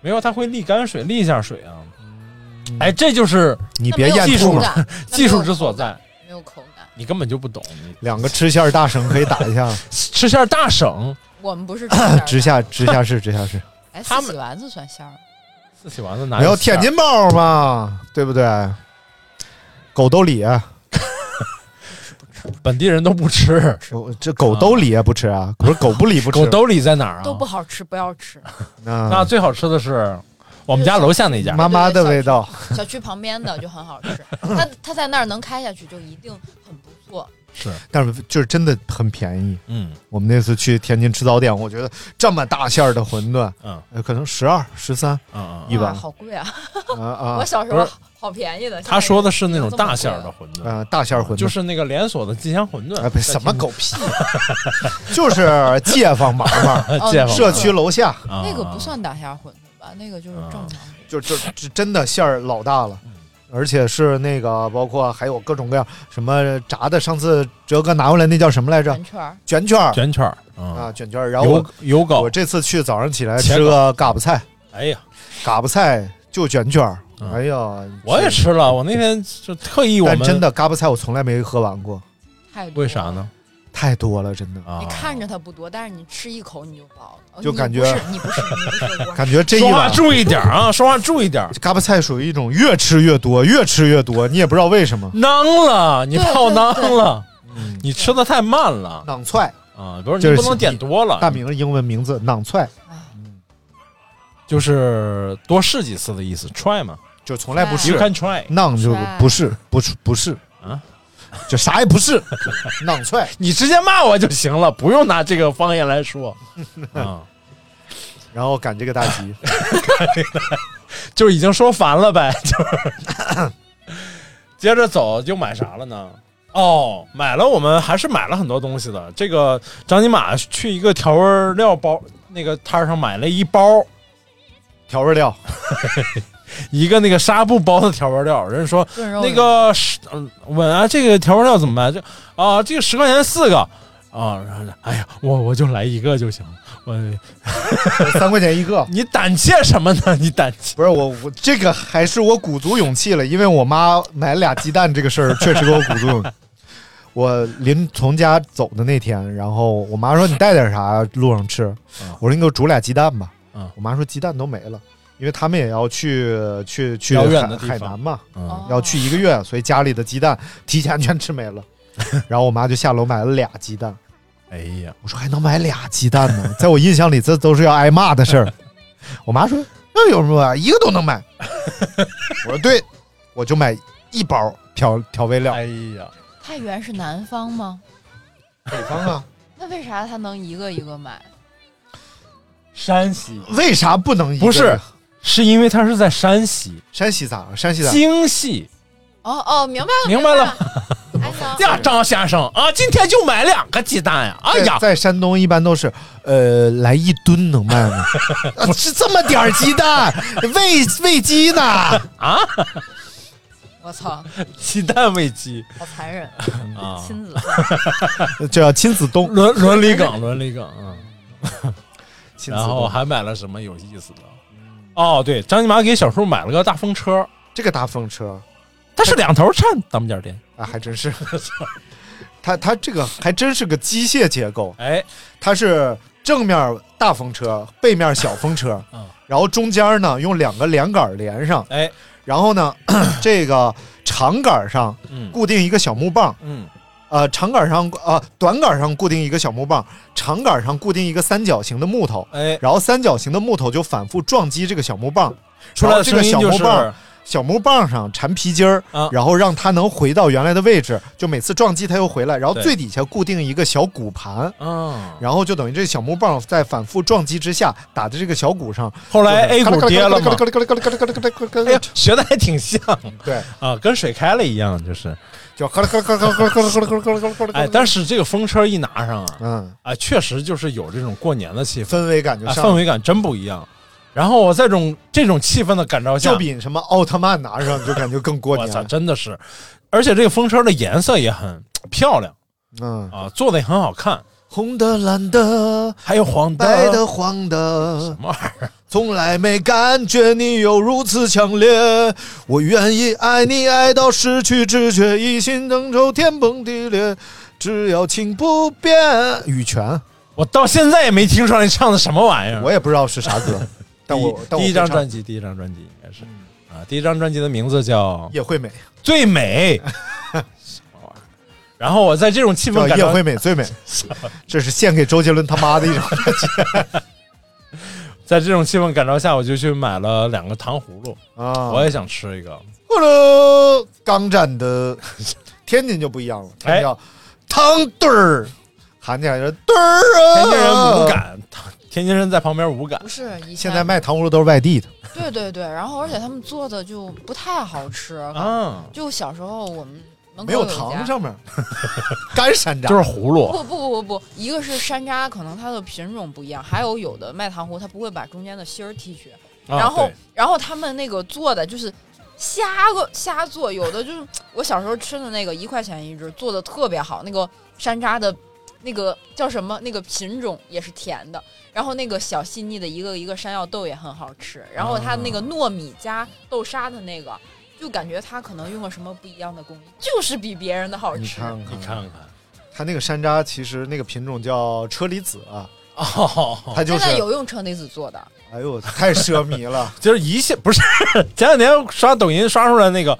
Speaker 2: 没有，它会沥干水，沥一下水啊。
Speaker 1: 嗯
Speaker 2: 哎，这就是
Speaker 1: 你别
Speaker 4: 那
Speaker 1: 咽
Speaker 4: 没有
Speaker 1: 吐
Speaker 4: 口
Speaker 1: 了。
Speaker 4: 感，
Speaker 2: 技术之所在，
Speaker 4: 没有口感。
Speaker 2: 你根本就不懂。你
Speaker 1: 两个吃馅儿大神可以打 一下，
Speaker 2: 吃馅儿大省，
Speaker 4: 我们不是直下
Speaker 1: 直下直下是直下是，
Speaker 4: 哎，
Speaker 2: 他
Speaker 4: 四
Speaker 2: 们哎
Speaker 4: 喜丸子算馅儿吗，
Speaker 2: 四喜丸子哪
Speaker 1: 没
Speaker 2: 有
Speaker 1: 有
Speaker 2: 馅
Speaker 1: 天
Speaker 2: 儿
Speaker 1: 津包嘛，对不对？狗兜里，啊
Speaker 2: 本地人都不吃。
Speaker 1: 我这狗兜里也不吃啊，不是狗不理不吃。
Speaker 2: 狗兜里在哪儿啊？
Speaker 4: 都不好吃，不要吃。
Speaker 2: 那
Speaker 1: 那
Speaker 2: 最好吃的是我们家楼下那家。
Speaker 1: 妈妈的味道，
Speaker 4: 小区旁边的就很好吃，他他在那儿能开下去就一定很不错。
Speaker 2: 是，
Speaker 1: 但是就是真的很便宜。
Speaker 2: 嗯，
Speaker 1: 我们那次去天津吃早点，我觉得这么大馅儿的馄饨，
Speaker 2: 嗯
Speaker 1: 呃，可能十二、十三
Speaker 2: 嗯嗯。
Speaker 1: 一碗
Speaker 4: 啊，好贵啊！
Speaker 1: 啊啊
Speaker 4: 我小时
Speaker 2: 不
Speaker 4: 候
Speaker 2: 是
Speaker 4: 好便宜的。
Speaker 2: 啊他说的是那种大馅儿的馄饨，
Speaker 1: 啊，大馅儿馄饨
Speaker 2: 就是那个连锁的吉祥馄 饨。
Speaker 1: 啊，不什么
Speaker 2: 在
Speaker 1: 狗屁， 就是街坊买 卖，
Speaker 2: 天津
Speaker 4: 哦
Speaker 2: 街坊
Speaker 1: 社区楼下，
Speaker 2: 啊
Speaker 4: 那个不算大馅儿馄饨吧？那个就是正常。
Speaker 1: 就就就真的馅儿老大
Speaker 2: 嗯
Speaker 1: 了。而且是那个，包括还有各种各样什么炸的，上次哲哥拿回来那叫什么来着
Speaker 4: 圆？圈儿，
Speaker 1: 卷卷儿
Speaker 2: 卷圈儿
Speaker 1: 啊，
Speaker 2: 啊，
Speaker 1: 卷卷儿。然后
Speaker 2: 油
Speaker 1: 我
Speaker 2: 油
Speaker 1: 我
Speaker 2: 糕。
Speaker 1: 这次去早上起来
Speaker 2: 茄
Speaker 1: 吃个嘎巴菜，
Speaker 2: 哎呀，
Speaker 1: 嘎巴菜就卷卷儿
Speaker 2: 嗯。
Speaker 1: 哎呀，
Speaker 2: 我也吃了，我那天就特意我
Speaker 1: 但
Speaker 2: 们
Speaker 1: 真的嘎巴菜我从来没喝完过，
Speaker 4: 太多
Speaker 2: 为啥呢？？
Speaker 1: 太多了，真的，
Speaker 2: 啊，
Speaker 4: 你看着它不多，但是你吃一口你就饱了，
Speaker 1: 就
Speaker 4: 哦你
Speaker 1: 感
Speaker 4: 不
Speaker 1: 觉
Speaker 4: 是你不是你不是我
Speaker 1: 感觉这一
Speaker 2: 说话
Speaker 1: 碗
Speaker 2: 注意点儿 啊，说话注意点儿。
Speaker 1: 嘎巴菜属于一种越吃越多，越吃越多，你也不知道为 什么。
Speaker 2: 囊了，你
Speaker 4: 对
Speaker 2: 泡
Speaker 4: 对
Speaker 2: 囊
Speaker 4: 对
Speaker 2: 了，
Speaker 1: 嗯，
Speaker 2: 你吃的太慢了
Speaker 1: 囊踹，
Speaker 2: 啊！不是
Speaker 1: 这
Speaker 2: 你
Speaker 1: 是
Speaker 2: 不能点多
Speaker 1: 大
Speaker 2: 了，
Speaker 1: 明的英文名字囊踹，
Speaker 2: 就是多试几次的意思，try 嘛
Speaker 1: 就从来不
Speaker 2: ，you
Speaker 1: 是
Speaker 2: can try。
Speaker 1: 囊就
Speaker 4: 踹
Speaker 1: 不是不是不是
Speaker 2: 啊，
Speaker 1: 就啥也不是， 囊踹。
Speaker 2: 你直接骂我就行了，不用拿这个方言来说啊，
Speaker 1: 然后赶这个大集，
Speaker 2: 就已经说烦了呗， 就是。接着走就买啥了呢？哦，买了，我们还是买了很多东西的。这个张金马去一个调味料包那个摊儿上买了一包
Speaker 1: 调味料
Speaker 2: 一个那个纱布包的调味料，人家说
Speaker 4: 炖肉
Speaker 2: 呃那个十，嗯，问啊，这个调味料怎么卖？这啊，这个十块钱四个，啊，然后哎呀，我我就来一个就行了，我
Speaker 1: 三块钱一个，
Speaker 2: 你胆怯什么呢？你胆 怯？
Speaker 1: 不是我，我这个还是我鼓足勇气了，因为我妈买俩鸡蛋这个事儿确实给我鼓足勇气。我临从家走的那天，然后我妈说你带点啥路上吃，
Speaker 2: 嗯
Speaker 1: 我说你给我煮俩鸡蛋吧。我妈说鸡蛋都没了，因为他们也要去去去
Speaker 2: 遥远
Speaker 1: 海
Speaker 2: 的地
Speaker 1: 海
Speaker 2: 方
Speaker 1: 南嘛，
Speaker 2: 嗯
Speaker 1: 要去一个月，所以家里的鸡蛋提前全吃没 了。然后我妈就下楼买了俩鸡蛋，
Speaker 2: 哎呀，
Speaker 1: 我说还能买俩鸡蛋呢， 在我印象里这都是要挨骂的事儿。我妈说那有什么啊，一个都能买。我说对，我就买一包调调味料。
Speaker 2: 哎呀，
Speaker 4: 太原是南方吗？
Speaker 1: 北方啊，
Speaker 4: 那为啥他能一个一个买？
Speaker 2: 山西
Speaker 1: 为啥不能一个
Speaker 2: 不是？是因为它是在山西，
Speaker 1: 山西咋了？山西咋了？
Speaker 2: 京西，
Speaker 4: 哦哦，明白了，
Speaker 2: 明白了。
Speaker 4: 哎 呀
Speaker 2: 呀，张先生啊，今天就买两个鸡蛋呀！哎
Speaker 1: 在
Speaker 2: 呀，
Speaker 1: 在山东一般都是，呃，来一吨能卖 吗？啊是这么点儿鸡蛋，喂喂鸡呢？
Speaker 2: 啊，
Speaker 4: 我操，
Speaker 2: 鸡蛋喂鸡
Speaker 4: 好残忍，
Speaker 2: 啊，
Speaker 4: 亲 子
Speaker 1: 这叫亲子冬，
Speaker 2: 伦伦理梗，伦理梗啊。
Speaker 1: 亲子
Speaker 2: 然后
Speaker 1: 冬。
Speaker 2: 还买了什么有意思的？哦，对，张金麻给小叔买了个大风车，
Speaker 1: 这个大风车
Speaker 2: 它是两头扇当家店。
Speaker 1: 啊，还真是， 它它这个还真是个机械结构，
Speaker 2: 哎，
Speaker 1: 它是正面大风车，背面小风 车，然后中间呢用两个连杆连上，
Speaker 2: 嗯哎，
Speaker 1: 然后呢 这个长杆上
Speaker 2: 嗯
Speaker 1: 固定一个小木棒，
Speaker 2: 嗯，
Speaker 1: 呃，长杆上呃短杆上固定一个小木棒，长杆上固定一个三角形的木头，
Speaker 2: 哎，
Speaker 1: 然后三角形的木头就反复撞击这个小木棒，
Speaker 2: 出来
Speaker 1: 然
Speaker 2: 的
Speaker 1: 后这个
Speaker 2: 声音
Speaker 1: 小
Speaker 2: 就
Speaker 1: 木
Speaker 2: 是
Speaker 1: 棒。小木棒上缠皮筋儿
Speaker 2: 啊，
Speaker 1: 然后让它能回到原来的位置，就每次撞击它又回来，然后
Speaker 2: 对
Speaker 1: 最底下固定一个小骨盘，
Speaker 2: 嗯，
Speaker 1: 然后就等于这小木棒在反复撞击之下打在这个小骨上。
Speaker 2: 后来 A 股跌了嘛
Speaker 1: 咯咯咯咯咯咯咯咯咯咯咯咯
Speaker 2: 哎
Speaker 1: 咯
Speaker 2: 呀，学的还挺像
Speaker 1: 对，
Speaker 2: 啊，跟水开了一样，就是。
Speaker 1: 就咯咯咯咯咯咯咯咯咯咯咯咯咯。
Speaker 2: 哎，但是这个风车一拿上啊，
Speaker 1: 嗯，
Speaker 2: 啊，确实就是有这种过年的气氛，
Speaker 1: 氛围感就
Speaker 2: 啊，
Speaker 1: 上
Speaker 2: 氛
Speaker 1: 了，
Speaker 2: 围感真不一样。然后我在这种这种气氛的感召下，
Speaker 1: 就比什么奥特曼拿上就感觉更过啊
Speaker 2: 我操，
Speaker 1: 年。
Speaker 2: 真的是，而且这个风车的颜色也很漂亮
Speaker 1: 嗯，
Speaker 2: 啊，做的也很好看，
Speaker 1: 红的蓝的，
Speaker 2: 还有黄的、
Speaker 1: 白的黄的
Speaker 2: 什，么玩意儿？
Speaker 1: 从来没感觉你有如此强烈，我愿意爱你爱到失去知觉，一心等候天崩地裂，只要情不变。羽泉，
Speaker 2: 我到现在也没听出来你唱的什么玩意儿。
Speaker 1: 我也不知道是啥 歌，但我
Speaker 2: 嗯第一
Speaker 1: 但我
Speaker 2: 第
Speaker 1: 嗯
Speaker 2: 一张
Speaker 1: 会唱
Speaker 2: 专辑，第一张专辑应该是啊，第一张专辑的名字叫《
Speaker 1: 叶惠美，
Speaker 2: 最美》。 什么玩意儿然后我在这种气
Speaker 1: 叫
Speaker 2: 氛感
Speaker 1: 叶
Speaker 2: 召
Speaker 1: 惠美最美，这是献给周杰伦他妈 的一张专辑
Speaker 2: 在这种气氛感召下，我就去买了两个糖葫芦，
Speaker 1: 啊！
Speaker 2: 我也想吃一个。
Speaker 1: 咕噜，刚蘸的，天津就不一样了，它
Speaker 2: 哎
Speaker 1: 叫汤墩儿，喊起来是墩儿啊！
Speaker 2: 天津人无感，天津人在旁边无感
Speaker 4: 不。是以前
Speaker 1: 现在卖糖葫芦都是外地的，
Speaker 4: 对对对，然后而且他们做的就不太好吃。
Speaker 2: 啊，
Speaker 4: 就小时候我们门口
Speaker 1: 没有
Speaker 4: 一
Speaker 1: 糖
Speaker 4: 家
Speaker 1: 上面， 干山楂
Speaker 2: 就是葫芦
Speaker 4: 不不不不，一个是山楂，可能它的品种不一样，还有有的卖糖葫，它不会把中间的芯儿剔去，
Speaker 2: 啊
Speaker 4: 然后
Speaker 2: 对
Speaker 4: 然后他们那个做的就是瞎个瞎做，有的就是我小时候吃的那个一块钱一只，做的特别好，那个山楂的。那个叫什么？那个品种也是甜的，然后那个小细腻的一个一个山药豆也很好吃，然后它那个糯米加豆沙的那个，就感觉它可能用了什么不一样的工艺，就是比别人的好
Speaker 1: 你
Speaker 4: 吃。
Speaker 1: 看
Speaker 2: 你
Speaker 1: 看，
Speaker 2: 看看。
Speaker 1: 它那个山楂其实那个品种叫车厘子啊，
Speaker 2: 哦，，
Speaker 1: 它就
Speaker 4: 现在
Speaker 1: 是，
Speaker 4: 有用车厘子做的，
Speaker 1: 哎呦，太奢靡了
Speaker 2: 就是一切不是 前两天刷抖音刷出来那个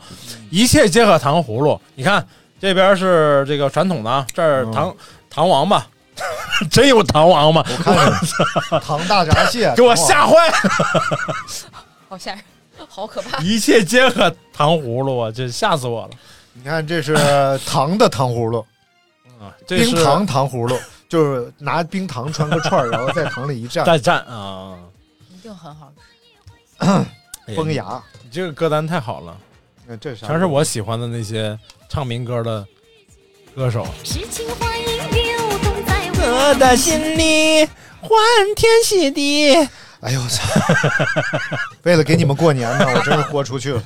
Speaker 2: 一切皆可糖葫芦，你看这边是这个传统的啊，这儿糖、糖王八， 真有糖王八，
Speaker 1: 看看糖大闸蟹，
Speaker 2: 给我吓坏了！
Speaker 4: 好吓人，好可怕。
Speaker 2: 一切皆可糖葫芦啊，这吓死我了
Speaker 1: 你看这是糖的糖葫芦，
Speaker 2: 啊！这
Speaker 1: 冰
Speaker 2: 是
Speaker 1: 糖糖葫芦， 就是拿冰糖穿个串儿，然后在糖里一蘸，
Speaker 2: 再战啊！
Speaker 4: 一定很好吃。
Speaker 2: 哎呀
Speaker 1: 崩，牙。
Speaker 2: 你这个歌单太好了，
Speaker 1: 那这是啥
Speaker 2: 全是我喜欢的那些唱民歌的歌手。
Speaker 3: 诗情画意流动在
Speaker 4: 嗯
Speaker 2: 我的心里欢天喜地。
Speaker 1: 哎 呦我操！为了给你们过年呢，我真是豁出去了。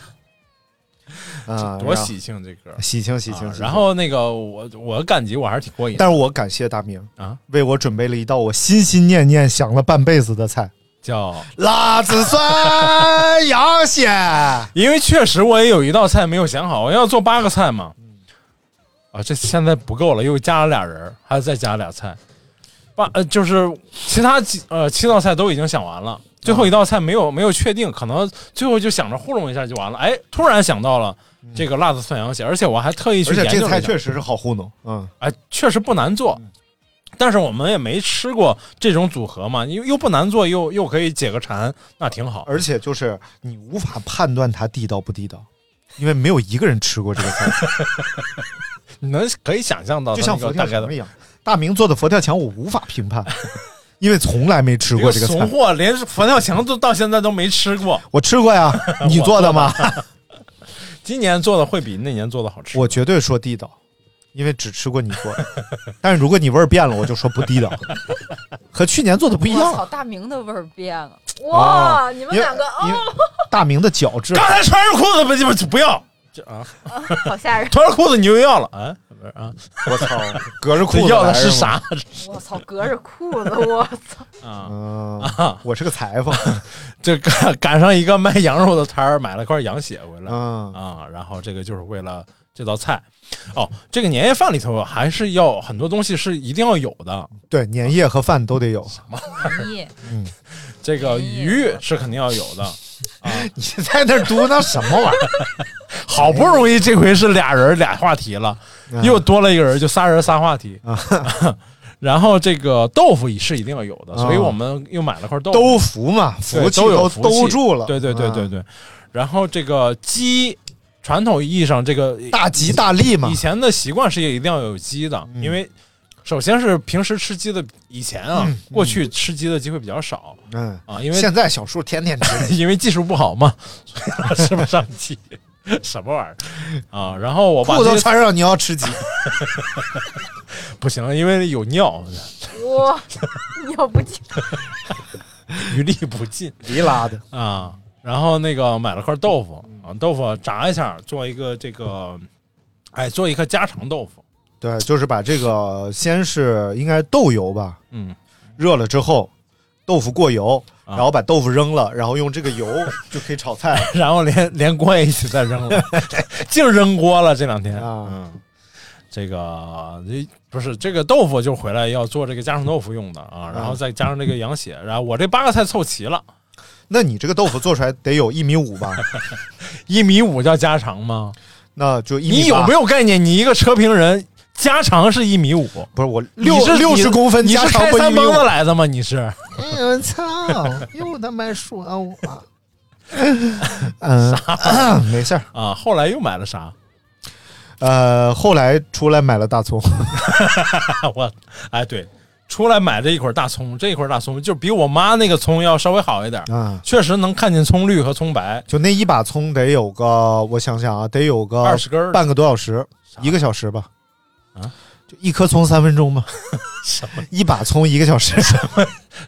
Speaker 1: 啊，
Speaker 2: 多喜庆这歌，
Speaker 1: 喜庆喜庆。喜
Speaker 2: 啊
Speaker 1: 庆
Speaker 2: 然后那个我我赶集我还是挺过瘾的，
Speaker 1: 但是我感谢大明
Speaker 2: 啊，
Speaker 1: 为我准备了一道我心心念念想了半辈子的菜。
Speaker 2: 叫
Speaker 1: 辣子酸羊血，
Speaker 2: 因为确实我也有一道菜没有想好，我要做八个菜嘛，啊，这现在不够了，又加了俩人儿，还得再加俩菜，八呃就是其他几呃七道菜都已经想完了，最后一道菜没有没有确定，可能最后就想着糊弄一下就完了，哎，突然想到了这个辣子蒜羊血，嗯而且我还特意去
Speaker 1: 而且
Speaker 2: 研究 了
Speaker 1: 这
Speaker 2: 一下
Speaker 1: 菜确实是好糊弄，嗯，
Speaker 2: 哎，确实不难做，但是我们也没吃过这种组合嘛，又又不难做，又又可以解个馋，那挺好。
Speaker 1: 而且就是你无法判断它地道不地道，因为没有一个人吃过这个菜，
Speaker 2: 你能可以想象到它
Speaker 1: 就像
Speaker 2: 那个
Speaker 1: 佛
Speaker 2: 大
Speaker 1: 跳
Speaker 2: 概的
Speaker 1: 墙一样。大明做的佛跳墙我无法评判， 因为从来没吃
Speaker 2: 这
Speaker 1: 过
Speaker 2: 个
Speaker 1: 这个
Speaker 2: 怂
Speaker 1: 菜。
Speaker 2: 货，连佛跳墙都到现在都没吃过。，
Speaker 1: 我吃过呀 你做的吗？
Speaker 2: 今年做的会比那年做的好吃。
Speaker 1: 我绝对说地道，因为只吃过你做的。但是如果你味儿变了，我就说不地道，和去年做的不一
Speaker 4: 我
Speaker 1: 样。
Speaker 4: 操，大明的味儿变了！哇，
Speaker 1: 哦
Speaker 4: 你们两个
Speaker 1: 因为
Speaker 4: 哦，
Speaker 1: 大明的角质，
Speaker 2: 刚才穿着裤子不鸡巴不要，这啊，
Speaker 4: 好吓人！
Speaker 2: 穿着裤子你就要了啊？不是啊，
Speaker 1: 我操，隔着裤子
Speaker 2: 要的
Speaker 1: 来
Speaker 2: 是
Speaker 1: 是吗
Speaker 2: 啥？
Speaker 4: 我操，隔着裤子，我操！
Speaker 1: 啊，我是个裁 缝，
Speaker 2: 这赶赶上一个卖羊肉的摊儿，买了块羊血回来
Speaker 1: 嗯
Speaker 2: 啊，然后这个就是为了这道菜。哦，这个年夜饭里头还是要很多东西是一定要有的，
Speaker 1: 对，年夜和饭都得有。
Speaker 4: 夜，
Speaker 1: 嗯，
Speaker 2: 这个鱼是肯定要有
Speaker 1: 哎
Speaker 2: 的。
Speaker 1: 你在那儿嘟囔什么玩意儿？
Speaker 2: 好不容易这回是俩人俩话题了，
Speaker 1: 哎
Speaker 2: 又多了一个人，就仨人仨话题。
Speaker 1: 啊
Speaker 2: 然后这个豆腐也是一定要有的，
Speaker 1: 啊
Speaker 2: 所以我们又买了块豆腐。
Speaker 1: 都服嘛，
Speaker 2: 对
Speaker 1: 福气
Speaker 2: 都有福气
Speaker 1: 兜住了。
Speaker 2: 对对对
Speaker 1: 啊
Speaker 2: 对对。然后这个鸡，传统意义上这个
Speaker 1: 嗯大吉大利嘛嗯
Speaker 2: 以前的习惯是也一定要有鸡的，因为首先是平时吃鸡的，以前啊，过去吃鸡的机会比较少，
Speaker 1: 嗯
Speaker 2: 啊因为
Speaker 1: 现在小树天天 吃
Speaker 2: 因为技术不好嘛， 所以他吃不上鸡。什么玩意儿啊？然后 我把
Speaker 1: 裤
Speaker 2: 这
Speaker 1: 都
Speaker 2: 个
Speaker 1: 穿上，你要吃鸡，
Speaker 2: 不行，因为有尿，
Speaker 4: 哇，尿不尽。
Speaker 2: 余力不尽，
Speaker 1: 离拉的
Speaker 2: 啊。然后那个买了块豆腐啊，豆腐炸一下，做一个这个，哎，做一个家常豆腐。
Speaker 1: 对，就是把这个先是应该是豆油吧，
Speaker 2: 嗯，啊
Speaker 1: 热了之后，豆腐过油，然后把豆腐扔了，然后用这个油 就可以炒 菜了
Speaker 2: 然后连连锅也一起再扔了， 净扔锅了。这两天，
Speaker 1: 啊。
Speaker 2: 嗯这个这不是这个豆腐就回来要做这个家常豆腐用的啊，然后再加上这个羊血，然后我这八个菜凑齐了，
Speaker 1: 那你这个豆腐做出来得有一米五 吧？
Speaker 2: 一米五叫家常吗？
Speaker 1: 那就一米
Speaker 2: 你有
Speaker 1: 八
Speaker 2: 没有概念？你一个车评人，家常是一米五，
Speaker 1: 不是我
Speaker 2: 你
Speaker 1: 六
Speaker 2: 是
Speaker 1: 六十公分
Speaker 2: 你
Speaker 1: 加
Speaker 2: 是
Speaker 1: 长
Speaker 2: 开
Speaker 1: 不一
Speaker 2: 三
Speaker 1: 米
Speaker 2: 蹦
Speaker 1: 五
Speaker 2: 子来的吗？你是？
Speaker 1: 哎呦我操！又他妈说我， 嗯、 没事儿。
Speaker 2: 啊，后来又买了啥？
Speaker 1: 呃，后来出来买了大葱，
Speaker 2: 我哎对，出来买这一捆大葱，这一捆大葱就比我妈那个葱要稍微好一点，
Speaker 1: 啊
Speaker 2: 确实能看见葱绿和葱白。
Speaker 1: 就那一把葱得有个，我想想啊，得有个
Speaker 2: 20根儿
Speaker 1: 半个多小时，一个小时吧。
Speaker 2: 啊，
Speaker 1: 就一颗葱三分 钟吧，一把葱一个小时。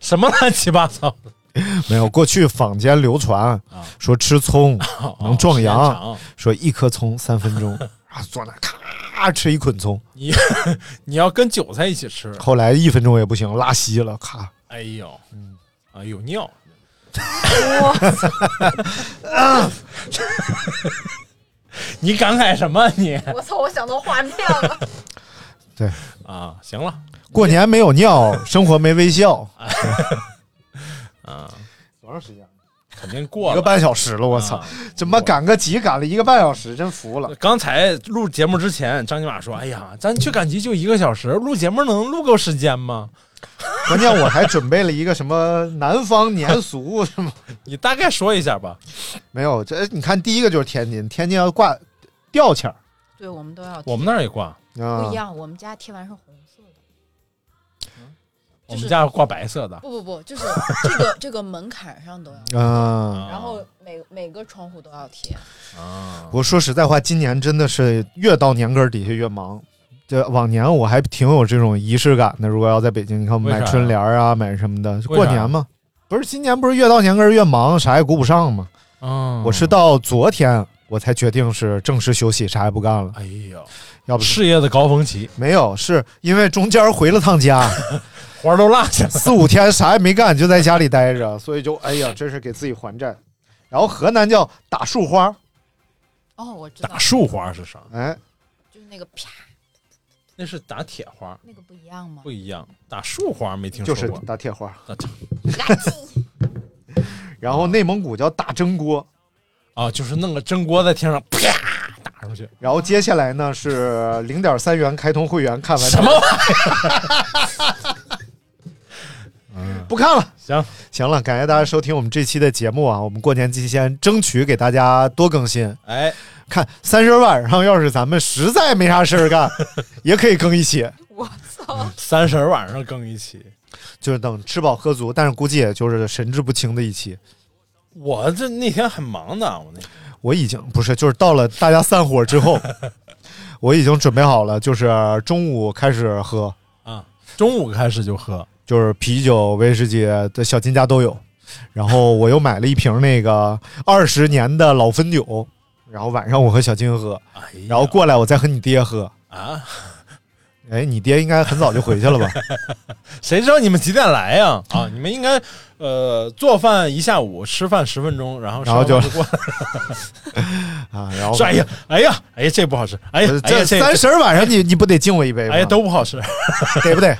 Speaker 2: 什么乱七八糟的
Speaker 1: 没有，过去坊间流传啊说吃葱
Speaker 2: 啊 哦
Speaker 1: 能壮
Speaker 2: 时间
Speaker 1: 阳
Speaker 2: 长，
Speaker 1: 说一颗葱三分 钟，然后坐那儿咔吃一捆葱，
Speaker 2: 你你要跟韭菜一起吃，
Speaker 1: 后来一分钟也不行，拉稀了，咔。
Speaker 2: 哎呦，啊有尿， 你感慨什么你
Speaker 4: 我操！我想到画面了。
Speaker 1: 对，
Speaker 2: 啊？行了，
Speaker 1: 过年没有尿， 生活没微笑，
Speaker 2: 啊，
Speaker 1: 多长时间？
Speaker 2: 肯定过了
Speaker 1: 一个半小时了，我操！
Speaker 2: 啊
Speaker 1: 怎么赶个集赶了一个半小时，真服了。
Speaker 2: 刚才录节目之前，张金马说：“哎呀，咱去赶集就一个小时，录节目能录够时间吗
Speaker 1: 关键我还准备了一个什么南方年俗什么，？”
Speaker 2: 你大概说一下吧。
Speaker 1: 没有。这你看，第一个就是天津，天津要挂吊签儿
Speaker 4: 对，我们都要
Speaker 2: 我们那儿也挂，
Speaker 1: 啊
Speaker 4: 不 一，样，我们家贴完是红色的。
Speaker 2: 我们家挂白色的。
Speaker 4: 不不不，就是这个这个门槛上都要贴，
Speaker 1: 啊
Speaker 4: 然后每每个窗户都要贴。
Speaker 2: 啊
Speaker 1: 我说实在话，今年真的是越到年根儿底下越忙。这往年我还挺有这种仪式感的。如果要在北京，你看我
Speaker 2: 为
Speaker 1: 们
Speaker 2: 啥
Speaker 1: 买
Speaker 2: 呀
Speaker 1: 春联儿啊，买什么的，
Speaker 2: 为
Speaker 1: 过
Speaker 2: 啥呀
Speaker 1: 年嘛。不是今年不是越到年根儿越忙，啥也顾不上嘛。
Speaker 2: 嗯
Speaker 1: 我是到昨天我我才决定是正式休息，啥也不干了。哎
Speaker 2: 呦，
Speaker 1: 要不
Speaker 2: 事业的高峰期
Speaker 1: 没有，是因为中间回了趟 家，
Speaker 2: 活儿都落下了，
Speaker 1: 四五天啥也没干，就在家里待着，所以就哎呀，真是给自己还债。然后河南叫打树花，
Speaker 4: 哦，我知道，
Speaker 2: 树花是啥？
Speaker 1: 哎，
Speaker 4: 就是那个啪，
Speaker 2: 那是打铁花，
Speaker 4: 那个不一样吗？
Speaker 2: 不一样，打树花没听说
Speaker 1: 就
Speaker 2: 过，
Speaker 1: 是打铁花。
Speaker 2: 打铁
Speaker 1: 然后内蒙古叫打蒸锅，
Speaker 2: 啊，就是弄个蒸锅在天上啪打出去，
Speaker 1: 然后接下来呢是零点三元开通会员，看完
Speaker 2: 什么玩
Speaker 1: 不看了，
Speaker 2: 行
Speaker 1: 行了，感谢大家收听我们这期的节目啊！我们过年期间争取给大家多更新。
Speaker 2: 哎，
Speaker 1: 看三十晚上要是咱们实在没啥事儿干， 也可以更一期，
Speaker 2: 三十晚上更一期，
Speaker 1: 就是等吃饱喝足，但是估计也就是神志不清的一期。
Speaker 2: 我这那天很忙的，我那天
Speaker 1: 我已经不是，就是到了大家散伙之后， 我已经准备好了，就是中午开始喝，
Speaker 2: 啊，中午开始就喝，
Speaker 1: 就是啤酒、威士忌的小金家都有。然后我又买了一瓶那个二十年的老汾酒，然后晚上我和小金喝，然后过来我再和你爹喝
Speaker 2: 哎啊。
Speaker 1: 哎，你爹应该很早就回 去了吧？
Speaker 2: 谁知道你们几点来呀？啊，你们应该呃做饭一下午，吃饭十分钟，然后
Speaker 1: 然后
Speaker 2: 吃完
Speaker 1: 就
Speaker 2: 饭过 来
Speaker 1: 啊，然后
Speaker 2: 说哎呀，哎呀，哎呀，这不好吃，哎呀，哎呀
Speaker 1: 呃这三十晚上你你不得敬我一杯吗？
Speaker 2: 哎呀都不好吃，
Speaker 1: 对 不对？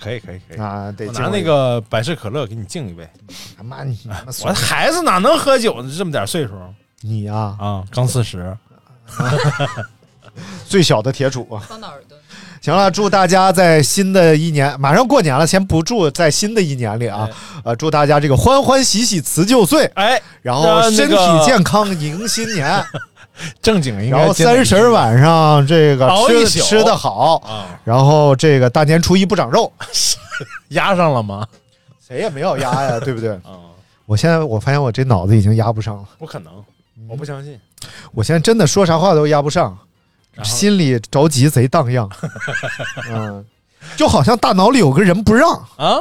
Speaker 2: 可以可以可以
Speaker 1: 啊，得
Speaker 2: 我
Speaker 1: 敬
Speaker 2: 拿
Speaker 1: 我一
Speaker 2: 那
Speaker 1: 杯
Speaker 2: 个百事可乐给你敬一杯。
Speaker 1: 他妈你他妈
Speaker 2: 我
Speaker 1: 怂
Speaker 2: 孩子哪能喝酒呢？这么点岁数
Speaker 1: 你啊
Speaker 2: 啊，刚四十，
Speaker 1: 最小的铁杵啊！
Speaker 4: 桑拿耳朵。
Speaker 1: 行了，祝大家在新的一年，马上过年了，先不祝在新的一年里啊，呃，祝大家这个欢欢喜喜辞旧岁，
Speaker 2: 哎，那
Speaker 1: 然后
Speaker 2: 那
Speaker 1: 身体
Speaker 2: 个
Speaker 1: 健康迎新年，
Speaker 2: 正经应该
Speaker 1: 然后
Speaker 2: 见到
Speaker 1: 三十晚上这个
Speaker 2: 熬一宿
Speaker 1: 吃吃的好，
Speaker 2: 啊，
Speaker 1: 然后这个大年初一不长肉，
Speaker 2: 压上了吗？
Speaker 1: 谁也没有压呀，对不对？
Speaker 2: 啊，
Speaker 1: 我现在我发现我这脑子已经压不上了，
Speaker 2: 不可能，我不相信。
Speaker 1: 我现在真的说啥话都压不上，
Speaker 2: 然后
Speaker 1: 心里着急贼 荡漾，嗯，就好像大脑里有个人不让。
Speaker 2: 啊，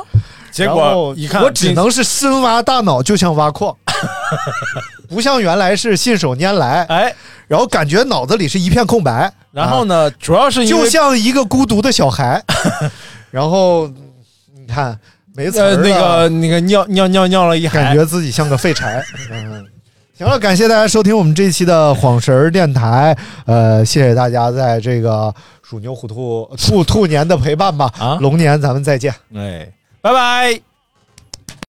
Speaker 2: 结
Speaker 1: 然后
Speaker 2: 果一看，
Speaker 1: 我只能是深挖大脑，就像挖 矿，不像原来是信手拈来，
Speaker 2: 哎，
Speaker 1: 然后感觉脑子里是一片空白，
Speaker 2: 然后呢，主要是因为
Speaker 1: 啊就像一个孤独的小 孩。然后你看没词
Speaker 2: 呃
Speaker 1: 儿了
Speaker 2: 那个那个尿尿尿尿了一
Speaker 1: 感
Speaker 2: 海
Speaker 1: 觉，自己像个废 柴。嗯，行了，感谢大家收听我们这一期的晃神儿电台。呃，谢谢大家在这个鼠牛虎兔兔兔年的陪伴吧。
Speaker 2: 啊
Speaker 1: 龙年咱们再见。
Speaker 2: 哎，拜拜。